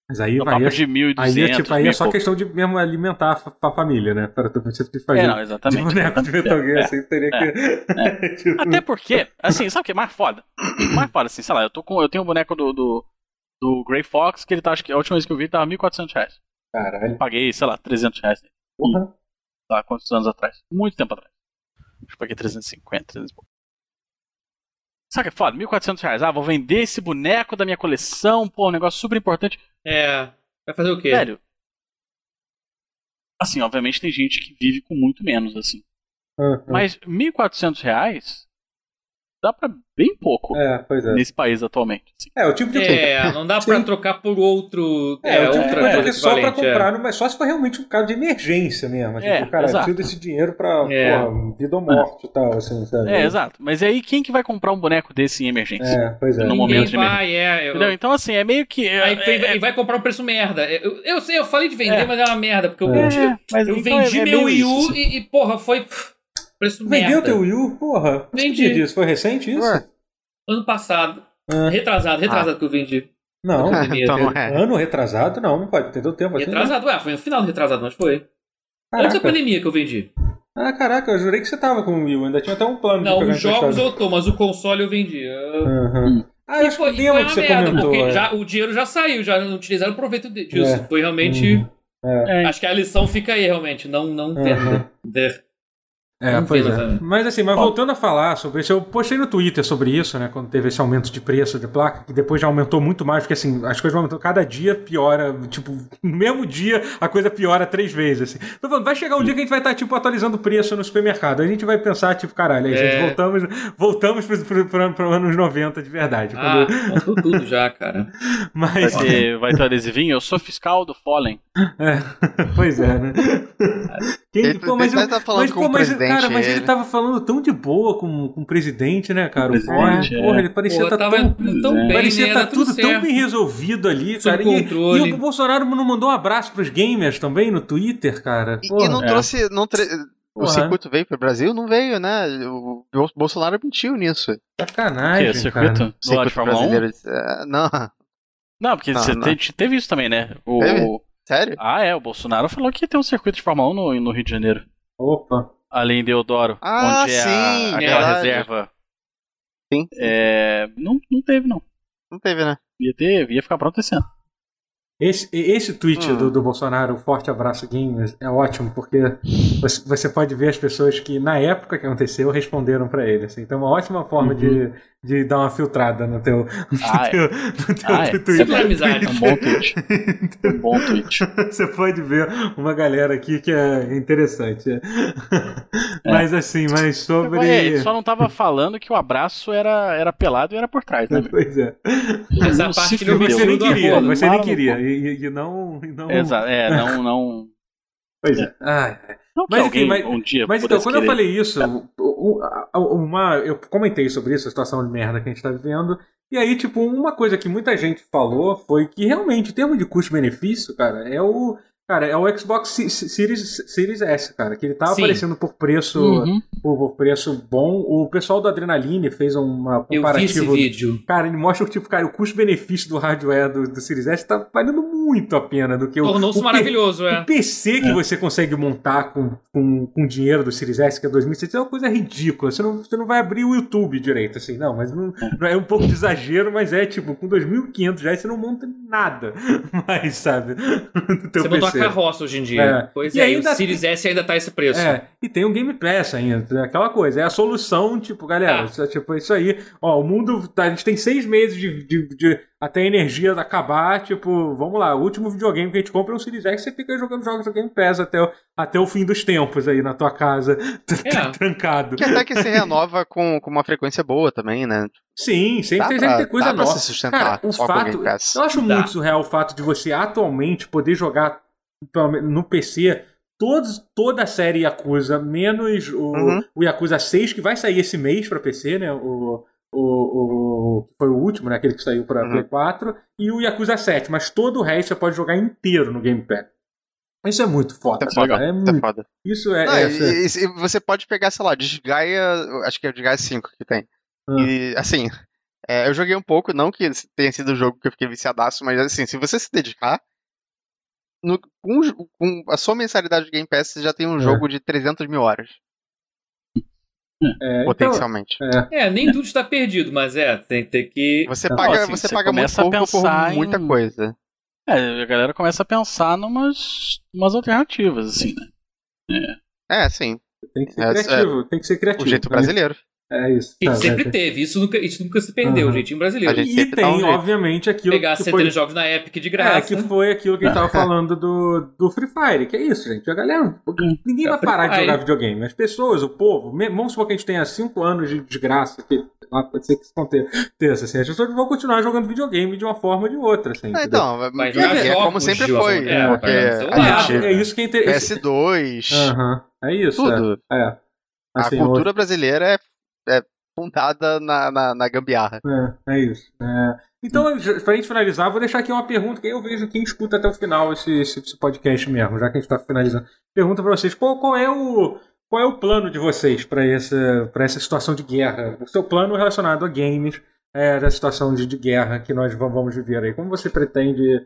Speaker 1: mas aí
Speaker 4: No
Speaker 1: vai.
Speaker 4: papo
Speaker 1: é-
Speaker 4: de 1.200,
Speaker 1: Aí é, tipo, aí é
Speaker 4: 1.000 e
Speaker 1: só
Speaker 4: pouco.
Speaker 1: questão de mesmo alimentar a fa- a família, né? Para tu você tem que
Speaker 4: É,
Speaker 1: fazer.
Speaker 4: não,
Speaker 1: de
Speaker 4: exatamente.
Speaker 1: boneco de Metal Gear,
Speaker 4: É,
Speaker 1: assim, teria <laughs> que. Tipo,
Speaker 4: Até porque, assim, sabe o que é mais foda? Mais foda, assim, sei lá, eu, tô com, eu tenho um boneco do, do, do Grey Fox que ele tá, acho que a última vez que eu vi tava 1.400 reais.
Speaker 1: Caralho.
Speaker 4: Paguei, sei lá, 300 reais, sei
Speaker 1: Porra.
Speaker 4: lá, quantos anos atrás? Muito tempo atrás. Acho que paguei 350, 300 e pouco. Sabe o que é foda? 1.400 reais. Ah, vou vender esse boneco da minha coleção, pô, um negócio super importante.
Speaker 2: É. Vai fazer o quê?
Speaker 4: Velho. Assim, obviamente tem gente que vive com muito menos, assim.
Speaker 1: Ah,
Speaker 3: Hum.
Speaker 1: ah.
Speaker 4: Mas 1.400 reais dá pra bem pouco
Speaker 1: É, pois é.
Speaker 4: nesse país atualmente. assim.
Speaker 1: É, o tipo de.
Speaker 2: É, não dá pra trocar por outro.
Speaker 1: É,
Speaker 2: É,
Speaker 1: o tipo de
Speaker 2: outra
Speaker 1: coisa
Speaker 2: coisa
Speaker 1: que só pra
Speaker 2: equivalente, é.
Speaker 1: comprar, mas só se for realmente um caso de emergência mesmo. Tipo,
Speaker 4: É,
Speaker 1: cara, eu
Speaker 4: exato.
Speaker 1: preciso desse dinheiro pra
Speaker 2: É.
Speaker 1: porra, vida ou morte e tal, assim, sabe?
Speaker 4: É, exato. Mas aí quem que vai comprar um boneco desse em emergência?
Speaker 1: É, pois é.
Speaker 4: No
Speaker 2: Ninguém
Speaker 4: momento de
Speaker 2: vai, é. eu-
Speaker 4: Entendeu? Então, assim, é meio que.
Speaker 2: Aí
Speaker 4: É,
Speaker 2: vem- e vai comprar um preço merda. Eu, eu sei, eu falei de vender,
Speaker 4: É.
Speaker 2: mas é uma merda. Porque eu,
Speaker 1: É.
Speaker 2: eu
Speaker 4: mas então
Speaker 2: vendi
Speaker 4: é- é
Speaker 2: meu
Speaker 4: meio
Speaker 2: Wii U
Speaker 4: isso, assim.
Speaker 2: e, e, porra, foi pff, preço
Speaker 1: Vendeu
Speaker 2: merda.
Speaker 1: teu Wii U? Porra.
Speaker 2: Vendi. Ah.
Speaker 1: Que dia disso? Foi recente isso?
Speaker 3: Ué.
Speaker 2: Ano passado.
Speaker 1: Ah.
Speaker 2: Retrasado, retrasado que eu vendi.
Speaker 1: Não.
Speaker 2: <laughs>
Speaker 1: tá
Speaker 2: Ah,
Speaker 3: <laughs> então não é.
Speaker 1: Ano retrasado? Não, não pode ter deu tempo assim. né?
Speaker 2: Retrasado, ué, foi no final do retrasado, mas foi. Antes
Speaker 1: Caraca.
Speaker 2: da pandemia que eu vendi.
Speaker 1: Ah, caraca, eu jurei que você tava com o Wii U, ainda tinha até um plano de
Speaker 2: Não,
Speaker 1: pegar
Speaker 2: os jogos
Speaker 1: emprestado.
Speaker 2: eu tô, mas o console eu vendi. Eu-
Speaker 1: Aham. Ah, eu
Speaker 2: E
Speaker 1: acho que eu
Speaker 2: foi,
Speaker 1: lembro
Speaker 2: e foi
Speaker 1: que
Speaker 2: uma
Speaker 1: você
Speaker 2: merda,
Speaker 1: comentou.
Speaker 2: porque
Speaker 1: é.
Speaker 2: já, o dinheiro já saiu, já não utilizaram o proveito de- disso.
Speaker 1: É.
Speaker 2: Foi realmente.
Speaker 1: Hum. É.
Speaker 4: É.
Speaker 2: Acho que a lição fica aí, realmente. Não, não
Speaker 1: Uhum.
Speaker 2: venda. Ver.
Speaker 1: É,
Speaker 2: Não
Speaker 1: pois
Speaker 2: tem
Speaker 1: é.
Speaker 2: nada.
Speaker 1: Mas assim, mas
Speaker 4: Bom.
Speaker 1: voltando a falar sobre isso, eu postei no Twitter sobre isso, né? Quando teve esse aumento de preço de placa, que depois já aumentou muito mais, porque assim, as coisas vão aumentando cada dia piora, tipo, no mesmo dia a coisa piora três vezes. Assim. Tô falando, vai chegar um dia que a gente vai estar, tipo, atualizando o preço no supermercado. Aí A gente vai pensar, tipo, caralho, aí,
Speaker 2: É.
Speaker 1: gente, voltamos, voltamos para os anos 90 de verdade.
Speaker 2: Ah,
Speaker 1: Quando-
Speaker 2: contou tudo já, cara.
Speaker 1: Mas.
Speaker 4: Vai ter, vai ter adesivinho? Eu sou fiscal do Fallen.
Speaker 1: É, <laughs> pois é, né? Quem,
Speaker 3: Ele-
Speaker 1: pô, mas
Speaker 3: ele
Speaker 1: eu-
Speaker 3: tá falando
Speaker 1: mas,
Speaker 3: com
Speaker 1: pô,
Speaker 3: o
Speaker 1: mas,
Speaker 3: presidente, é-
Speaker 1: cara, mas ele. tá
Speaker 3: ele.
Speaker 1: tava falando tão de boa com, com o presidente, né, cara? O
Speaker 4: Com o
Speaker 1: Collor,
Speaker 4: presidente,
Speaker 1: porra,
Speaker 4: é.
Speaker 1: ele <laughs> parecia
Speaker 2: Pô,
Speaker 1: estar
Speaker 2: tava
Speaker 1: tão.
Speaker 2: tão bem,
Speaker 1: parecia
Speaker 2: né?
Speaker 1: tá
Speaker 2: Dá
Speaker 1: tudo tão
Speaker 2: certo.
Speaker 1: bem resolvido ali,
Speaker 2: Sob
Speaker 1: cara. E,
Speaker 2: controle.
Speaker 1: e o Bolsonaro não mandou um abraço pros gamers também no Twitter, cara.
Speaker 3: E, e
Speaker 1: Porra.
Speaker 3: não
Speaker 4: é.
Speaker 3: trouxe. Não tre- O
Speaker 1: Porra.
Speaker 3: circuito veio pro Brasil? Não veio, né? O Bol- Bolsonaro mentiu nisso.
Speaker 4: Que é
Speaker 1: Sacanagem.
Speaker 4: o circuito?
Speaker 1: Cara.
Speaker 4: Do lado de
Speaker 3: Circuito
Speaker 4: Fórmula 1?
Speaker 3: brasileiro. É, não,
Speaker 4: Não, porque
Speaker 3: Não,
Speaker 4: você
Speaker 3: não.
Speaker 4: te- te- teve isso também, né? O-
Speaker 3: Teve? sério?
Speaker 4: Ah, é, o Bolsonaro falou que ia ter um circuito de Fórmula 1 no, no Rio de Janeiro.
Speaker 1: Opa.
Speaker 4: Ali em Deodoro.
Speaker 3: Ah,
Speaker 4: onde é
Speaker 3: sim,
Speaker 4: a, aquela
Speaker 3: verdade.
Speaker 4: reserva.
Speaker 3: Sim.
Speaker 4: É, não, não teve, não.
Speaker 3: Não teve, né?
Speaker 4: Ia, ter, ia ficar pronto esse ano.
Speaker 1: Esse, esse tweet
Speaker 3: Hum.
Speaker 1: do, do Bolsonaro, forte abraço gamers, é ótimo, porque você, você pode ver as pessoas que, na época que aconteceu, responderam pra ele. Assim. Então é uma ótima forma
Speaker 3: Uhum.
Speaker 1: de, de dar uma filtrada no teu, no
Speaker 4: Ah, é.
Speaker 1: <laughs> teu, no teu
Speaker 4: Ah, é.
Speaker 1: Twitter.
Speaker 2: Sempre amizade.
Speaker 4: É um bom tweet. É um bom tweet.
Speaker 1: <laughs> Você pode ver uma galera aqui que é interessante. é. Mas assim, mas sobre.
Speaker 4: Agora, é, ele só não tava falando que o abraço era, era pelado e era por trás, né?
Speaker 1: <laughs> Pois é.
Speaker 2: Essa
Speaker 4: Não
Speaker 2: parte
Speaker 4: se
Speaker 2: que ele
Speaker 1: Você
Speaker 4: fudeu.
Speaker 2: omitiu
Speaker 1: nem
Speaker 2: do
Speaker 1: queria,
Speaker 2: acordo.
Speaker 4: Não
Speaker 1: você nem
Speaker 4: para,
Speaker 1: queria.
Speaker 4: não
Speaker 1: E, e- e não. E não...
Speaker 4: <laughs> Exato, é, não. Não,
Speaker 1: Pois é. Ai,
Speaker 4: não que
Speaker 1: Mas,
Speaker 4: alguém
Speaker 1: enfim, mas-
Speaker 4: um dia
Speaker 1: Mas então,
Speaker 4: pudesse
Speaker 1: quando eu
Speaker 4: querer.
Speaker 1: falei isso, o- o- a- a- uma, eu comentei sobre isso, a situação de merda que a gente tá vivendo. E aí, tipo, uma coisa que muita gente falou foi que realmente, em termos de custo-benefício, cara, é o. Cara, é o Xbox Se- Se- Series, Series S, cara, que ele tá
Speaker 2: Sim.
Speaker 1: aparecendo por preço,
Speaker 4: Uhum.
Speaker 1: por, por preço bom. O pessoal do Adrenaline fez uma
Speaker 2: Eu vi esse
Speaker 1: comparativo.
Speaker 2: vídeo.
Speaker 1: Cara, ele mostra que, tipo, cara, o custo-benefício do hardware do, do Series S tá valendo muito a pena do que o.
Speaker 2: Tornou-se
Speaker 1: o P-
Speaker 2: maravilhoso, é.
Speaker 1: O PC que você consegue montar com, com, com o dinheiro do Series S, que é 2006, é uma coisa ridícula. Você não, você não vai abrir o YouTube direito, assim, não. Mas não, não é um pouco de exagero, mas é tipo, com 2.500 reais você não monta nada <laughs> mais, sabe? <laughs> No teu
Speaker 2: Você montou a
Speaker 1: PC.
Speaker 2: carroça hoje em dia.
Speaker 1: É.
Speaker 2: Pois
Speaker 1: E
Speaker 2: é, e
Speaker 1: ainda-
Speaker 2: o Series S ainda tá esse preço.
Speaker 1: É, e tem o Game Pass ainda, aquela coisa. É a solução, tipo, galera,
Speaker 2: Tá.
Speaker 1: isso é, tipo, é isso aí. Ó, o mundo, tá, a gente tem seis meses de, de- de- até a energia acabar, tipo, vamos lá, o último videogame que a gente compra é um Series X, você fica jogando jogos do Game Pass até o, até o fim dos tempos aí na tua casa, <laughs>
Speaker 2: É.
Speaker 1: trancado.
Speaker 3: Que até que se renova com, com uma frequência boa também, né?
Speaker 1: Sim, sempre
Speaker 3: Dá
Speaker 1: tem,
Speaker 3: pra,
Speaker 1: sempre tem coisa
Speaker 3: dá pra
Speaker 1: nova.
Speaker 3: se
Speaker 1: Cara,
Speaker 3: sustentar
Speaker 1: o
Speaker 3: só com o
Speaker 1: fato-
Speaker 3: Game Pass.
Speaker 1: Eu acho
Speaker 2: Dá.
Speaker 1: muito surreal o fato de você atualmente poder jogar pelo menos, no PC todos, toda a série Yakuza, menos o,
Speaker 3: Uhum.
Speaker 1: o Yakuza 6, que vai sair esse mês pra PC, né? O, o, o- foi o último, né? Aquele que saiu pra
Speaker 3: Uhum.
Speaker 1: Play 4, e o Yakuza 7, mas todo o resto você pode jogar inteiro no Game Pass. Isso é muito foda,
Speaker 3: Tá
Speaker 1: sabe?
Speaker 3: foda,
Speaker 1: É
Speaker 3: Tá
Speaker 1: muito-
Speaker 3: foda.
Speaker 1: Isso é.
Speaker 3: Não,
Speaker 1: é-
Speaker 3: e- e- e você pode pegar, sei lá, Desgaia. Acho que é o Desgaia 5 que tem.
Speaker 1: Ah.
Speaker 3: E, assim, é, eu joguei um pouco, não que tenha sido o jogo que eu fiquei viciadaço, mas, assim, se você se dedicar. no- com, os- com a sua mensalidade de Game Pass, você já tem um
Speaker 1: É.
Speaker 3: jogo de 300 mil horas,
Speaker 1: é, então,
Speaker 3: potencialmente.
Speaker 2: É, nem tudo está perdido, mas é, tem que ter que.
Speaker 3: Você
Speaker 1: Não,
Speaker 3: paga,
Speaker 4: assim,
Speaker 3: você
Speaker 4: você
Speaker 3: paga muito
Speaker 4: começa a
Speaker 3: pouco por
Speaker 4: pensar em-
Speaker 3: muita coisa.
Speaker 4: É, a galera começa a pensar numas, numas alternativas, assim, né?
Speaker 3: É, sim.
Speaker 1: tem que ser
Speaker 3: Essa- é
Speaker 1: criativo, tem que ser criativo.
Speaker 3: O jeito brasileiro.
Speaker 1: É isso.
Speaker 2: que
Speaker 1: tá, Uhum.
Speaker 2: sempre
Speaker 1: né?
Speaker 2: teve, isso nunca, isso nunca se perdeu,
Speaker 1: Aham.
Speaker 2: jeitinho
Speaker 3: A
Speaker 2: brasileiro.
Speaker 3: gente-
Speaker 1: E
Speaker 3: sempre dá um
Speaker 1: tem,
Speaker 3: jeito.
Speaker 1: obviamente, aquilo
Speaker 2: Pegar
Speaker 1: que
Speaker 2: 70
Speaker 1: foi
Speaker 2: jogos na Epic de graça.
Speaker 1: É, que foi aquilo que a gente
Speaker 3: <laughs>
Speaker 1: tava falando do, do Free Fire, que é isso, gente. A galera, ninguém
Speaker 2: É
Speaker 1: vai
Speaker 2: Free
Speaker 1: parar de
Speaker 2: Fire.
Speaker 1: jogar videogame. As pessoas, o povo, me- vamos supor que a gente tenha 5 anos de desgraça, que sei lá, pode ser que isso aconteça, assim, as pessoas vão continuar jogando videogame de uma forma ou de outra, assim.
Speaker 3: Ah,
Speaker 1: entendeu?
Speaker 3: então,
Speaker 2: Mas
Speaker 3: é,
Speaker 2: jogar
Speaker 3: é
Speaker 2: jogos
Speaker 3: como sempre
Speaker 2: de uma
Speaker 3: foi.
Speaker 2: forma- é,
Speaker 3: porque
Speaker 2: vai jogar no
Speaker 3: a
Speaker 2: celular,
Speaker 1: Ah,
Speaker 3: gente,
Speaker 1: é isso que é interessante.
Speaker 3: PS2,
Speaker 1: Aham, é isso.
Speaker 3: tudo.
Speaker 1: É. É. Assim,
Speaker 3: a cultura brasileira é, é fundada na, na, na gambiarra.
Speaker 1: É, é isso. É. Então,
Speaker 4: Hum.
Speaker 1: já- pra gente finalizar, vou deixar aqui uma pergunta que eu vejo quem escuta até o final esse, esse, esse podcast mesmo, já que a gente tá finalizando. Pergunta pra vocês, qual, qual é o qual é o plano de vocês pra essa, pra essa situação de guerra? O seu plano relacionado a games, é, da situação de, de guerra que nós va- vamos viver aí. Como você pretende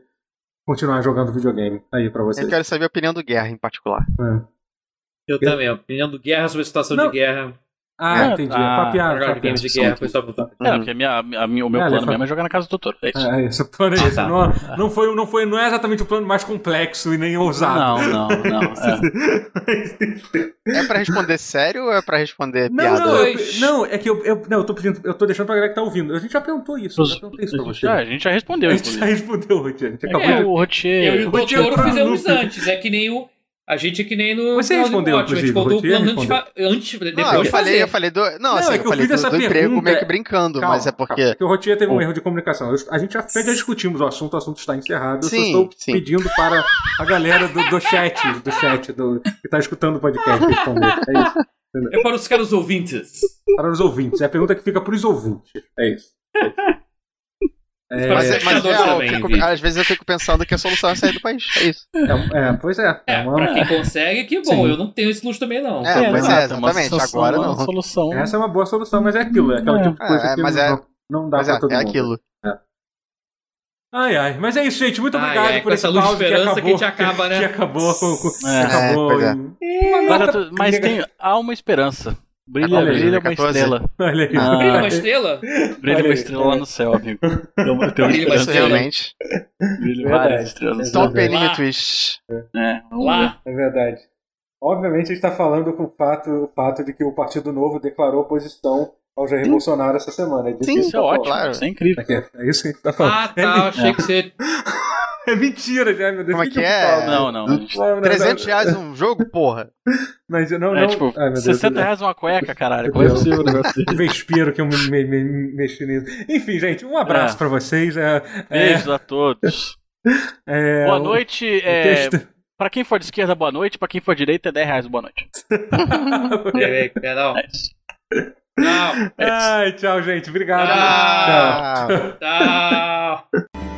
Speaker 1: continuar jogando videogame aí pra vocês?
Speaker 3: Eu quero saber a opinião do Guerra em particular.
Speaker 1: É.
Speaker 2: Eu também, a opinião do Guerra sobre a situação
Speaker 1: Não.
Speaker 2: de guerra.
Speaker 1: Ah,
Speaker 4: É,
Speaker 1: entendi.
Speaker 4: ah,
Speaker 1: Papiada, papiada.
Speaker 2: jogar videogame de guerra foi só pra...
Speaker 4: É,
Speaker 3: Uhum.
Speaker 4: porque a minha, a minha- o meu
Speaker 1: É,
Speaker 4: plano
Speaker 1: ele fala-
Speaker 4: mesmo é jogar na casa do doutor. É isso.
Speaker 1: É, isso, o plano é esse.
Speaker 4: tá.
Speaker 1: Não, não, foi, não, foi, não é exatamente o plano mais complexo e nem ousado.
Speaker 4: Não, não, não. é.
Speaker 3: É pra
Speaker 1: <laughs>
Speaker 3: responder sério ou é pra responder
Speaker 1: Não,
Speaker 3: piada?
Speaker 1: não, eu-
Speaker 2: Dois.
Speaker 1: não, é que eu, eu- não, eu tô pedindo, eu tô deixando pra galera que tá ouvindo. A gente já perguntou isso, eu já perguntei <laughs> isso é pra
Speaker 4: Os-
Speaker 1: você.
Speaker 4: Já, a gente já respondeu,
Speaker 1: a gente já
Speaker 4: inclusive.
Speaker 1: respondeu, Ruth. A gente acabou
Speaker 4: É,
Speaker 1: de...
Speaker 2: Eu
Speaker 4: o
Speaker 2: e
Speaker 4: Rotier.
Speaker 2: o
Speaker 1: Rotier
Speaker 2: Totoro
Speaker 1: tá
Speaker 2: fizemos
Speaker 1: maluco.
Speaker 2: antes, é que nem o... A gente é que nem no...
Speaker 1: Você
Speaker 2: no
Speaker 1: respondeu,
Speaker 2: Watchmen,
Speaker 1: inclusive,
Speaker 2: A gente contou o
Speaker 1: Rotier
Speaker 2: plano antes, de fa-
Speaker 1: respondeu.
Speaker 2: antes
Speaker 3: Não,
Speaker 2: depois de
Speaker 3: Ah, eu falei,
Speaker 2: fazer.
Speaker 3: eu falei do. Não,
Speaker 1: é
Speaker 3: assim,
Speaker 1: que eu
Speaker 3: eu falei
Speaker 1: fiz
Speaker 3: do,
Speaker 1: essa
Speaker 3: do emprego
Speaker 1: pergunta,
Speaker 3: meio
Speaker 1: é-
Speaker 3: que brincando,
Speaker 1: Calma,
Speaker 3: mas é
Speaker 1: calma,
Speaker 3: porque.
Speaker 1: porque o Rotier teve um
Speaker 3: o-
Speaker 1: erro de comunicação. Eu- a gente já, até já discutimos o assunto, o assunto está encerrado. eu
Speaker 3: Sim,
Speaker 1: só estou
Speaker 3: sim.
Speaker 1: pedindo para a galera do, do chat, do chat, do, que tá escutando o podcast responder. É isso.
Speaker 2: É para os caros ouvintes.
Speaker 1: Para os ouvintes. É a pergunta que fica para os ouvintes. É isso. É,
Speaker 2: Mas
Speaker 3: Mas, é- mas é,
Speaker 2: Espectadores
Speaker 3: eu
Speaker 2: também,
Speaker 3: fico-
Speaker 2: Vitor.
Speaker 3: às vezes eu fico pensando que a solução é sair do país. É isso.
Speaker 1: é, é, pois é.
Speaker 2: É,
Speaker 1: é uma-
Speaker 2: pra quem consegue, que bom.
Speaker 1: Sim.
Speaker 2: Eu não tenho esse luxo também, não.
Speaker 3: É, mas é,
Speaker 4: exato, uma
Speaker 3: exatamente,
Speaker 4: solução-
Speaker 3: agora
Speaker 4: uma
Speaker 3: não.
Speaker 4: solução.
Speaker 1: Essa é uma boa solução, mas é aquilo. É aquela
Speaker 4: É.
Speaker 1: tipo de coisa
Speaker 3: É,
Speaker 1: que
Speaker 3: mas
Speaker 1: não,
Speaker 3: é-
Speaker 1: não dá
Speaker 3: Mas
Speaker 1: para
Speaker 3: é,
Speaker 1: todo
Speaker 3: é
Speaker 1: mundo.
Speaker 3: aquilo.
Speaker 1: Ai, ai. Mas é isso, gente. Muito
Speaker 2: Ai,
Speaker 1: obrigado
Speaker 2: ai,
Speaker 1: por
Speaker 2: Ah, com
Speaker 1: esse
Speaker 2: essa luz de
Speaker 1: pause que
Speaker 2: esperança
Speaker 1: acabou.
Speaker 2: que a gente acaba,
Speaker 1: <laughs>
Speaker 2: né?
Speaker 1: Que acabou. com- com-
Speaker 4: É,
Speaker 1: acabou.
Speaker 3: pois é.
Speaker 1: em-
Speaker 4: Mas, eu tô- mas tem, há uma esperança.
Speaker 1: Tá
Speaker 4: Brilha,
Speaker 3: Olha aí,
Speaker 4: brilha uma
Speaker 3: 14.
Speaker 4: estrela.
Speaker 1: Olha aí.
Speaker 4: Ah.
Speaker 2: Brilha uma estrela?
Speaker 4: Brilha
Speaker 1: Olha
Speaker 4: uma
Speaker 1: aí.
Speaker 4: estrela lá no
Speaker 1: <laughs>
Speaker 4: céu, amigo. Tem uma, tem uma
Speaker 2: Brilha uma
Speaker 3: Isso
Speaker 4: esperança.
Speaker 2: estrela.
Speaker 3: realmente.
Speaker 4: Brilha
Speaker 1: Verdade.
Speaker 4: várias estrelas no céu.
Speaker 3: Stop
Speaker 1: Exatamente.
Speaker 3: Anime
Speaker 2: Lá.
Speaker 3: Twist.
Speaker 4: É, vamos ver.
Speaker 2: Lá.
Speaker 1: É verdade. Obviamente a gente está falando com o fato, o fato de que o Partido Novo declarou oposição ao Jair Bolsonaro essa semana. É disso
Speaker 3: Sim,
Speaker 1: que a gente
Speaker 4: Isso é
Speaker 1: tá falando.
Speaker 4: ótimo,
Speaker 3: claro.
Speaker 4: isso é incrível.
Speaker 1: É isso que a gente tá falando.
Speaker 2: Ah, tá. Achei
Speaker 1: <laughs>
Speaker 2: que você.
Speaker 1: É mentira, já, meu Deus.
Speaker 3: Como é
Speaker 1: o
Speaker 3: que
Speaker 1: eu
Speaker 3: é?
Speaker 1: falo?
Speaker 4: Não, não. gente.
Speaker 1: Não, não, não.
Speaker 3: 300 reais um jogo, porra.
Speaker 1: Mas eu não, não.
Speaker 4: É tipo,
Speaker 1: Ai, meu Deus,
Speaker 4: 60 reais uma cueca, caralho. Como é possível um negócio desse?
Speaker 1: O vespeiro que eu me, me, me- mexi nisso. Enfim, gente, um abraço
Speaker 4: É.
Speaker 1: pra vocês. É, é,
Speaker 4: Beijos a todos.
Speaker 1: é,
Speaker 4: boa
Speaker 1: o-
Speaker 4: noite.
Speaker 1: o
Speaker 4: É,
Speaker 1: <laughs> texto-
Speaker 4: pra quem for de esquerda, boa noite. Pra quem for de direita, é 10 reais, boa noite.
Speaker 2: Peraí, perdão.
Speaker 4: É isso.
Speaker 2: Não.
Speaker 4: É isso.
Speaker 1: Ai, tchau, gente. Obrigado.
Speaker 2: Tchau.
Speaker 1: Tchau.
Speaker 3: Ah.
Speaker 2: tá. Tchau.